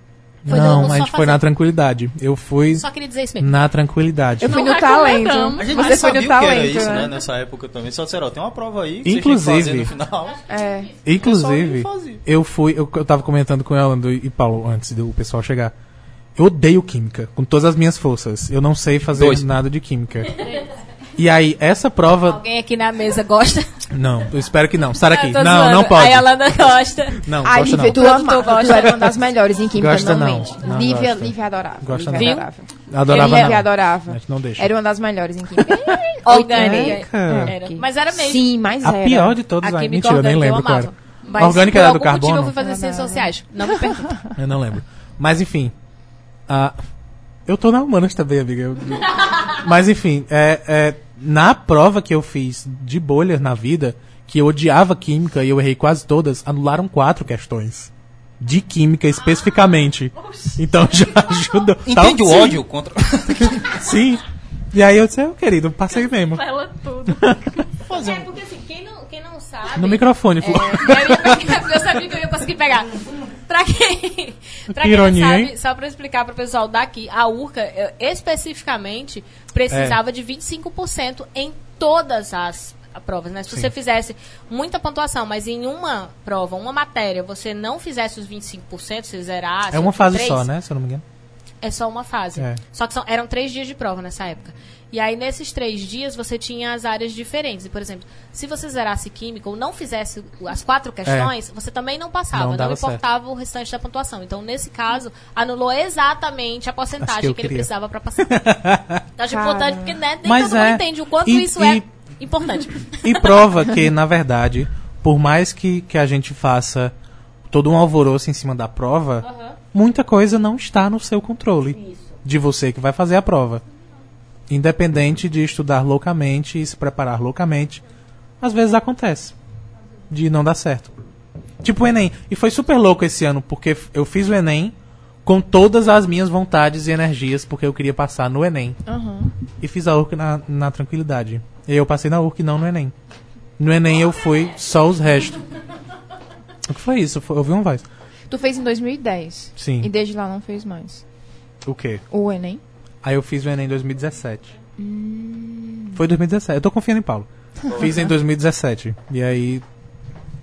Foi todo
Não,
mundo
a
só
gente foi
fazendo.
na tranquilidade. Eu fui
Só queria dizer isso mesmo.
na tranquilidade.
Eu fui
Não
no talento.
recomendamos.
A gente
Você
Você
foi
sabia
no
o que era
talento,
isso, né?
né?
Nessa época também. Só disseram, ó, tem uma prova aí que
Inclusive-
vocês têm que fazer no final.
É.
Inclusive,
Só ele fazia.
eu fui. Eu, eu tava comentando com ela e Paulo antes do pessoal chegar. Eu odeio química, com todas as minhas forças. Eu não sei fazer
Dois.
nada de química. E aí, essa prova.
Alguém aqui na mesa gosta?
Não, eu espero que não. Sara aqui.
Eu tô
Não, não
zoando.
pode.
Aí a Lana gosta.
Não,
A
gosta não.
Lívia, tu,
Produtor
amava, tu
gosta.
era uma das melhores em química,
Gosta não,
não, mente.
não
Lívia,
gosta.
Lívia adorava.
é
Gosta
Lívia
não.
adorava.
Adorava
Lívia
não.
adorava.
A gente não deixa.
Era uma das melhores em química.
Orgânica. Era.
Ok.
Mas era mesmo.
Sim, mas
A
era.
pior de todas.
A
Ai,
química
mentira, eu nem
orgânica,
lembro
eu
qual era.
amava.
A
Mas
orgânica
por
era do
algum motivo
carbono?
eu fui fazer ciências sociais. Não me pergunta.
Eu não lembro. Mas enfim. Ah, eu tô na humanas também, amiga. Eu- eu- Mas enfim, é, é, na prova que eu fiz de bolha na vida, que eu odiava química e eu errei quase todas, anularam quatro questões. De química especificamente. Então já ajuda.
Entende
Tá,
o
sim,
ódio contra.
Sim. E aí eu disse, eu, querido, passei mesmo.
Ela tudo.
Fazer um-
porque assim, quem não, quem não sabe.
No microfone. Flu.
É, eu, ia pegar, porque eu sabia que eu ia conseguir pegar. Pra quem, pra quem
Ironia,
não sabe,
hein?
só pra explicar pro pessoal daqui, a URCA eh, especificamente precisava
É.
de 25% em todas as provas, né? Se você fizesse muita pontuação, mas em uma prova, uma matéria, você não fizesse os 25%, você zerasse...
É uma fase
Assim, três,
só, né? Se eu não me engano.
é só uma fase.
É.
Só que são- eram três dias de prova nessa época. E aí, nesses três dias, você tinha as áreas diferentes. E, por exemplo, se você zerasse química ou não fizesse o- as quatro questões, você também não
É. Não
passava, não,
dava
importava o restante da pontuação. Então, nesse caso, anulou exatamente a
Acho que
porcentagem
eu
que, ele
queria.
precisava para passar. Então, acho importante, porque né, nem
Mas
todo mundo
é.
entende o quanto
E-
isso é
e-
importante.
E prova que, na verdade, por mais que, que a gente faça todo um alvoroço em cima da prova, muita coisa não está no seu controle. De você que vai fazer a prova. Independente de estudar loucamente e se preparar loucamente, às vezes acontece. De não dar certo. Tipo o Enem. E foi super louco esse ano, porque f- eu fiz o Enem com todas as minhas vontades e energias, porque eu queria passar no Enem. E fiz a URC na, na tranquilidade. E eu passei na URC, não no Enem. No Enem eu fui só os restos. O que foi isso? Foi- Eu vi um voz.
Tu fez em 2010.
Sim.
E desde lá não fez mais.
O quê?
O Enem.
Aí eu fiz o Enem em 2017. Foi 2017. Eu tô confiando em Paulo. Fiz em 2017. E aí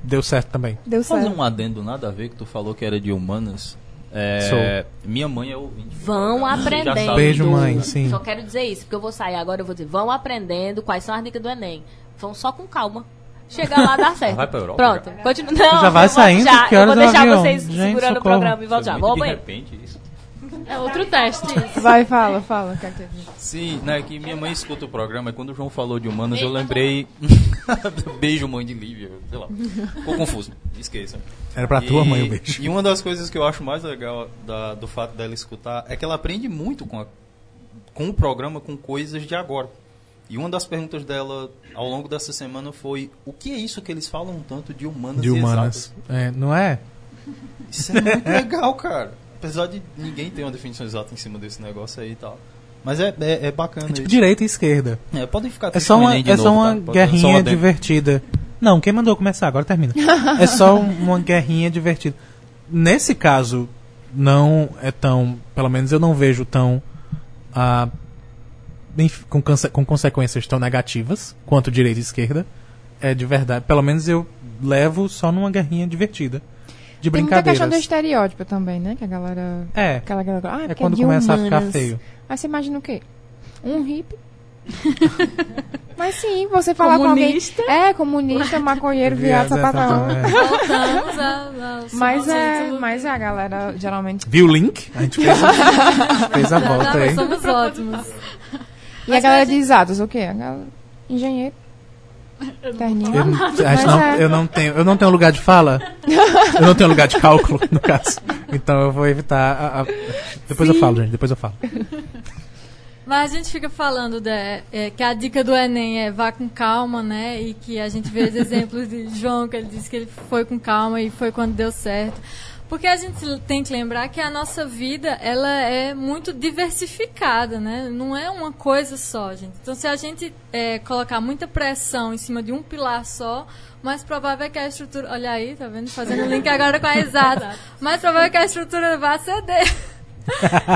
deu certo também.
Deu
Fazer
certo.
um adendo nada a ver que tu falou que era de humanas. É, minha mãe é ouvinte.
Vão
Já
aprendendo.
sabe.
Beijo, mãe. Sim.
Só quero dizer isso, porque eu vou sair agora, eu vou dizer, vão aprendendo quais são as dicas do Enem. Vão só com calma. Chega lá, dá certo.
Vai pra Europa,
Pronto, continua. Não,
Já vai
eu volto
saindo?
Já.
Que
eu
horas
vou
é o
deixar
avião?
vocês
Gente,
segurando
socorro.
o programa e volto
Foi
já.
muito
Vou ao
de
banheiro.
repente isso.
É outro teste.
Vai, fala, fala. Catarina.
Sim, né, que minha mãe escuta o programa e quando o João falou de humanas eu lembrei... beijo, mãe de Lívia, sei lá. Ficou confuso, esqueça.
Era pra tua mãe o beijo.
E uma das coisas que eu acho mais legal da- do fato dela escutar é que ela aprende muito com, a- com o programa, com coisas de agora. E uma das perguntas dela ao longo dessa semana foi: o que é isso que eles falam tanto de humanas
De
e
humanas. É, não é?
exatas? Isso é muito legal, cara. Apesar de ninguém ter uma definição exata em cima desse negócio aí e tal. Mas é, é, é bacana isso.
Direita e esquerda.
É, podem ficar
É só
com o
uma,
Enem de
é só
novo,
uma
tá? Pode- só
guerrinha
uma demo.
divertida. Não, quem mandou começar? Agora termina. É só um- uma guerrinha divertida. Nesse caso, não é tão. Pelo menos eu não vejo tão. ah, enf- com, canse- com consequências tão negativas quanto direita e esquerda. É de verdade. Pelo menos eu levo só numa guerrinha divertida. De
Tem muita questão do
brincadeiras.
estereótipo também, né? Que a galera...
É.
Aquela galera... Ah,
É
porque
quando
de
começa a
humanas.
ficar feio.
Aí você imagina o quê? Um hippie. Mas sim, você falar
Comunista.
com alguém... É, comunista, maconheiro, viado,
Viado,
sapatão.
sapatão, é.
Voltamos a- aos
Mas é,
conceitos.
mas é, a galera geralmente...
Viu o link? A gente fez, fez a volta aí.
Exatamente, Somos ótimos.
E a galera de exatas, o quê? A galera... Engenheiro. Terninho.
Eu, não- acho
Mas
não-
é.
eu não tenho, eu não tenho lugar de fala. Eu não tenho lugar de cálculo, no caso. Então eu vou evitar. a- a- Depois eu falo, gente. Depois eu falo.
Mas a gente fica falando da- é, que a dica do Enem é vá com calma, né? E que a gente vê os exemplos de João, que ele disse que ele foi com calma e foi quando deu certo. Porque a gente tem que lembrar que a nossa vida, ela é muito diversificada, né? Não é uma coisa só, gente. Então, se a gente é, colocar muita pressão em cima de um pilar só, o mais provável é que a estrutura... Olha aí, tá vendo? Fazendo link agora com a exata. O mais provável é que a estrutura vá ceder.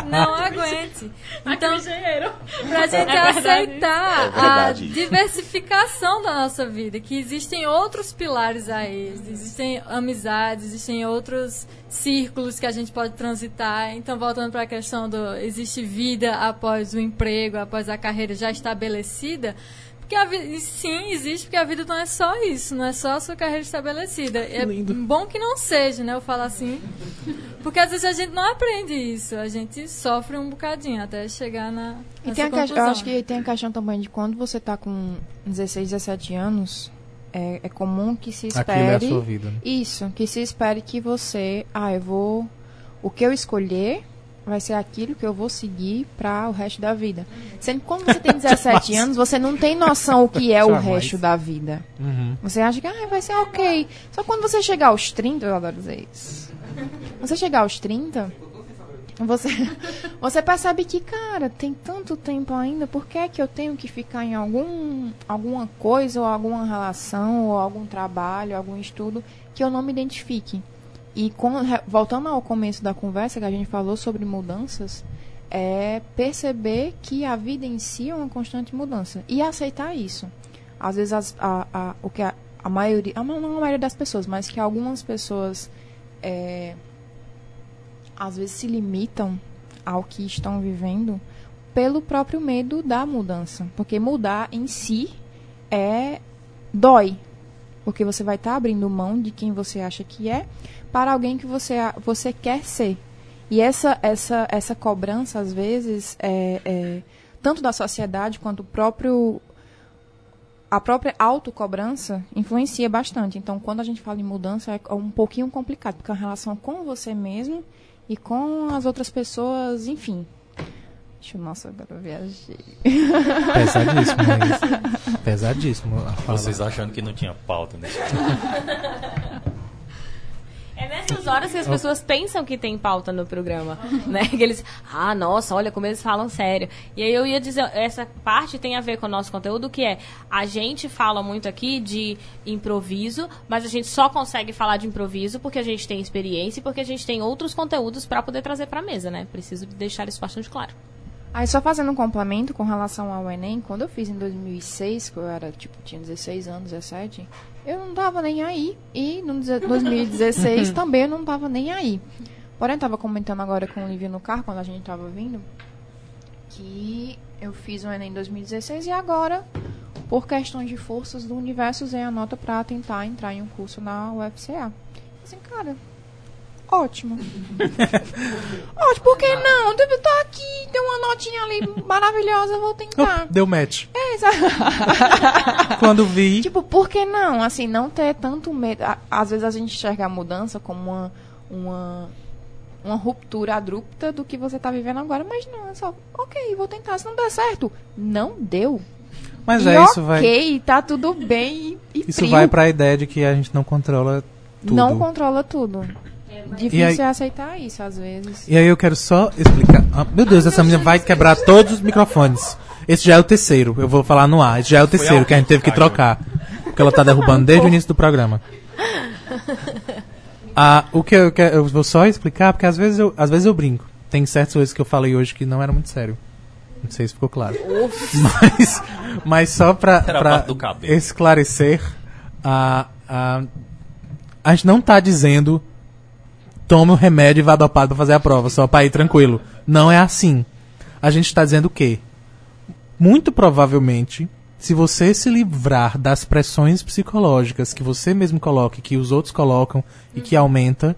Não aguente. Então,
Engenheiro.
pra gente aceitar a
verdade isso.
diversificação da nossa vida, que existem outros pilares aí, existem amizades, existem outros círculos que a gente pode transitar. Então, voltando para a questão do existe vida após o emprego, após a carreira já estabelecida, Porque a vida, sim, existe, porque a vida não é só isso, não é só a sua carreira estabelecida. é
lindo.
bom que não seja, né? Eu falo assim. Porque às vezes a gente não aprende isso, a gente sofre um bocadinho até chegar na.
E tem a
nessa
questão, eu
conclusão.
acho que tem a questão também de quando você tá com 16, 17 anos, é, é comum que se espere.
Aquilo é a sua vida. né?
Isso, que se espere que você, ah, eu vou, o que eu escolher vai ser aquilo que eu vou seguir para o resto da vida. Sendo que quando você tem 17 anos, você não tem noção o que é o
Jamais.
resto da vida.
Uhum.
Você acha que ah, vai ser ok. Só que quando você chegar aos 30, eu adoro dizer isso. Quando Você chegar aos 30, você, você percebe que, cara, tem tanto tempo ainda, por que é que eu tenho que ficar em algum, alguma coisa, ou alguma relação, ou algum trabalho, algum estudo, que eu não me identifique? E com- re- voltando ao começo da conversa, que a gente falou sobre mudanças, é perceber que a vida em si é uma constante mudança. E aceitar isso às vezes as- a, a- o que a, a maioria, a, ma- não a maioria das pessoas, mas que algumas pessoas é, às vezes se limitam ao que estão vivendo pelo próprio medo da mudança, porque mudar em si é dói, porque você vai estar abrindo mão de quem você acha que é para alguém que você a- você quer ser. E essa essa essa cobrança às vezes é, é tanto da sociedade quanto o próprio a própria autocobrança influencia bastante. Então, quando a gente fala em mudança, é um pouquinho complicado, porque é uma relação com você mesmo e com as outras pessoas, enfim. Deixa eu, nossa, agora eu viajei.
Pesadíssimo, é isso. Pesadíssimo. a fala.
Vocês achando que não tinha pauta, né?
É nessas horas que as pessoas pensam que tem pauta no programa, né? Que eles, ah, nossa, olha como eles falam sério. E aí eu ia dizer, essa parte tem a ver com o nosso conteúdo, que é a gente fala muito aqui de improviso, mas a gente só consegue falar de improviso porque a gente tem experiência e porque a gente tem outros conteúdos pra poder trazer pra mesa, né? Preciso deixar isso bastante claro.
Aí só fazendo um complemento com relação ao Enem, quando eu fiz em 2006, que eu era, tipo, tinha 16 anos, 17, eu não tava nem aí. E no deze- 2016 também eu não tava nem aí. Porém, eu tava comentando agora com o Livio no carro, quando a gente tava vindo, que eu fiz o Enem em 2016 e agora, por questões de forças do universo, usei a nota pra tentar entrar em um curso na UFCA. Assim, cara, ótimo. Ótimo, por que não? Eu tô aqui, tem uma notinha ali maravilhosa, eu vou tentar.
Oh, Deu match.
É, sabe?
Quando vi.
Tipo, por que não? Assim, não ter tanto medo. A- Às vezes a gente enxerga a mudança como uma, uma, uma ruptura abrupta do que você tá vivendo agora, mas não, é só, ok, vou tentar. Se não der certo, não deu.
Mas
E
é isso, vai.
ok, tá tudo bem. E, e
Isso
frio.
vai pra ideia de que a gente não controla tudo.
Não controla tudo.
E
Difícil
aí-
é aceitar isso, às vezes.
E aí eu quero só explicar. Ah, meu Deus, essa menina vai quebrar todos os microfones. Esse já é o terceiro, eu vou falar no ar. Esse já é o terceiro que a gente teve que trocar. Porque ela tá derrubando desde o início do programa. Ah, o que eu quero. Eu vou só explicar, porque às vezes eu, às vezes eu brinco. Tem certas coisas que eu falei hoje que não era muito sério. Não sei se ficou claro. Mas, mas só pra,
Era a
pra
parte do cabelo.
esclarecer, a, a, a gente não tá dizendo tome o remédio e vá dopado pra fazer a prova, só pra ir tranquilo. Não é assim. A gente tá dizendo o quê? Muito provavelmente, se você se livrar das pressões psicológicas que você mesmo coloca, e que os outros colocam e que aumenta,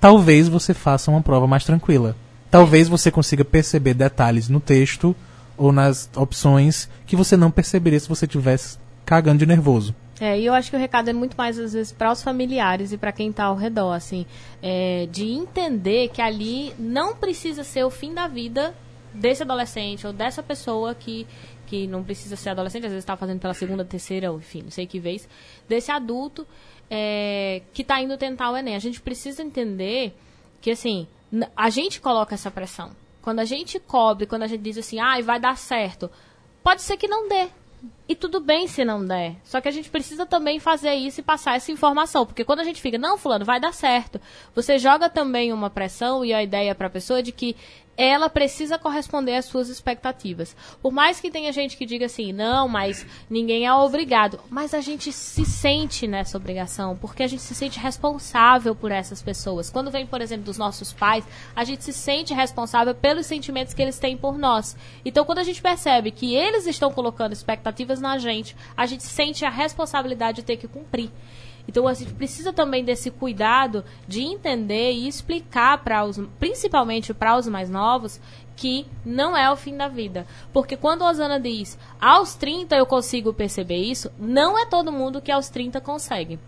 talvez você faça uma prova mais tranquila. Talvez você consiga perceber detalhes no texto ou nas opções que você não perceberia se você tivesse cagando de nervoso.
É, e eu acho que o recado é muito mais, às vezes, para os familiares e para quem tá ao redor, assim, é, de entender que ali não precisa ser o fim da vida desse adolescente ou dessa pessoa que, que não precisa ser adolescente, às vezes está fazendo pela segunda, terceira, ou enfim, não sei que vez, desse adulto é, que tá indo tentar o Enem. A gente precisa entender que, assim, n- a gente coloca essa pressão. Quando a gente cobre, quando a gente diz assim, ai, vai dar certo, pode ser que não dê. E tudo bem se não der. Só que a gente precisa também fazer isso e passar essa informação. Porque quando a gente fica, não, fulano, vai dar certo. Você joga também uma pressão e a ideia para a pessoa de que ela precisa corresponder às suas expectativas. Por mais que tenha gente que diga assim, não, mas ninguém é obrigado. Mas a gente se sente nessa obrigação, porque a gente se sente responsável por essas pessoas. Quando vem, por exemplo, dos nossos pais, a gente se sente responsável pelos sentimentos que eles têm por nós. Então, quando a gente percebe que eles estão colocando expectativas colocadas na gente. A gente sente a responsabilidade de ter que cumprir. Então, a gente precisa também desse cuidado de entender e explicar para os, principalmente para os mais novos, que não é o fim da vida. Porque quando a Osana diz, aos 30 eu consigo perceber isso, não é todo mundo que aos 30 consegue.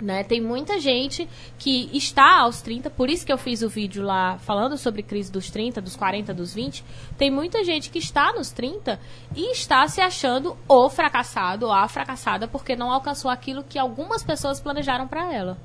Né? Tem muita gente que está aos 30, por isso que eu fiz o vídeo lá falando sobre crise dos 30, dos 40, dos 20. Tem muita gente que está nos 30 e está se achando o fracassado ou a fracassada porque não alcançou aquilo que algumas pessoas planejaram para ela.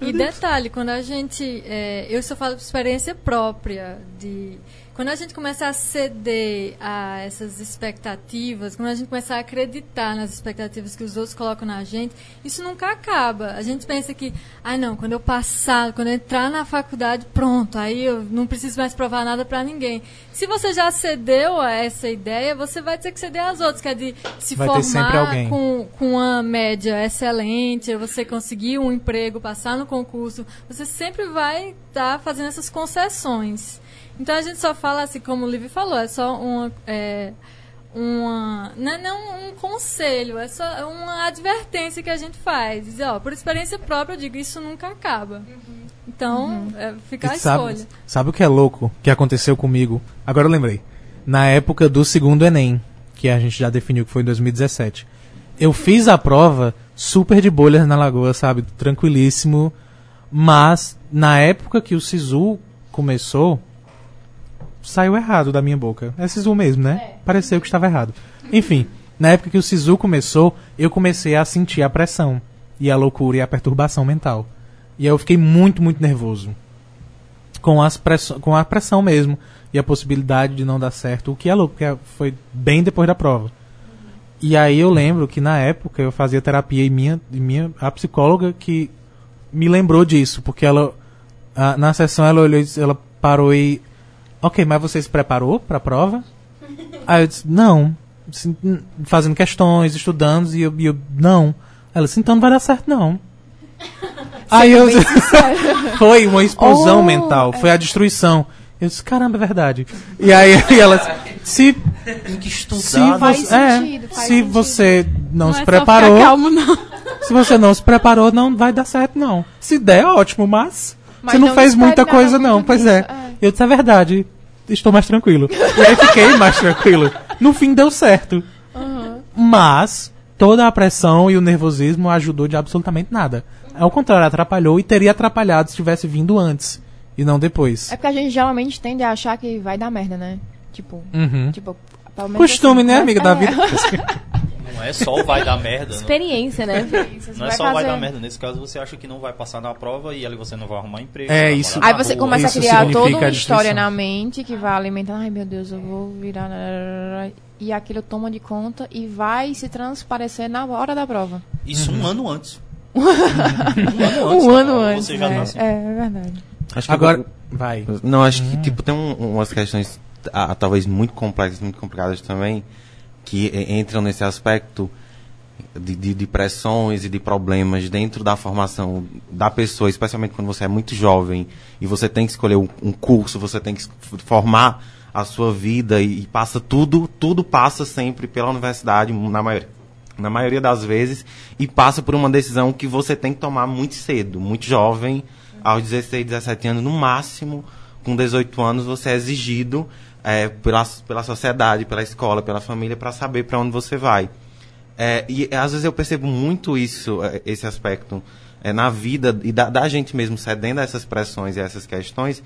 Uhum.
E detalhe, quando a gente. é, eu só falo por experiência própria de. Quando a gente começa a ceder a essas expectativas, quando a gente começa a acreditar nas expectativas que os outros colocam na gente, isso nunca acaba. A gente pensa que, ai não, quando eu passar, quando eu entrar na faculdade, pronto, aí eu não preciso mais provar nada pra ninguém. Se você já cedeu a essa ideia, você vai ter que ceder às outras, que é de se
Vai ter sempre
formar
alguém.
com com, com uma média excelente, você conseguir um emprego, passar no concurso, você sempre vai estar fazendo essas concessões. Então a gente só fala assim, como o Livre falou, é só uma. é, uma não é não um conselho, é só uma advertência que a gente faz. Dizer, ó, por experiência própria, eu digo, isso nunca acaba. Então,
Uhum.
é, fica a
E sabe,
escolha.
sabe o que é louco que aconteceu comigo? Agora eu lembrei. Na época do segundo Enem, que a gente já definiu que foi em 2017. Eu fiz a prova super de bolhas na lagoa, sabe? Tranquilíssimo. Mas na época que o Sisu começou, saiu errado da minha boca. É Sisu mesmo, né? Pareceu que estava errado. Enfim, na época que o Sisu começou, eu comecei a sentir a pressão e a loucura e a perturbação mental. E aí eu fiquei muito, muito nervoso. Com, as presso- com a pressão mesmo. E a possibilidade de não dar certo. O que é louco, porque foi bem depois da prova. E aí eu lembro que na época eu fazia terapia e minha, e minha a psicóloga que me lembrou disso, porque ela ah, na sessão ela olhou, e disse- ela parou e OK, mas você se preparou para a prova? Aí eu disse: "Não". Assim, hum, fazendo questões, estudando e eu, e eu não. Ela disse: "Então não vai dar certo não". aí eu Foi uma explosão mental, foi a destruição. Eu disse: "Caramba, é verdade". E aí ela disse, se
Tem que
se
estudar. né?
você, é,
sentido, faz
se
sentido.
você não,
é
se
só
preparou,
ficar calmo, não.
se você não se preparou, não vai dar certo não. Se der, ótimo, mas,
Mas
você não,
não
fez
espere
muita
nada
coisa
muito
não. Pois
disso,
é.
é.
Eu disse a verdade. Estou mais tranquilo. E aí fiquei mais tranquilo. No fim deu certo. Mas toda a pressão e o nervosismo ajudou de absolutamente nada. Ao contrário, atrapalhou e teria atrapalhado se tivesse vindo antes e não depois.
É porque a gente geralmente tende a achar que vai dar merda, né? Tipo,
Uhum.
tipo, pelo menos
Costume,
assim,
né,
vai-
amiga da
é,
vida?
Não é só o vai dar merda. não.
Experiência, né?
você
Não é
vai
só o vai
fazer-
dar merda. Nesse caso, você acha que não vai passar na prova e ali você não vai arrumar emprego.
É,
vai
isso.
morar
Aí
na
você
rua.
começa a
Isso
criar
significa
toda uma
a
história
destruição.
na mente que vai alimentando. Ai, meu Deus, eu vou virar. E aquilo toma de conta e vai se transparecer na hora da prova.
Isso um ano antes. um ano antes.
um
né?
ano antes.
Você já
né?
tá assim.
é, é verdade.
Acho que
Agora vai.
Não, acho que tipo, tem um- umas questões ah, talvez muito complexas, muito complicadas também, que eh, entram nesse aspecto de, de, de pressões e de problemas dentro da formação da pessoa, especialmente quando você é muito jovem e você tem que escolher um, um curso, você tem que es- formar a sua vida e, e passa tudo, tudo passa sempre pela universidade, na maioria, na maioria das vezes, e passa por uma decisão que você tem que tomar muito cedo, muito jovem, aos 16, 17 anos no máximo, com 18 anos você é exigido eh, pela, pela sociedade, pela escola, pela família, para saber para onde você vai. É, e é, às vezes eu percebo muito isso, é, esse aspecto é, na vida e da, da gente mesmo cedendo a essas pressões e a essas questões,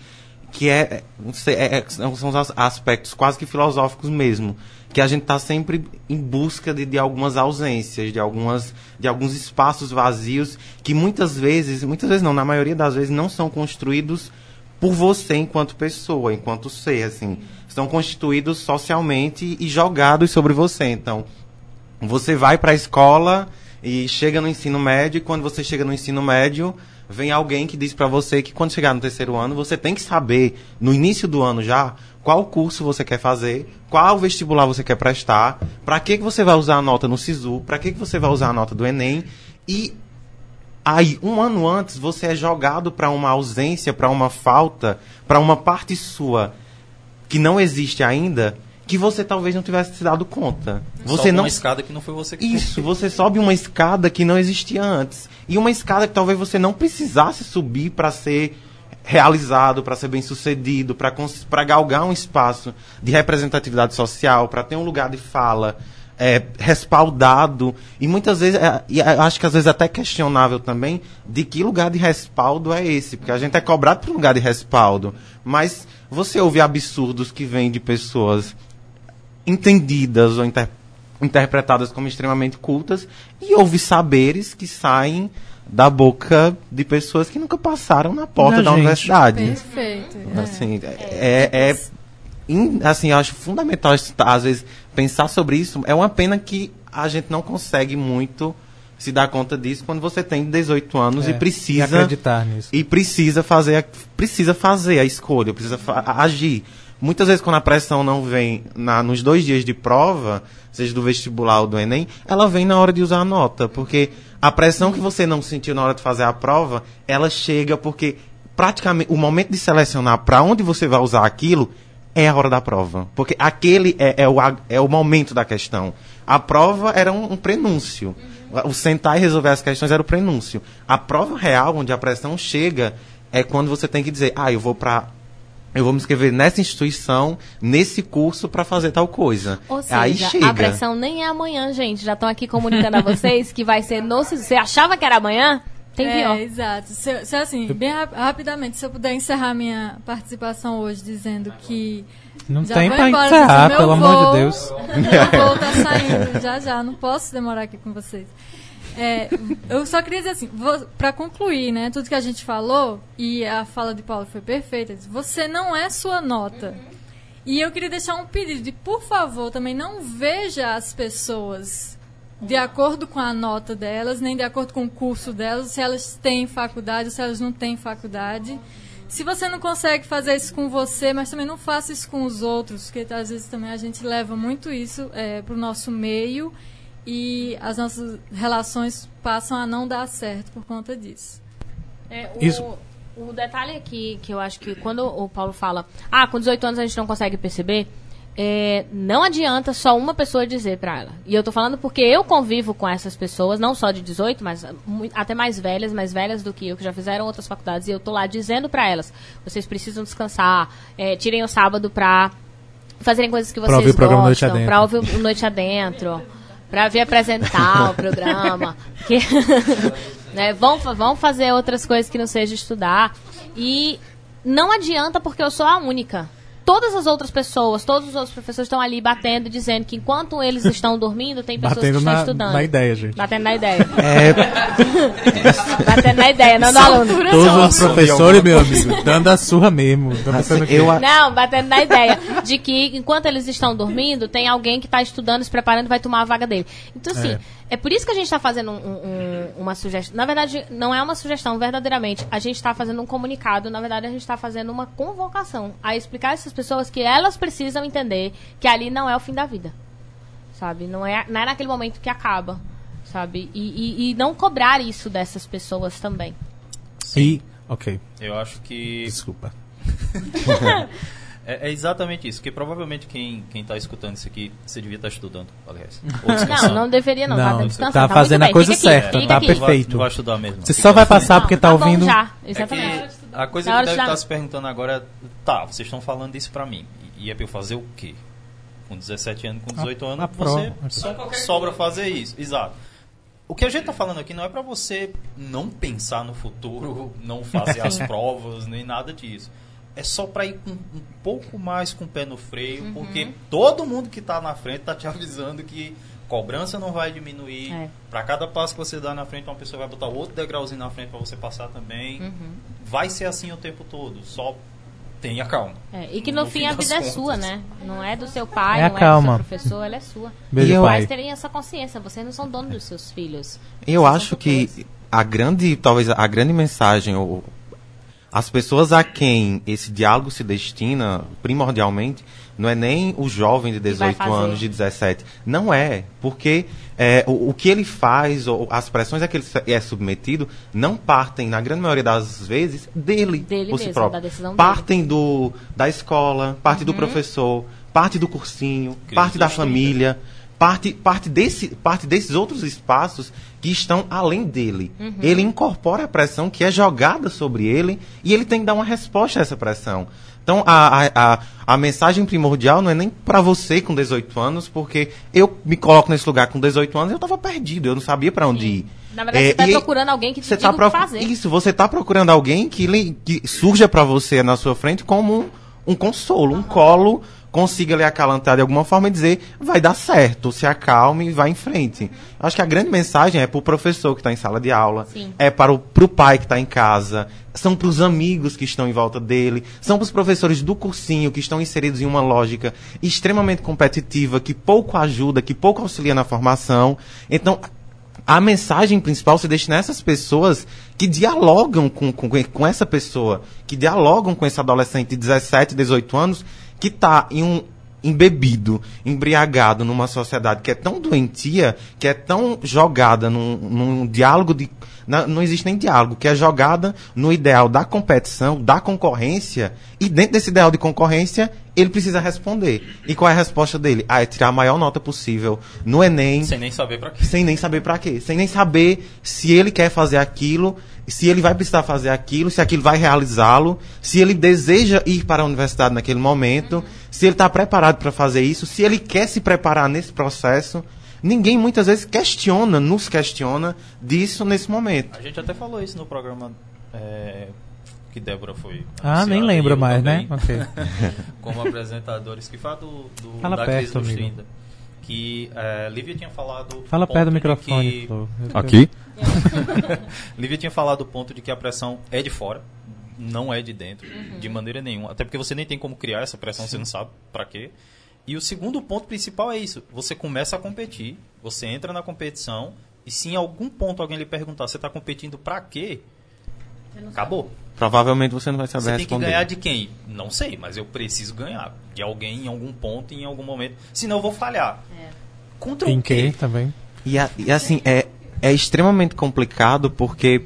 que é, é, não sei, é, é, são são os as- aspectos quase que filosóficos mesmo, que a gente está sempre em busca de, de algumas ausências, de algumas de alguns espaços vazios que muitas vezes, muitas vezes não, na maioria das vezes não são construídos por você enquanto pessoa, enquanto ser, assim, são constituídos socialmente e jogados sobre você, então você vai para a escola e chega no ensino médio, e quando você chega no ensino médio, vem alguém que diz para você que quando chegar no terceiro ano, você tem que saber, no início do ano já, qual curso você quer fazer, qual vestibular você quer prestar, para que, que você vai usar a nota no SISU, para que, que você vai usar a nota do Enem, e Aí, um ano antes, você é jogado para uma ausência, para uma falta, para uma parte sua que não existe ainda, que você talvez não tivesse se dado conta. Você
Sobe
não
uma escada que não foi você que
isso, você sobe uma escada que não existia antes. E uma escada que talvez você não precisasse subir para ser realizado, para ser bem-sucedido, para galgar um espaço de representatividade social, para ter um lugar de fala é, respaldado. E muitas vezes, é, e eu acho que às vezes até questionável também, de que lugar de respaldo é esse. Porque a gente é cobrado por um lugar de respaldo. Mas você ouve absurdos que vêm de pessoas entendidas ou inter- interpretadas como extremamente cultas e houve saberes que saem da boca de pessoas que nunca passaram na porta
Da
da,
gente.
universidade.
Perfeito.
Assim, é, é, é in- assim, eu acho fundamental às vezes pensar sobre isso. É uma pena que a gente não consegue muito se dar conta disso quando você tem 18 anos
É,
e precisa
acreditar nisso.
e precisa fazer a, precisa fazer a escolha, precisa fa- a- agir. Muitas vezes quando a pressão não vem na, nos dois dias de prova, seja do vestibular ou do Enem, ela vem na hora de usar a nota, porque a pressão que você não sentiu na hora de fazer a prova, ela chega porque praticamente o momento de selecionar para onde você vai usar aquilo é a hora da prova. Porque aquele é, é o, ag- é o momento da questão. A prova era um, um prenúncio. O sentar e resolver as questões era o prenúncio. A prova real, onde a pressão chega, é quando você tem que dizer, ah, eu vou para eu vou me inscrever nessa instituição, nesse curso, para fazer tal coisa. É
Ou seja,
Aí chega.
a pressão nem é amanhã, gente. Já estão aqui comunicando a vocês que vai ser no... Você achava que era amanhã? Tem pior.
É, exato. Se, eu- se eu, assim, bem rap- rapidamente, se eu puder encerrar minha participação hoje dizendo que.
Não
já
tem
vou
pra
embora,
encerrar,
meu
pelo amor de
voo-
Deus.
Meu voo tá saindo já já, não posso demorar aqui com vocês. É, eu só queria dizer assim, vo- pra concluir, né, tudo que a gente falou, e a fala de Paulo foi perfeita, disse, você não é sua nota. E eu queria deixar um pedido de, por favor, também não veja as pessoas de acordo com a nota delas, nem de acordo com o curso delas, se elas têm faculdade ou se elas não têm faculdade. Se você não consegue fazer isso com você, mas também não faça isso com os outros, porque às vezes também a gente leva muito isso para o nosso meio e as nossas relações passam a não dar certo por conta disso.
É, o,
Isso.
O detalhe aqui que eu acho que quando o Paulo fala, ah, com 18 anos a gente não consegue perceber, é, não adianta só uma pessoa dizer pra ela. E eu tô falando porque eu convivo com essas pessoas, não só de 18, mas mui- até mais velhas, mais velhas do que eu, que já fizeram outras faculdades, e eu tô lá dizendo pra elas: vocês precisam descansar, é, tirem o sábado pra fazerem coisas que vocês
ouvir o programa Noite
gostam,
Adentro.
pra ouvir o Noite Adentro, pra vir apresentar o programa. Que, né, vão, fa- vão fazer outras coisas que não seja estudar. E não adianta porque eu sou a única. Todas as outras pessoas, todos os outros professores estão ali batendo, dizendo que enquanto eles estão dormindo, tem pessoas que
Batendo
estão
na,
estudando.
na ideia, gente.
Batendo na ideia.
É,
Batendo na ideia, não no aluno.
Todos os professores, meu amigo, dando a surra mesmo. Tô
tá
pensando que-
Assim, eu, a-
Não, batendo na ideia de que enquanto eles estão dormindo, tem alguém que está estudando, se preparando e vai tomar a vaga dele. Então, assim, é, por isso que a gente está fazendo um- um- um- uma sugestão. Na verdade, não é uma sugestão, verdadeiramente. A gente está fazendo um comunicado, na verdade, a gente está fazendo uma convocação a explicar a essas pessoas que elas precisam entender que ali não é o fim da vida. Sabe? Não é, não é naquele momento que acaba. Sabe? E- e- e não cobrar isso dessas pessoas também.
E. Ok,
Eu acho que
desculpa.
é, é exatamente isso. Que provavelmente quem quem está escutando isso aqui, você devia estar estudando, aliás.
Não, não deveria não.
É Não,
tá descansando.
tá
muito
fazendo a
bem,
coisa
fica aqui,
certa,
fica
tá
aqui.
perfeito.
Não assim. vai estudar mesmo.
Você só vai passar porque
Não,
tá
bom
ouvindo.
já,
É que
exatamente.
a coisa
Na
que
hora de
deve
estudar.
estar se perguntando agora é, tá, vocês estão falando isso pra mim. E, e é pra eu fazer o quê? Com 17 anos, com 18 anos,
a
você
prova.
só sobra fazer isso. Exato. O que a gente tá falando aqui não é pra você não pensar no futuro, não fazer as provas, nem nada disso. É só pra ir com, um pouco mais com o pé no freio, porque todo mundo que tá na frente tá te avisando que cobrança não vai diminuir.
É.
Pra cada passo que você dá na frente, uma pessoa vai botar outro degrauzinho na frente pra você passar também. Vai ser assim o tempo todo, só tenha calma.
É, e que no,
No
fim
fim
a
das
vida é
contas.
sua, né? Não é do seu pai,
É a
não
calma.
é do seu professor, ela é sua.
Beijo,
E eu-
pai.
Mas terem essa consciência, vocês não são donos dos seus filhos.
Eu acho que a grande, talvez a grande mensagem, ou as pessoas a quem esse diálogo se destina, primordialmente, não é nem o jovem de
vai
18
fazer.
anos, de 17. Não é, porque é, o, o que ele faz, ou as pressões a que ele se- é submetido, não partem, na grande maioria das vezes, dele,
Dele
por si
mesmo, da
próprio.
decisão dele.
Uhum.
partem do, da escola, parte do professor, parte do cursinho,
Crise
parte da
dos
família, parte, parte, desse, parte desses outros espaços que estão além dele.
Uhum.
Ele incorpora a pressão que é jogada sobre ele e ele tem que dar uma resposta a essa pressão. Então, a, a, a, a mensagem primordial não é nem para você com 18 anos, porque eu me coloco nesse lugar com 18 anos e eu estava perdido, eu não sabia para onde ir.
Na verdade,
É,
você tá
e-
procurando alguém que te
você
diga
tá
o que
procu-
fazer.
Isso, você tá procurando alguém que, lhe- que surja para você na sua frente como um, um consolo, um colo, consiga lhe acalentar de alguma forma e dizer, vai dar certo, se acalme e vá em frente. Acho que a grande mensagem é pro professor que está em sala de aula,
Sim.
é para o pro pai que está em casa, são para os amigos que estão em volta dele, são para os professores do cursinho que estão inseridos em uma lógica extremamente competitiva, que pouco ajuda, que pouco auxilia na formação. Então, a mensagem principal se deixa nessas pessoas que dialogam com, com, com essa pessoa, que dialogam com esse adolescente de 17, 18 anos, que está em um embebido, embriagado numa sociedade que é tão doentia, que é tão jogada num, num diálogo de. na- não existe nem diálogo, que é jogada no ideal da competição, da concorrência, e dentro desse ideal de concorrência, ele precisa responder. E qual é a resposta dele? Ah, é tirar a maior nota possível no Enem,
Sem nem saber pra quê.
sem nem saber pra quê, sem nem saber se ele quer fazer aquilo, se ele vai precisar fazer aquilo, se aquilo vai realizá-lo, se ele deseja ir para a universidade naquele momento,
Uhum.
se ele está preparado para fazer isso, se ele quer se preparar nesse processo. Ninguém muitas vezes questiona, nos questiona disso nesse momento.
A gente até falou isso no programa é, que Débora foi.
Ah, nem
anunciada,
lembro
e eu
mais,
também,
né? Ok.
Como apresentadores, que fala do, do
Fala
da
perto,
crise dos
amigo.
30. Que é, Lívia tinha falado.
Fala
o
perto do
ponto de
microfone.
que-
por favor.
Aqui?
Lívia tinha falado o ponto de que a pressão é de fora, não é de dentro, de maneira nenhuma. Até porque você nem tem como criar essa pressão, você não sabe pra quê. E o segundo ponto principal é isso: você começa a competir, você entra na competição, e se em algum ponto alguém lhe perguntar, você tá competindo pra quê? Acabou.
Provavelmente você não vai saber
Você tem que
responder.
ganhar de quem? Não sei, mas eu preciso ganhar. De alguém em algum ponto, em algum momento. Senão eu vou falhar. Contra
Tem
o quê?
que também.
E, a- e assim, é, é extremamente complicado porque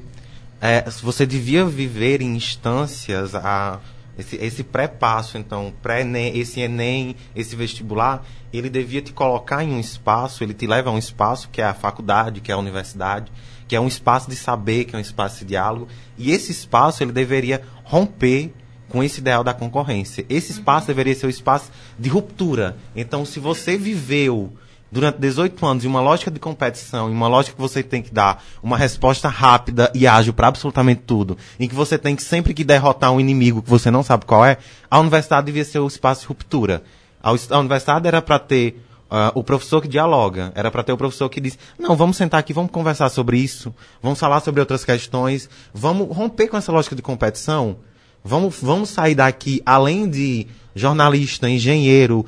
é, se você devia viver em instâncias a esse, esse pré-passo, então, pré -ENEM, esse Enem, esse vestibular, ele devia te colocar em um espaço, ele te leva a um espaço que é a faculdade, que é a universidade, que é um espaço de saber, que é um espaço de diálogo, e esse espaço ele deveria romper com esse ideal da concorrência. Esse espaço deveria ser o espaço de ruptura. Então, se você viveu durante 18 anos em uma lógica de competição, em uma lógica que você tem que dar uma resposta rápida e ágil para absolutamente tudo, em que você tem que sempre que derrotar um inimigo que você não sabe qual é, a universidade devia ser o espaço de ruptura. A us- a universidade era para ter ah, o professor que dialoga. Era para ter o professor que diz: não, vamos sentar aqui, vamos conversar sobre isso, vamos falar sobre outras questões, vamos romper com essa lógica de competição. Vamos, vamos sair daqui, além de jornalista, engenheiro,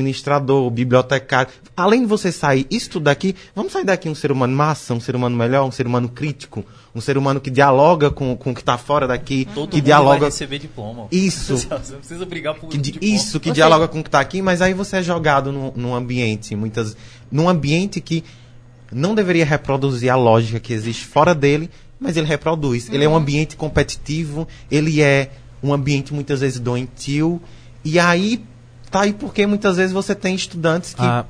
administrador, bibliotecário, além de você sair isso tudo daqui, vamos sair daqui um ser humano massa, um ser humano melhor, um ser humano crítico, um ser humano que dialoga com, com o que está fora daqui,
Todo mundo
que
vai
dialoga.
receber diploma.
Isso,
Você não precisa brigar por
que di-
diploma.
isso que dialoga com o que está aqui, mas aí você é jogado num, num ambiente, muitas, num ambiente que não deveria reproduzir a lógica que existe fora dele, mas ele reproduz. Ele é um ambiente competitivo, ele é um ambiente muitas vezes doentio, e aí tá aí porque muitas vezes você tem estudantes que
Ah,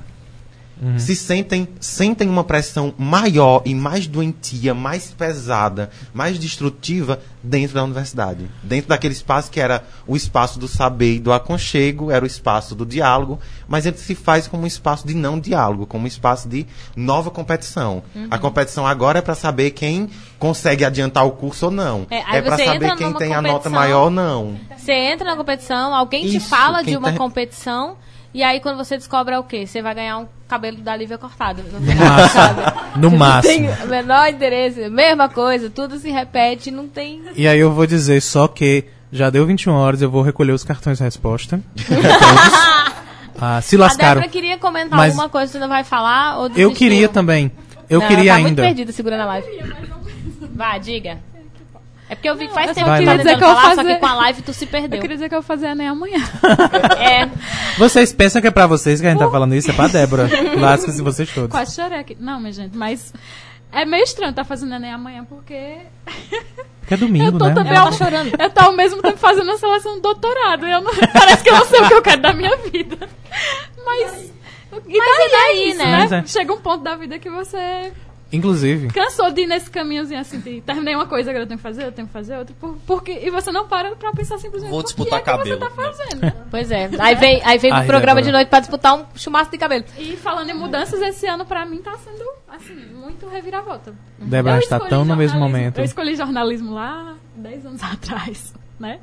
Hum.
se sentem, sentem uma pressão maior e mais doentia, mais pesada, mais destrutiva dentro da universidade. Dentro daquele espaço que era o espaço do saber e do aconchego, era o espaço do diálogo, mas ele se faz como um espaço de não diálogo, como um espaço de nova competição.
Uhum.
A competição agora é para saber quem consegue adiantar o curso ou não.
É, aí
para
você
saber
entra
quem
numa
tem a nota
competição.
maior ou não.
Você entra na competição, alguém te
Isso,
fala de
quem
uma
tá-
competição, e aí quando você descobre é o quê? Você vai ganhar um cabelo da Lívia cortado. No final, sabe?
no máximo.
Tem o menor interesse, mesma coisa, tudo se repete, não tem.
E aí eu vou dizer só que já deu 21 horas, eu vou recolher os cartões de resposta. Todos. Ah, se
A
lascaram.
Débora queria comentar
Mas-
alguma coisa, você não vai falar? Ou
Eu
desistiu?
queria também. Eu
Não, ela
queria
tá
ainda.
muito perdida segurando a live. Vai, diga. É porque eu vi que faz tempo
vai,
que
vai.
tá
Eu
queria dizer
tentando
que eu
falar, só
fazer-
que com a live tu se perdeu.
Eu queria dizer que eu vou fazer Enem amanhã.
É,
Vocês pensam que é pra vocês que a gente tá falando isso, é pra Débora. Lasca-se vocês todos.
Quase chorei aqui. Não, minha gente, mas é meio estranho estar fazendo Enem amanhã, porque
Porque é domingo,
eu tô
né?
também
ela
ao...
tá chorando.
Eu tô ao mesmo tempo fazendo a seleção do doutorado. Eu não... Parece que eu não sei o que eu quero da minha vida. Mas,
tá
E daí, daí,
isso,
né?
né?
Mas é.
Chega um ponto da vida que você
Inclusive.
cansou de ir nesse caminhozinho assim, de terminei uma coisa, agora eu tenho que fazer, eu tenho que fazer outra. por- porque, e você não para pra pensar simplesmente
Vou
por
disputar
que é que você
cabelo,
tá
né?
fazendo.
Pois é. Aí vem, aí vem
Ai,
pro programa
Débora.
de noite pra disputar um chumaço de cabelo.
e falando em mudanças, esse ano pra mim tá sendo, assim, muito reviravolta.
Débora
Eu
está
escolhi
tá tão no mesmo
jornalismo-
momento.
Eu escolhi jornalismo lá 10 anos atrás, né?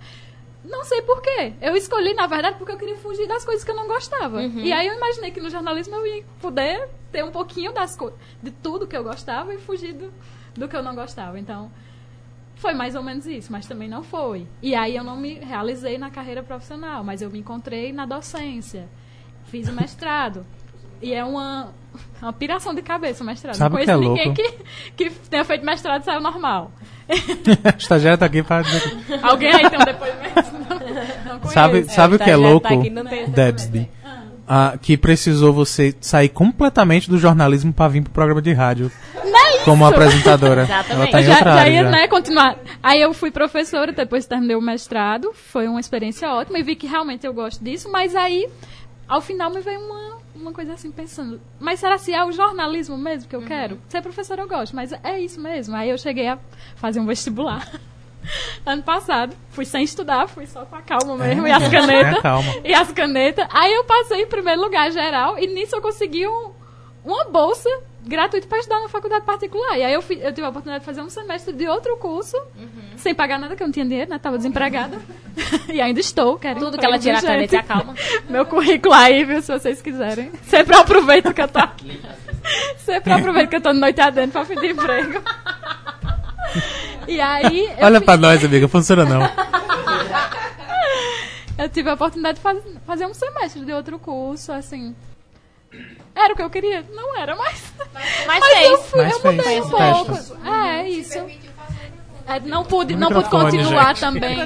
Não sei por quê. Eu escolhi, na verdade, porque eu queria fugir das coisas que eu não gostava. E aí eu imaginei que no jornalismo eu ia poder ter um pouquinho das co- de tudo que eu gostava e fugir do, do que eu não gostava. Então, foi mais ou menos isso, mas também não foi. E aí eu não me realizei na carreira profissional, mas eu me encontrei na docência. Fiz o mestrado. E é uma, uma piração de cabeça o mestrado.
Sabe o
não
que é
conheço ninguém
louco?
que, que tenha feito mestrado e saiu normal.
O estagiário tá aqui pra dizer que-
Alguém aí tem um depoimento? Não, não conheço.
Sabe, sabe o que é
já tá
louco?
aqui, não tem essa
Debsby. Ah, que precisou você sair completamente do jornalismo pra vir pro programa de rádio.
é
Como apresentadora. Ela tá em
Eu já,
outra
já
área
ia,
já.
né, continuar. Aí eu fui professora, depois terminei o mestrado, foi uma experiência ótima e vi que realmente eu gosto disso, mas aí, ao final, me veio uma, uma coisa assim, pensando, mas será se é o jornalismo mesmo que eu quero? Ser professora eu gosto, mas é isso mesmo. Aí eu cheguei a fazer um vestibular. Ano passado, fui sem estudar, fui só com a calma mesmo e as
É. Tenha
canetas.
calma.
E as canetas. Aí eu passei em primeiro lugar geral e nisso eu consegui um- uma bolsa gratuita para estudar na faculdade particular. E aí eu, fi- eu tive a oportunidade de fazer um semestre de outro curso,
Uhum.
sem pagar nada, que eu não tinha dinheiro, né? Tava desempregada. e ainda estou, quero
Tudo
emprego,
que ela tira a
gente.
caneta é a calma.
Meu currículo aí, viu, se vocês quiserem. Sempre eu aproveito que eu tô aqui. Sempre eu aproveito que eu tô no noite adentro pra pedir emprego. E aí. eu
Olha
fi-
pra nós, amiga, funciona não.
Eu tive a oportunidade de faz- fazer um semestre de outro curso, assim. Era o que eu queria? Não era, mas.
Mas
eu
fez.
fui,
Mas
eu mudei
fez,
um
fez,
pouco. É, é isso. É, não pude, não pude
Microfone,
continuar
gente.
também.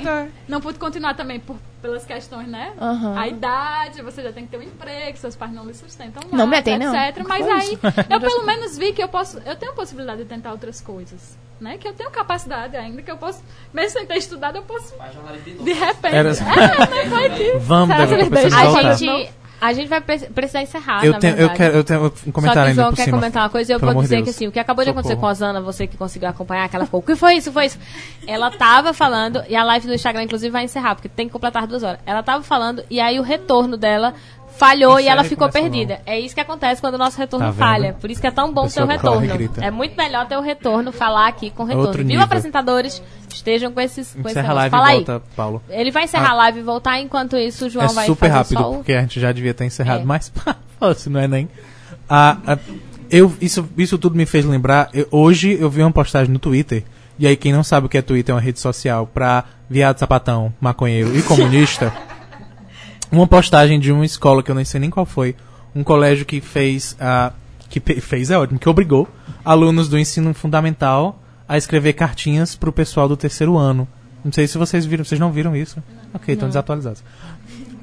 Não pude continuar também por, pelas questões, né? A idade, você já tem que ter um emprego, seus pais não lhe sustentam mais,
Não me atende, não. é
etc. Mas aí, eu pelo menos vi que eu posso, eu tenho a possibilidade de tentar outras coisas, né? Que eu tenho capacidade ainda, que eu posso, mesmo sem ter estudado, eu posso, de repente.
Era-
É, né? Vai que-
Vamos,
Será que
Débora,
eles
pra vocês
deixam?
voltar.
A gente, a gente vai pre- precisar encerrar,
Eu
na
tenho, eu,
verdade.
quero, eu tenho um
Só que
comentário
o
ainda
João
por
quer
cima.
comentar uma coisa e eu
Pelo
vou
amor
dizer
Deus.
que assim, o que acabou de acontecer com
Socorro.
a Osana, você que conseguiu acompanhar, que ela ficou, o que foi isso, foi isso? Ela tava falando, e a live do Instagram, inclusive, vai encerrar, porque tem que completar duas horas. Ela tava falando, e aí o retorno dela falhou
Encerra
e ela
e
ficou
começa
perdida. É isso que acontece quando o nosso retorno
Tá vendo?
falha. Por isso que é tão bom ter o
Pessoa corre e
retorno.
grita. É
É muito melhor ter o retorno, falar aqui com o retorno.
outro
Viu,
nível.
apresentadores? Estejam com esses com esse
Encerra
negócio.
a live
Fala
e
aí.
volta, Paulo.
Ele vai encerrar a live e voltar, enquanto isso o João
é
vai
super
fazer
rápido,
só o...
porque a gente já devia ter encerrado,
É.
mas se não é nem. Ah, ah, eu, isso, isso tudo me fez lembrar. eu- hoje eu vi uma postagem no Twitter. E aí, quem não sabe o que é Twitter, é uma rede social pra viado, sapatão, maconheiro e comunista. uma postagem de uma escola que eu nem sei nem qual foi, um colégio que fez a que pe- fez é ótimo, que obrigou alunos do ensino fundamental a escrever cartinhas pro pessoal do terceiro ano. Não sei se vocês viram, vocês não viram isso? OK, estão desatualizados.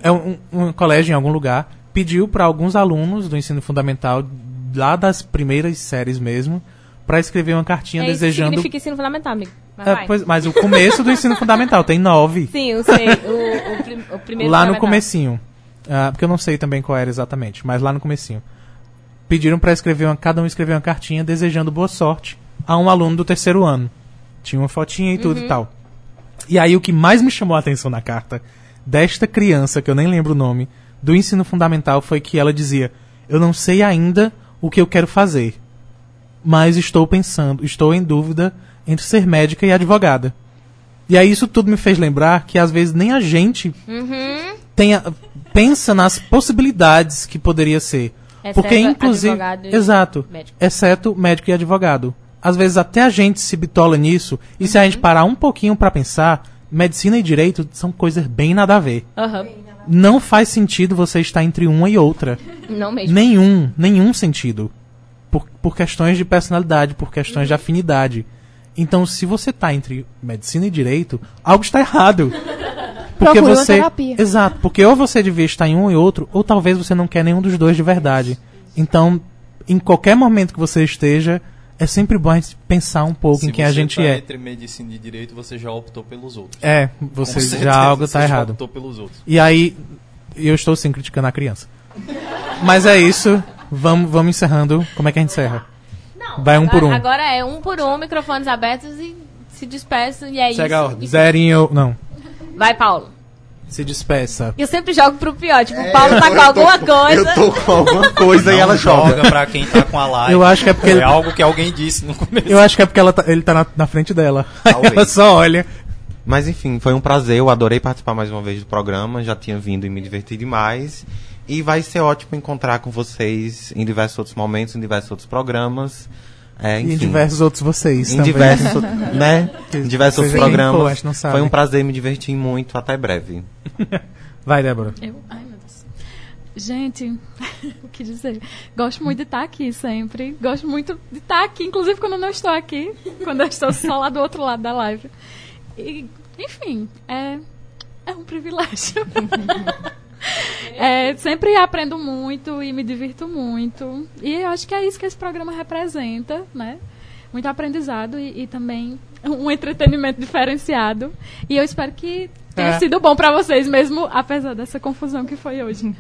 É um, um colégio em algum lugar pediu para alguns alunos do ensino fundamental lá das primeiras séries mesmo para escrever uma cartinha
É isso que
desejando
significa ensino fundamental, amigo. Mas
É,
vai.
pois- mas o começo do ensino fundamental tem nove
Sim, eu sei. O, o prim- o primeiro
lá no
fundamental.
comecinho. Ah, porque eu não sei também qual era exatamente, mas lá no comecinho. Pediram pra escrever uma, cada um escrever uma cartinha desejando boa sorte a um aluno do terceiro ano. Tinha uma fotinha e tudo e tal. E aí o que mais me chamou a atenção na carta desta criança, que eu nem lembro o nome, do ensino fundamental foi que ela dizia: "Eu não sei ainda o que eu quero fazer, mas estou pensando, estou em dúvida entre ser médica e advogada". E aí isso tudo me fez lembrar que às vezes nem a gente
Uhum.
tenha, pensa nas possibilidades que poderia ser.
Exceto
Porque, inclusive.
advogado e
exato.
médico.
Exceto médico e advogado. Às vezes até a gente se bitola nisso, e se a
Uhum.
gente parar um pouquinho pra pensar, medicina e direito são coisas bem nada a ver.
Aham.
Não faz sentido você estar entre uma e outra.
Não mesmo.
Nenhum, nenhum sentido. Por, por questões de personalidade, por questões
Uhum.
de afinidade. Então, se você tá entre medicina e direito, algo está errado. Porque
Procure uma
você.
terapia.
Exato, porque ou você devia estar em um e outro, ou talvez você não quer nenhum dos dois de verdade. Então, em qualquer momento que você esteja, é sempre bom a gente pensar um pouco
Se
em quem a
você
gente
tá
é.
entre medicina e direito, você já optou pelos outros.
É,
Com
você
certeza,
já algo
você
tá errado.
optou pelos outros.
E aí, eu estou sim criticando a criança. Mas é isso. Vamos, vamos encerrando. Como é que a gente encerra?
Não,
Vai um por
agora-
um.
Agora é um por um, microfones abertos e se despeçam e é
Chega a
isso.
ordem. Zerinho. Não.
Vai, Paulo.
Se despeça.
Eu sempre jogo pro pior, tipo, o Paulo tá com alguma coisa.
É, Eu tô com alguma coisa e
Não
ela joga.
joga pra quem tá com a live.
Eu acho que é porque
É
ele,
algo que alguém disse no começo.
eu acho que é porque ela tá- ele tá na, na frente dela. Aí
Talvez.
Ela só olha.
Mas enfim, foi um prazer. Eu adorei participar mais uma vez do programa. Já tinha vindo e me diverti demais. E vai ser ótimo encontrar com vocês em diversos outros momentos, em diversos outros programas. É,
E
enfim,
em diversos outros vocês
em
também.
diversos, né? Em diversos
Vocês nem
outros
pô,
programas.
acho que não sabe.
foi um prazer, me diverti muito. Até breve.
Vai, Débora.
Eu, ai, meu Deus. Gente, o que dizer? Gosto muito de estar aqui sempre. Gosto muito de estar aqui, inclusive quando eu não estou aqui. Quando eu estou só lá do outro lado da live. E, enfim, é, é um privilégio. É, sempre aprendo muito e me divirto muito. E eu acho que é isso que esse programa representa, né? Muito aprendizado e, e também um entretenimento diferenciado. E eu espero que tenha
É.
sido bom pra vocês, mesmo apesar dessa confusão que foi hoje.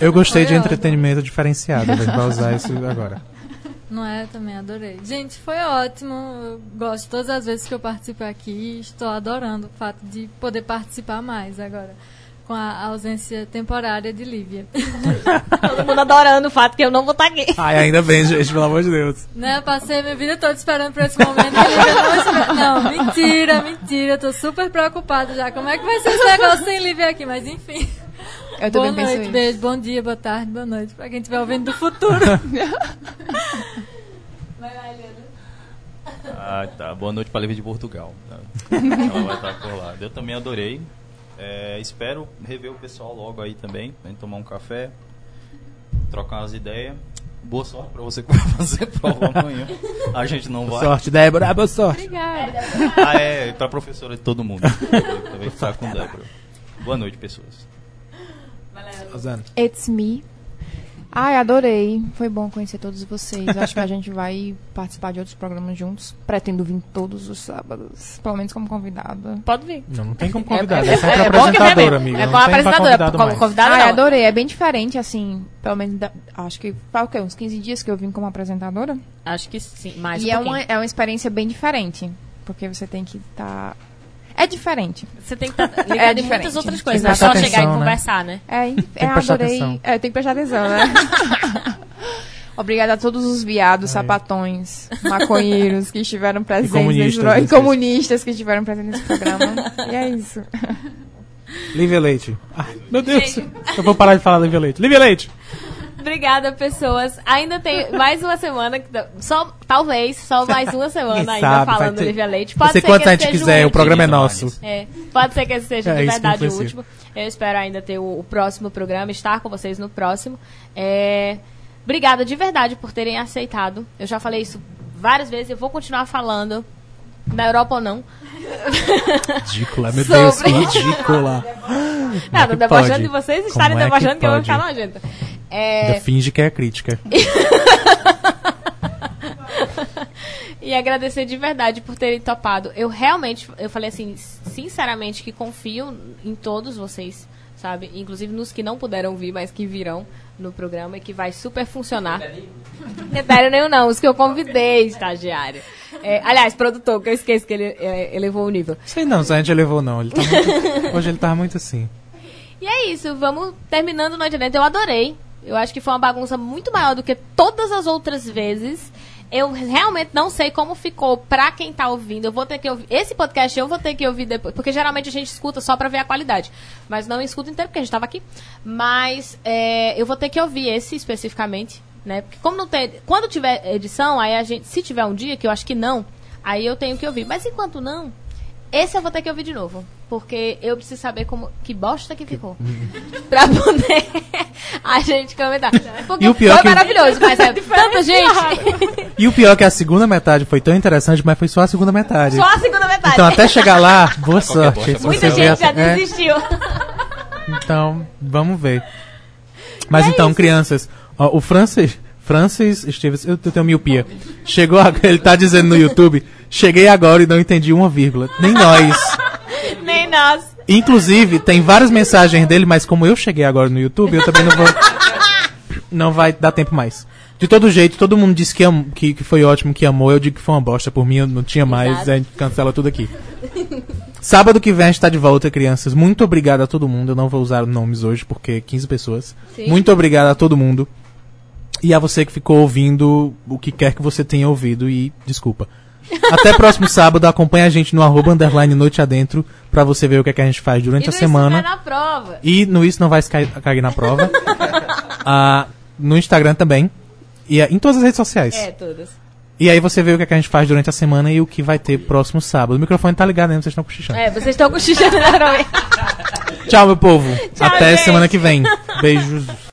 Eu gostei de entretenimento diferenciado. A gente vai usar isso agora.
Não é? Eu Também adorei. Gente, foi ótimo. Eu gosto todas as vezes que eu participo aqui. Estou adorando o fato de poder participar mais agora. Com a ausência temporária de Lívia.
Todo mundo adorando o fato que eu não vou estar aqui.
Ai, ainda bem, gente, pelo amor de Deus.
né? Eu Passei minha vida toda esperando por esse momento. e a Lívia não, espera. não, mentira, mentira. Eu Tô super preocupada já. Como é que vai ser esse negócio sem Lívia aqui? Mas enfim.
Eu
boa
também
noite,
penso isso.
beijo. Bom dia, boa tarde, boa noite. Pra quem estiver ouvindo do futuro.
Ah, tá. Boa noite para a Lívia de Portugal. tá? Ela vai estar por lá. Eu também adorei. É, espero rever o pessoal logo aí também. Vem tomar um café, trocar umas ideias. Boa sorte para você que vai fazer prova amanhã. A gente não
Boa
vai.
sorte, Débora. Boa sorte.
Obrigada.
Ah, é, para professora de todo mundo. Eu Também ficar com Débora. Boa noite, pessoas.
Rosana.
It's me. Ai, adorei. Foi bom conhecer todos vocês. Acho que a gente vai participar de outros programas juntos. Pretendo vir todos os sábados, pelo menos como convidada.
Pode vir.
Não, não tem como convidar.
é-
É, sempre
é bom que é
apresentadora,
mesmo.
amiga.
É
não
bom
tem pra
apresentadora,
convidado
como
mais.
convidada
Ai,
não.
adorei. É bem diferente, assim, pelo menos da- acho que faz o quê? Uns 15 dias que eu vim como apresentadora.
Acho que sim, mais
um
um
e é uma, é uma experiência bem diferente. Porque você tem que estar. É diferente.
Você tem que tá ligado
É
em muitas
diferente.
outras coisas. Não
Tem
é
que
só
prestar
chegar e
atenção, né?
conversar, né?
É, in-
que
é
prestar
adorei.
atenção.
É, tem que prestar atenção, né? Obrigada a todos os
É.
viados, sapatões, maconheiros que estiveram presentes
comunistas,
nesse pro... e
vocês.
comunistas que estiveram presentes nesse programa. e é isso.
Lívia Leite. Ah, meu Deus. Eu vou parar de falar Lívia Leite. Lívia Leite.
Obrigada, pessoas. Ainda tem mais uma semana. Que, dá- só, talvez, só mais uma semana
Quem
ainda
sabe, vai
falando
ter-
Lívia Leite.
Pode
Pode
ser
ser
quanto
que
a
esse
gente
seja um o
quiser. O
último.
programa é
Utiliza
nosso.
É, pode ser que esse seja
É
de
isso que
verdade o
influencia.
último. Eu espero ainda ter o, o próximo programa, estar com vocês no próximo. É, obrigada de verdade por terem aceitado. Eu já falei isso várias vezes, eu vou continuar falando. Na Europa ou não.
Ridícula, meu
Sobre-
Deus. Que ridícula.
Não, tô
é que
debochando
pode?
de vocês
Como
estarem
é que
debochando que, eu vou
pode?
ficar nojenta. É,
Ainda Finge que é crítica.
E agradecer de verdade por terem topado. Eu realmente, eu falei assim, sinceramente, que confio em todos vocês, sabe? Inclusive nos que não puderam vir, mas que virão no programa e que vai super funcionar. Critério nenhum, não. Os que eu convidei, estagiário. É, aliás, produtor, que eu esqueço que ele é, elevou o nível.
Sei não, se a gente levou não. Ele tá muito- Hoje ele tá muito assim.
E é isso, vamos terminando Noite Adentro. Eu adorei. Eu acho que foi uma bagunça muito maior do que todas as outras vezes. Eu realmente não sei como ficou pra quem tá ouvindo. Eu vou ter que ouvir. Esse podcast eu vou ter que ouvir depois. Porque geralmente a gente escuta só pra ver a qualidade. Mas não escuta inteiro, porque a gente tava aqui. Mas é, eu vou ter que ouvir esse especificamente, né? Porque como não tem. Quando tiver edição, aí a gente. Se tiver um dia, que eu acho que não, aí eu tenho que ouvir. Mas enquanto não, esse eu vou ter que ouvir de novo. Porque eu preciso saber como. Que bosta que ficou. pra poder a gente comentar. Porque
E o pior
foi
que o-
maravilhoso, mas é tanta gente.
E o pior é que a segunda metade foi tão interessante, mas foi só a segunda metade.
Só a segunda metade.
Então até chegar lá, boa sorte.
bosta,
Se
Muita
você
gente
vier-
já
é,
desistiu.
Então, vamos ver. Mas então, crianças, ó, o Francis. Francis Stevens, eu tenho miopia. Chegou agora, ele tá dizendo no YouTube, cheguei agora e não entendi uma vírgula. Nem nós.
Nem nós.
Inclusive, tem várias mensagens dele, mas como eu cheguei agora no YouTube, eu também não vou. Não vai dar tempo mais. De todo jeito, todo mundo disse que, am- que, que foi ótimo, que amou. Eu digo que foi uma bosta. Por mim, eu não tinha mais.
Exato.
A gente cancela tudo aqui. Sábado que vem a gente tá de volta, crianças. Muito obrigado a todo mundo. Eu não vou usar nomes hoje, porque 15 pessoas. Muito obrigado a todo mundo. E a você que ficou ouvindo o que quer que você tenha ouvido e desculpa. Até próximo sábado, acompanha a gente no arroba underline noite adentro pra você ver o que, é que a gente faz durante a semana.
na prova.
E no Isso Não Vai Cair, cair na Prova. Ah, no Instagram também. E ah, em todas as redes sociais.
É, todas.
E aí você vê o que, é que a gente faz durante a semana e o que vai ter próximo sábado. O microfone tá ligado, né? Vocês estão cochichando.
É, vocês estão cochichando na hora.
Tchau, meu povo. Até
gente.
semana que vem. Beijos.